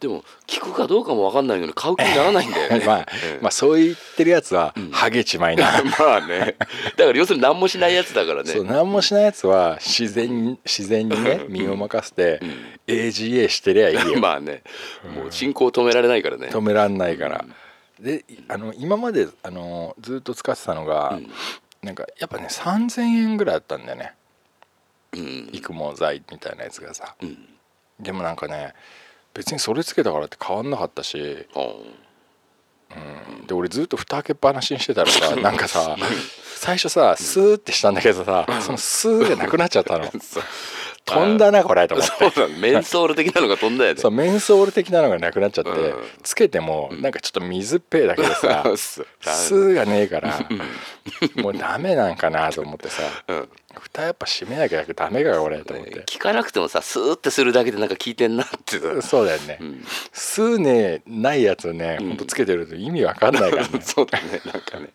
Speaker 3: でも効くかどうかもわかんないのに買う気にならないんだよね
Speaker 2: まあ、まあそう言ってるやつは、ハゲちまいな
Speaker 3: まあねだから要するに何もしないやつだからね
Speaker 2: そう何もしないやつは自然に自然にね身を任せて AGA してりゃいいよ
Speaker 3: まあねもう進行止められないからね
Speaker 2: 止めらんないから。であの今まであのずっと使ってたのが、なんかやっぱね3,000円ぐらいだったんだよね
Speaker 3: うん
Speaker 2: 育毛剤みたいなやつがさ
Speaker 3: うん
Speaker 2: でもなんかね別にそれつけたからって変わんなかったし
Speaker 3: あ
Speaker 2: で俺ずっと蓋開けっぱなしにしてたら さなんかさ最初さスーってしたんだけどさそのスーがなくなっちゃ ったの 飛んだなこれと思っ
Speaker 3: そ
Speaker 2: て
Speaker 3: うだねメンソール的なのが飛んだよね
Speaker 2: そうメンソール的なのがなくなっちゃって、
Speaker 3: うん
Speaker 2: つけてもなんかちょっと水っぺえだけでさ
Speaker 3: そう
Speaker 2: 数がねえからもうダメなんかなと思ってさ
Speaker 3: うん
Speaker 2: 蓋やっぱ閉めなきゃダメかこれと思って
Speaker 3: 聞かなくてもさスーってするだけでなんか効いてんなってさ
Speaker 2: そうだよね
Speaker 3: ん
Speaker 2: 数ねないやつねほんとつけてると意味わかんないから ね
Speaker 3: そうだねなんかね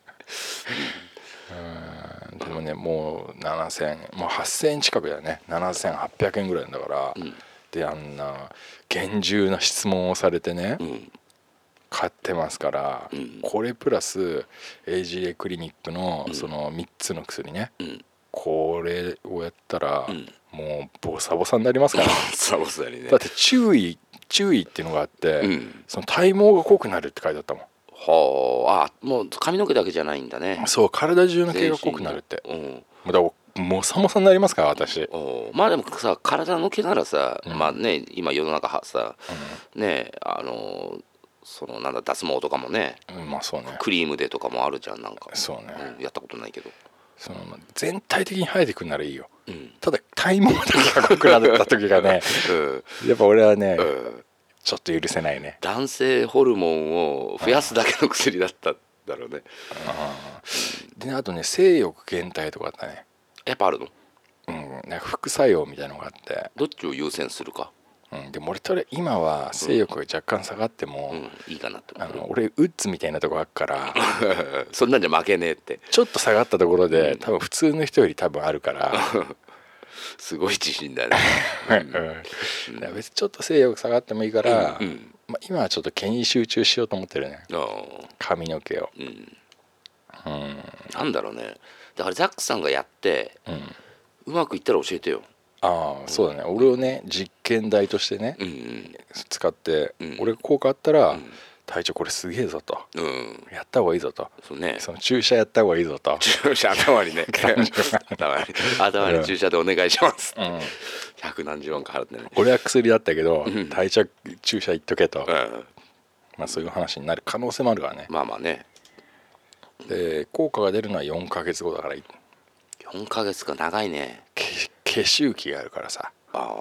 Speaker 2: でもねもう7000もう8000円近くだよね7800円ぐらいなんだから、であんな厳重な質問をされてね、
Speaker 3: うん
Speaker 2: 買ってますから、
Speaker 3: ん
Speaker 2: これプラス AGA クリニックのその3つの薬ね、
Speaker 3: うん
Speaker 2: これをやったら、
Speaker 3: ん
Speaker 2: もうボサボサになりますから
Speaker 3: サボさにね
Speaker 2: だって注意注意っていうのがあって、
Speaker 3: うん
Speaker 2: その体毛が濃くなるって書いてあったもん
Speaker 3: はああもう髪の毛だけじゃないんだね
Speaker 2: そう体中の毛が濃くなるって
Speaker 3: うん
Speaker 2: もうだからもさもさになりますから私
Speaker 3: おーまあでもさ体の毛ならさ、
Speaker 2: うん
Speaker 3: まあね今世の中はさ、ねあのーそのなんだ脱毛とかもね
Speaker 2: うんまあそうね
Speaker 3: クリームでとかもあるじゃんなんか
Speaker 2: そうね
Speaker 3: うんやったことないけど
Speaker 2: そのまあ全体的に生えてくるならいいよ
Speaker 3: うん、
Speaker 2: ただ体毛だけが濃くなった時がね
Speaker 3: うん
Speaker 2: やっぱ俺はね
Speaker 3: うん、
Speaker 2: ちょっと許せないね
Speaker 3: 男性ホルモンを増やすだけの薬だったんだろうね
Speaker 2: であとね性欲減退とかあったね
Speaker 3: やっぱあるの
Speaker 2: うんなんか副作用みたいなのがあって、
Speaker 3: どっちを優先するか、
Speaker 2: うん、でも俺とりあえず今は性欲が若干下がっても、
Speaker 3: うん、いいかなって
Speaker 2: あの
Speaker 3: 思う
Speaker 2: 俺ウッズみたいなとこあっから
Speaker 3: そんなんじゃ負けねえって
Speaker 2: ちょっと下がったところで多分普通の人より多分あるから、
Speaker 3: すごい自信だね
Speaker 2: うんだから別にちょっと性欲下がってもいいから、
Speaker 3: うんうん
Speaker 2: まあ、今はちょっと毛に集中しようと思ってるね
Speaker 3: あー
Speaker 2: 髪の毛を
Speaker 3: うん
Speaker 2: うん
Speaker 3: なんだろうねだからザックさんがやって
Speaker 2: うん
Speaker 3: うまくいったら教えてよ
Speaker 2: ああそうだね俺をね実験台としてね
Speaker 3: うん
Speaker 2: 使って、
Speaker 3: うん
Speaker 2: 俺が効果あったら、
Speaker 3: ん
Speaker 2: 隊長これすげえぞと
Speaker 3: うんうん
Speaker 2: やった方がいいぞと
Speaker 3: そうね
Speaker 2: その注射やった方がいいぞと、
Speaker 3: 注射 頭にね頭に頭に注射でお願いします
Speaker 2: うん、
Speaker 3: 百何十万か払ってね
Speaker 2: 俺は薬だったけど
Speaker 3: ん
Speaker 2: 隊長注射いっとけと、
Speaker 3: うん
Speaker 2: まあ、そういう話になる可能性もあるからね
Speaker 3: まあまあね
Speaker 2: で効果が出るのは4ヶ月後だから
Speaker 3: 4ヶ月か長いね
Speaker 2: け消し浮きがあるからさ
Speaker 3: あ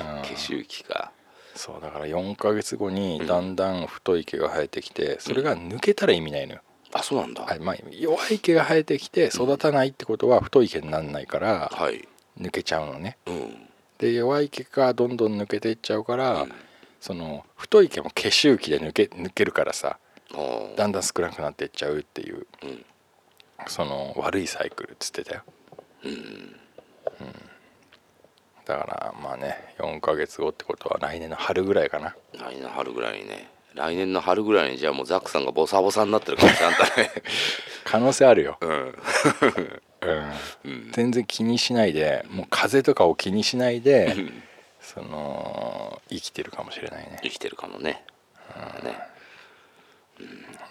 Speaker 3: あ
Speaker 2: うん
Speaker 3: 消し浮きか
Speaker 2: そうだから4ヶ月後にだんだん太い毛が生えてきてそれが抜けたら意味ないのよ、
Speaker 3: あそうなんだ
Speaker 2: あまあ、弱い毛が生えてきて育たないってことは太い毛にならないから
Speaker 3: はい
Speaker 2: 抜けちゃうのね
Speaker 3: うん
Speaker 2: で弱い毛がどんどん抜けていっちゃうから、
Speaker 3: うん
Speaker 2: その太い毛も消し浮きで抜け抜けるからさ
Speaker 3: お
Speaker 2: だんだん少なくなっていっちゃうっていう
Speaker 3: うん
Speaker 2: その悪いサイクルっつってたよ、
Speaker 3: うん
Speaker 2: だからまあね4ヶ月後ってことは来年の春ぐらいかな
Speaker 3: 来年の春ぐらいにね来年の春ぐらいにじゃあもうザックさんがボサボサになってる感 じあんたね
Speaker 2: 可能性あるよ、
Speaker 3: うん
Speaker 2: うん全然気にしないでもう風邪とかを気にしないでその生きてるかもしれないね
Speaker 3: 生きてるかもねね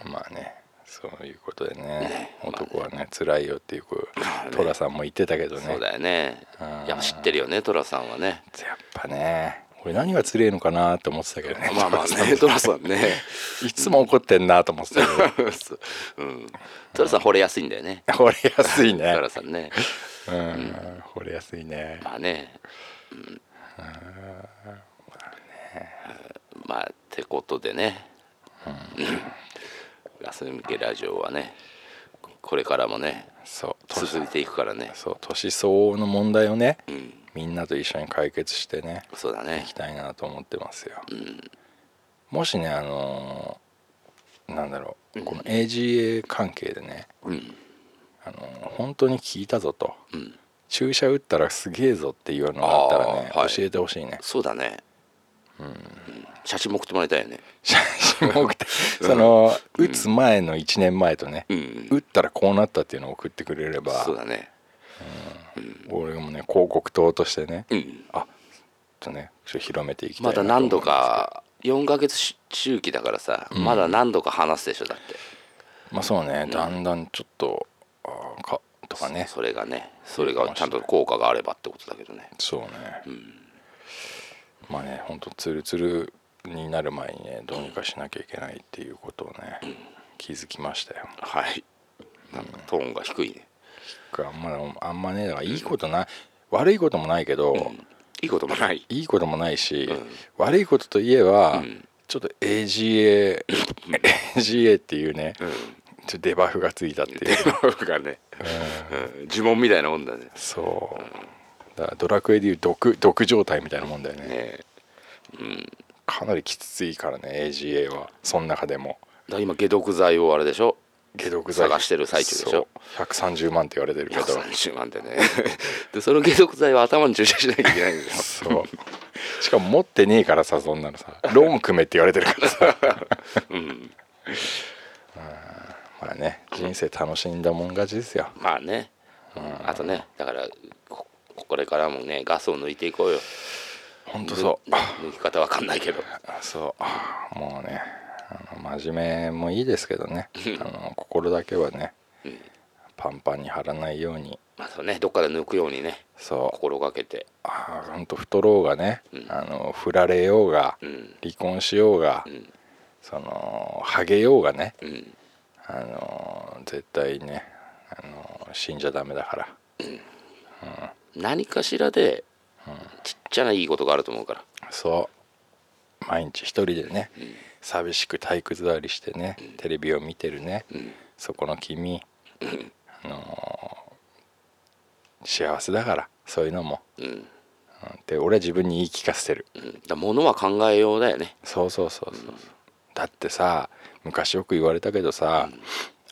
Speaker 2: まあねそういうことでね男はね辛いよっていう寅さんも言ってたけどね
Speaker 3: そうだよね
Speaker 2: うん
Speaker 3: いや知ってるよね寅さんはね
Speaker 2: やっぱね俺何が辛いのかなって思ってたけどね
Speaker 3: まあま
Speaker 2: 寅
Speaker 3: あ
Speaker 2: さん
Speaker 3: ね寅さんね
Speaker 2: いつも怒ってんなと思ってたけ ど
Speaker 3: そううん寅さん惚れやすいんだよね
Speaker 2: 惚れやすいね
Speaker 3: 寅さんね
Speaker 2: うん惚れやすいね
Speaker 3: まあねうんまあってことでねうんガス抜けラジオはねこれからもね
Speaker 2: そう年
Speaker 3: 続いていくからね
Speaker 2: そう年相応の問題をね
Speaker 3: うん
Speaker 2: みんなと一緒に解決してね
Speaker 3: そうだ
Speaker 2: い
Speaker 3: ね
Speaker 2: きたいなと思ってますよ、もしねあのーなんだろうこの AGA 関係でね、
Speaker 3: うん
Speaker 2: あのー本当に効いたぞと
Speaker 3: うん
Speaker 2: 注射打ったらすげえぞっていうのがあったらね、
Speaker 3: あーはい
Speaker 2: 教えてほしいね
Speaker 3: そうだねうん写真も送ってもらいたいよね
Speaker 2: 写真も送ってその、打つ前の1年前とね、
Speaker 3: うん
Speaker 2: 打ったらこうなったっていうのを送ってくれれば
Speaker 3: そうだね
Speaker 2: 俺もね広告塔としてね、
Speaker 3: うん
Speaker 2: あちょっとねちょっと広めていきたい
Speaker 3: ま
Speaker 2: なと
Speaker 3: だ
Speaker 2: 思うん
Speaker 3: 何
Speaker 2: ですけど
Speaker 3: 度か4ヶ月し周期だからさ、まだ何度か話すでしょだって
Speaker 2: まあそうね、だんだんちょっとあーかとかね
Speaker 3: そそれがねそれがちゃんと効果があればってことだけどね
Speaker 2: そうね、まあねほんとツルツルになる前にねどうにかしなきゃいけないっていうことをね、気づきましたよ
Speaker 3: はいなんかトーンが低いね
Speaker 2: あんまあんまねだからいいことない悪いこともないけど、
Speaker 3: いいこともない
Speaker 2: いいこともないし、
Speaker 3: うん
Speaker 2: 悪いことといえば、
Speaker 3: うん
Speaker 2: ちょっと AGA AGA っていうね、
Speaker 3: うん
Speaker 2: ちょっとデバフがついたっていう
Speaker 3: 僕がね、うん、呪文みたいなもんだね
Speaker 2: そうだからドラクエでいう毒毒状態みたいなもんだよね
Speaker 3: ね
Speaker 2: かなりきついからね AGA はその中でも
Speaker 3: だから今解毒剤をあれでしょ
Speaker 2: 解毒剤
Speaker 3: 探してる最中でしょ
Speaker 2: そう130万って言われてるけど
Speaker 3: 130万でね でその解毒剤を頭に注射しなきゃいけないんですよ
Speaker 2: そうしかも持ってねえからさそんなのさローン組めって言われてるからさ うんまあね人生楽しんだもん勝ちですよ
Speaker 3: まあね、うんあとねだからここれからもねガスを抜いていこうよ
Speaker 2: ほんとそう
Speaker 3: 抜き方わかんないけど
Speaker 2: そうもうねあの真面目もいいですけどねあの心だけはね
Speaker 3: うん
Speaker 2: パンパンに張らないように
Speaker 3: またねどっかで抜くようにね
Speaker 2: そう
Speaker 3: 心がけて
Speaker 2: ああほんと太ろうがね、
Speaker 3: うん
Speaker 2: あの振られようが
Speaker 3: うん
Speaker 2: 離婚しようが、
Speaker 3: うん
Speaker 2: そのハゲようがね
Speaker 3: うん
Speaker 2: あの絶対ねあの死んじゃダメだから
Speaker 3: 何かしらでちっちゃないいことがあると思うから
Speaker 2: そう毎日一人でね、寂しく体育座りしてね、テレビを見てるね、
Speaker 3: ん
Speaker 2: そこの君、あのー幸せだからそういうのも、
Speaker 3: うん
Speaker 2: うん、で俺は自分に言い聞かせてる
Speaker 3: うんだから物は考えようだよね
Speaker 2: そうそうそうそう、だってさ昔よく言われたけどさ、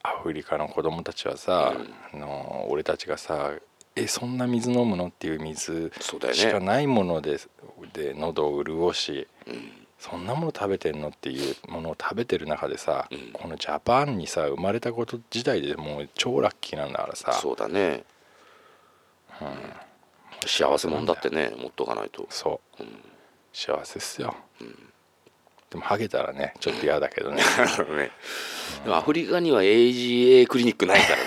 Speaker 2: アフリカの子供たちはさ、あのー俺たちがさ「えそんな水飲むの?」っていう水
Speaker 3: そうだよね
Speaker 2: しかないもので,、で喉を潤し、そんなもの食べてんのっていうものを食べてる中でさ、
Speaker 3: ん
Speaker 2: このジャパンにさ生まれたこと自体でもう超ラッキーなんだからさ
Speaker 3: そうだね、幸せもんだってね持っとかない と
Speaker 2: そう幸せっすよ、でもハゲたらねちょっと嫌だけどね
Speaker 3: ねでもアフリカには AGA クリニックないからね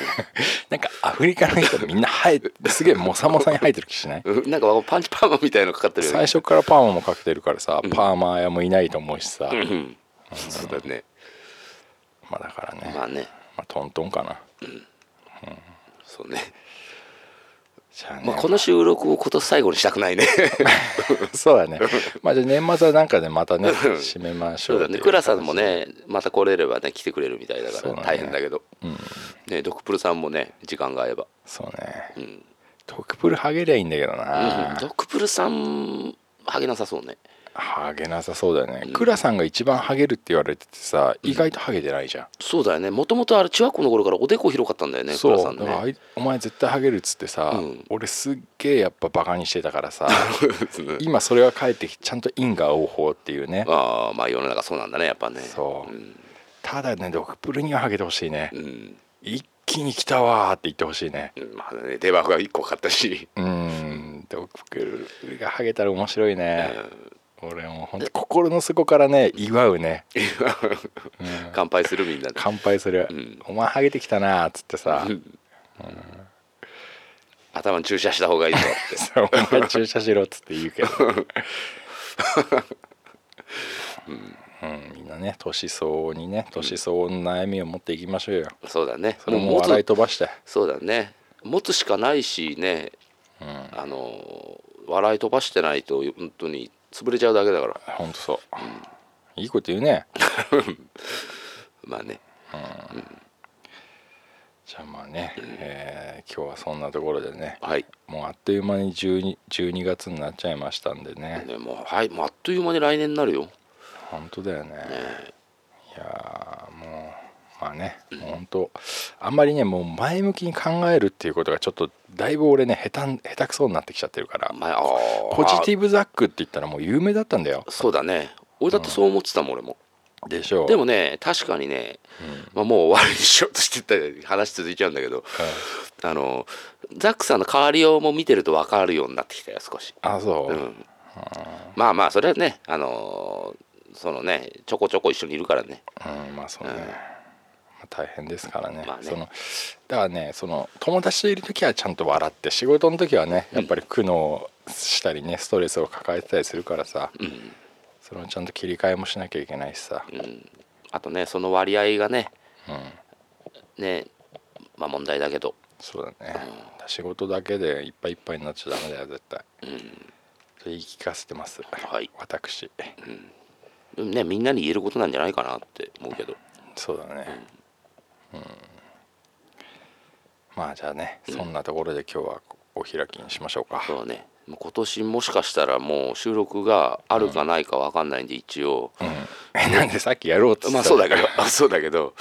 Speaker 2: なんかアフリカの人みんな生えてすげえモサモサに生えてる気しない
Speaker 3: うん なんかパンチパーマみたいのかかってるよ
Speaker 2: 最
Speaker 3: ね
Speaker 2: 初からパーマもかけてるからさ、パーマ屋もいないと思うしさ、
Speaker 3: うんうんそうだね
Speaker 2: まあだからね、
Speaker 3: まあね
Speaker 2: まあトントンかな
Speaker 3: そうね、
Speaker 2: じゃあね、
Speaker 3: まあ、この収録を今年最後にしたくない ね
Speaker 2: そうだね。まあじゃあ年末はなんかでまたね締めましょ
Speaker 3: そうう
Speaker 2: ってい
Speaker 3: だね倉さんも。ねまた来れればね来てくれるみたいだ
Speaker 2: そ
Speaker 3: か
Speaker 2: うだ
Speaker 3: ら
Speaker 2: ね
Speaker 3: 大変だけど
Speaker 2: うん、
Speaker 3: ねドクプルさんもね時間が合えば
Speaker 2: そう
Speaker 3: う
Speaker 2: ね。
Speaker 3: ん、
Speaker 2: トクプルハゲりゃいいんだけど
Speaker 3: うん、
Speaker 2: な。
Speaker 3: ドクプルさんハゲなさそうね
Speaker 2: ハゲなさそうだよね。倉さんが一番ハゲるって言われててさ、意外とハゲてないじゃん。
Speaker 3: そうだよねもともとあれ中学校の頃からおでこ広かったんだよね
Speaker 2: そう
Speaker 3: 倉さ
Speaker 2: だ
Speaker 3: ん
Speaker 2: からあ
Speaker 3: ね
Speaker 2: いお前絶対ハゲるっつってさ、
Speaker 3: うん
Speaker 2: 俺すっげえやっぱバカにしてたから さ今それが返ってきてちゃんと因果応報っていうね
Speaker 3: ああまあ世の中そうなんだねやっぱね
Speaker 2: そう
Speaker 3: うん
Speaker 2: ただねドクプルにはハゲてほしいね、
Speaker 3: うん
Speaker 2: 一気に来たわーって言ってほしいね
Speaker 3: うんまあねデバフが1個買ったし
Speaker 2: うんドクプルがハゲたら面白い ね、俺も本当
Speaker 3: え
Speaker 2: 心の底からね祝うね、うん
Speaker 3: 乾杯するみんなで
Speaker 2: 乾杯する、
Speaker 3: うん
Speaker 2: お前ハゲてきたな」っつってさ
Speaker 3: う頭に注射した方がいいぞ
Speaker 2: 「 そうお前注射しろ」っつって言うけど、 うんみんなね年相応にね年相応の悩みを持っていきましょうよ
Speaker 3: ってそうだね
Speaker 2: それもう
Speaker 3: 持つ
Speaker 2: 笑い飛ばして
Speaker 3: そうだね持つしかないしね、あの笑い飛ばしてないと本当に潰れちゃうだけだから
Speaker 2: ほんとそう、いいこと言うね
Speaker 3: まあね
Speaker 2: じゃあまあね、えー今日はそんなところでね
Speaker 3: はい
Speaker 2: もうあっという間に 12, 12月になっちゃいましたんでね
Speaker 3: ねもうはいもうあっという間に来年になるよ
Speaker 2: 本当だよねいやーもうまあねもう本当あんまりねもう前向きに考えるっていうことがちょっとだいぶ俺ね下手ん下手くそになってきちゃってるから
Speaker 3: まああー
Speaker 2: ポジティブザックって言ったらもう有名だったんだよ
Speaker 3: そうだね俺だってそう思ってたもん俺も
Speaker 2: でしょう
Speaker 3: でもね確かにね、まあ、もう終わりにしようとしてた話続いちゃうんだけど、あのザックさんの変わりようも見てると分かるようになってきたよ少し
Speaker 2: あそう、
Speaker 3: うんまあまあそれはねあのーそのねちょこちょこ一緒にいるからね
Speaker 2: うんまあそうね、
Speaker 3: うん
Speaker 2: まあ大変ですからね,、
Speaker 3: まあね
Speaker 2: そのだからねその友達といる時はちゃんと笑って仕事の時はねやっぱり苦悩したりねストレスを抱えてたりするからさ、そのちゃんと切り替えもしなきゃいけないしさ、
Speaker 3: あとねその割合がね
Speaker 2: うん
Speaker 3: ねまあ問題だけど
Speaker 2: そうだね、仕事だけでいっぱいいっぱいになっちゃダメだよ絶対、それ言い聞かせてます、
Speaker 3: はい
Speaker 2: 私
Speaker 3: でもねみんなに言えることなんじゃないかなって思うけど
Speaker 2: そうだねうんまあじゃあねそんなところで今日はお開きにしましょうか、
Speaker 3: そうねもう今年もしかしたらもう収録があるかないか分かんないんで一応、
Speaker 2: えなんでさっきやろうって
Speaker 3: まあそうだけどあそうだけど、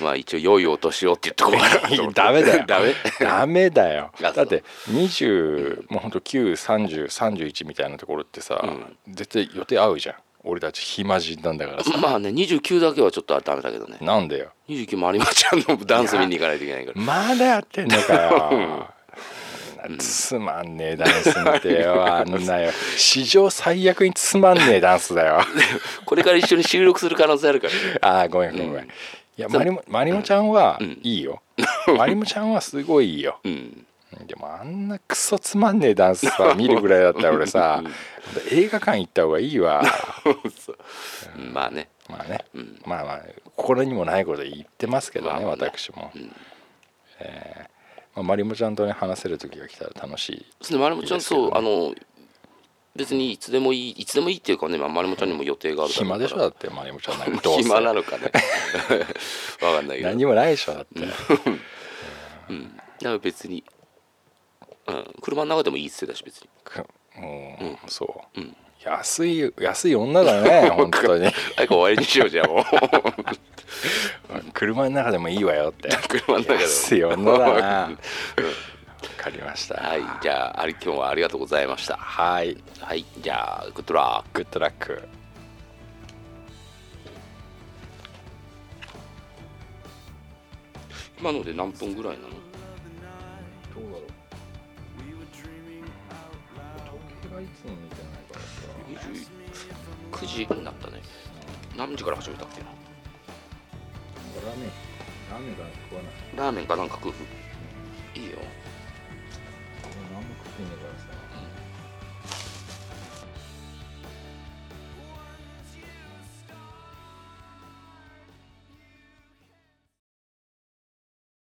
Speaker 3: まあ一応良いお年をって言っとこうかなと思 って
Speaker 2: ダメだよ
Speaker 3: ダメ
Speaker 2: ダメだ よ
Speaker 3: あそう
Speaker 2: だって20もうほんと93031みたいなところってさ、絶対予定合うじゃん俺たち暇人なんだからさ
Speaker 3: まあね29だけはちょっとダメだけどね
Speaker 2: なんでよ
Speaker 3: 29も有馬ちゃんのダンス見に行かないといけないから
Speaker 2: まだやってんのかよな、つまんねえダンス見てよあんなよ史上最悪につまんねえダンスだよ
Speaker 3: これから一緒に収録する可能性あるからね
Speaker 2: あーごめんごめん、
Speaker 3: うん
Speaker 2: いやマリモマリモちゃんは
Speaker 3: うん
Speaker 2: いいよ、マリモちゃんはすごいいいよ
Speaker 3: うん
Speaker 2: でもあんなクソつまんねえダンスさ見るぐらいだったら俺さ映画館行った方がいい わ
Speaker 3: まあね
Speaker 2: まあね、
Speaker 3: うん
Speaker 2: まあまあ心にもないこと言ってますけどね、
Speaker 3: まあね
Speaker 2: 私も、えーまあ、マリモちゃんとね話せる時が来たら楽しい
Speaker 3: それで丸もちゃ
Speaker 2: いい
Speaker 3: ん
Speaker 2: ですけど
Speaker 3: そ
Speaker 2: ね
Speaker 3: うあの別にいつでもいいいつでもいいっていうかねまあ丸もちゃんにも予定があるだろう
Speaker 2: 暇
Speaker 3: から
Speaker 2: でしょだってマリモちゃんなんかどうせ
Speaker 3: 暇なの かねわかんないけど
Speaker 2: 何もないでしょだって、
Speaker 3: だから別に、うん、車の中でもいいっすよだし別に
Speaker 2: くうんそう、
Speaker 3: うん
Speaker 2: 安い安い女だ ね本当に
Speaker 3: 早く終わりにしようじゃあ もう
Speaker 2: 車の中でもいいわよ って
Speaker 3: 車の中でも
Speaker 2: 安い女だ なわかりました
Speaker 3: はいじゃああり今日はありがとうございました
Speaker 2: はい
Speaker 3: はいじゃあグッドラック
Speaker 2: グッドラック
Speaker 3: 今ので何分ぐらいなの
Speaker 2: どうだろう時計がいつも見てないからさ
Speaker 3: 9時になったね何時から始めたっけな
Speaker 2: ラーメンラーメンが食わない
Speaker 3: ラーメンかなんか食ういいよ
Speaker 2: 俺何も食ってねえからさ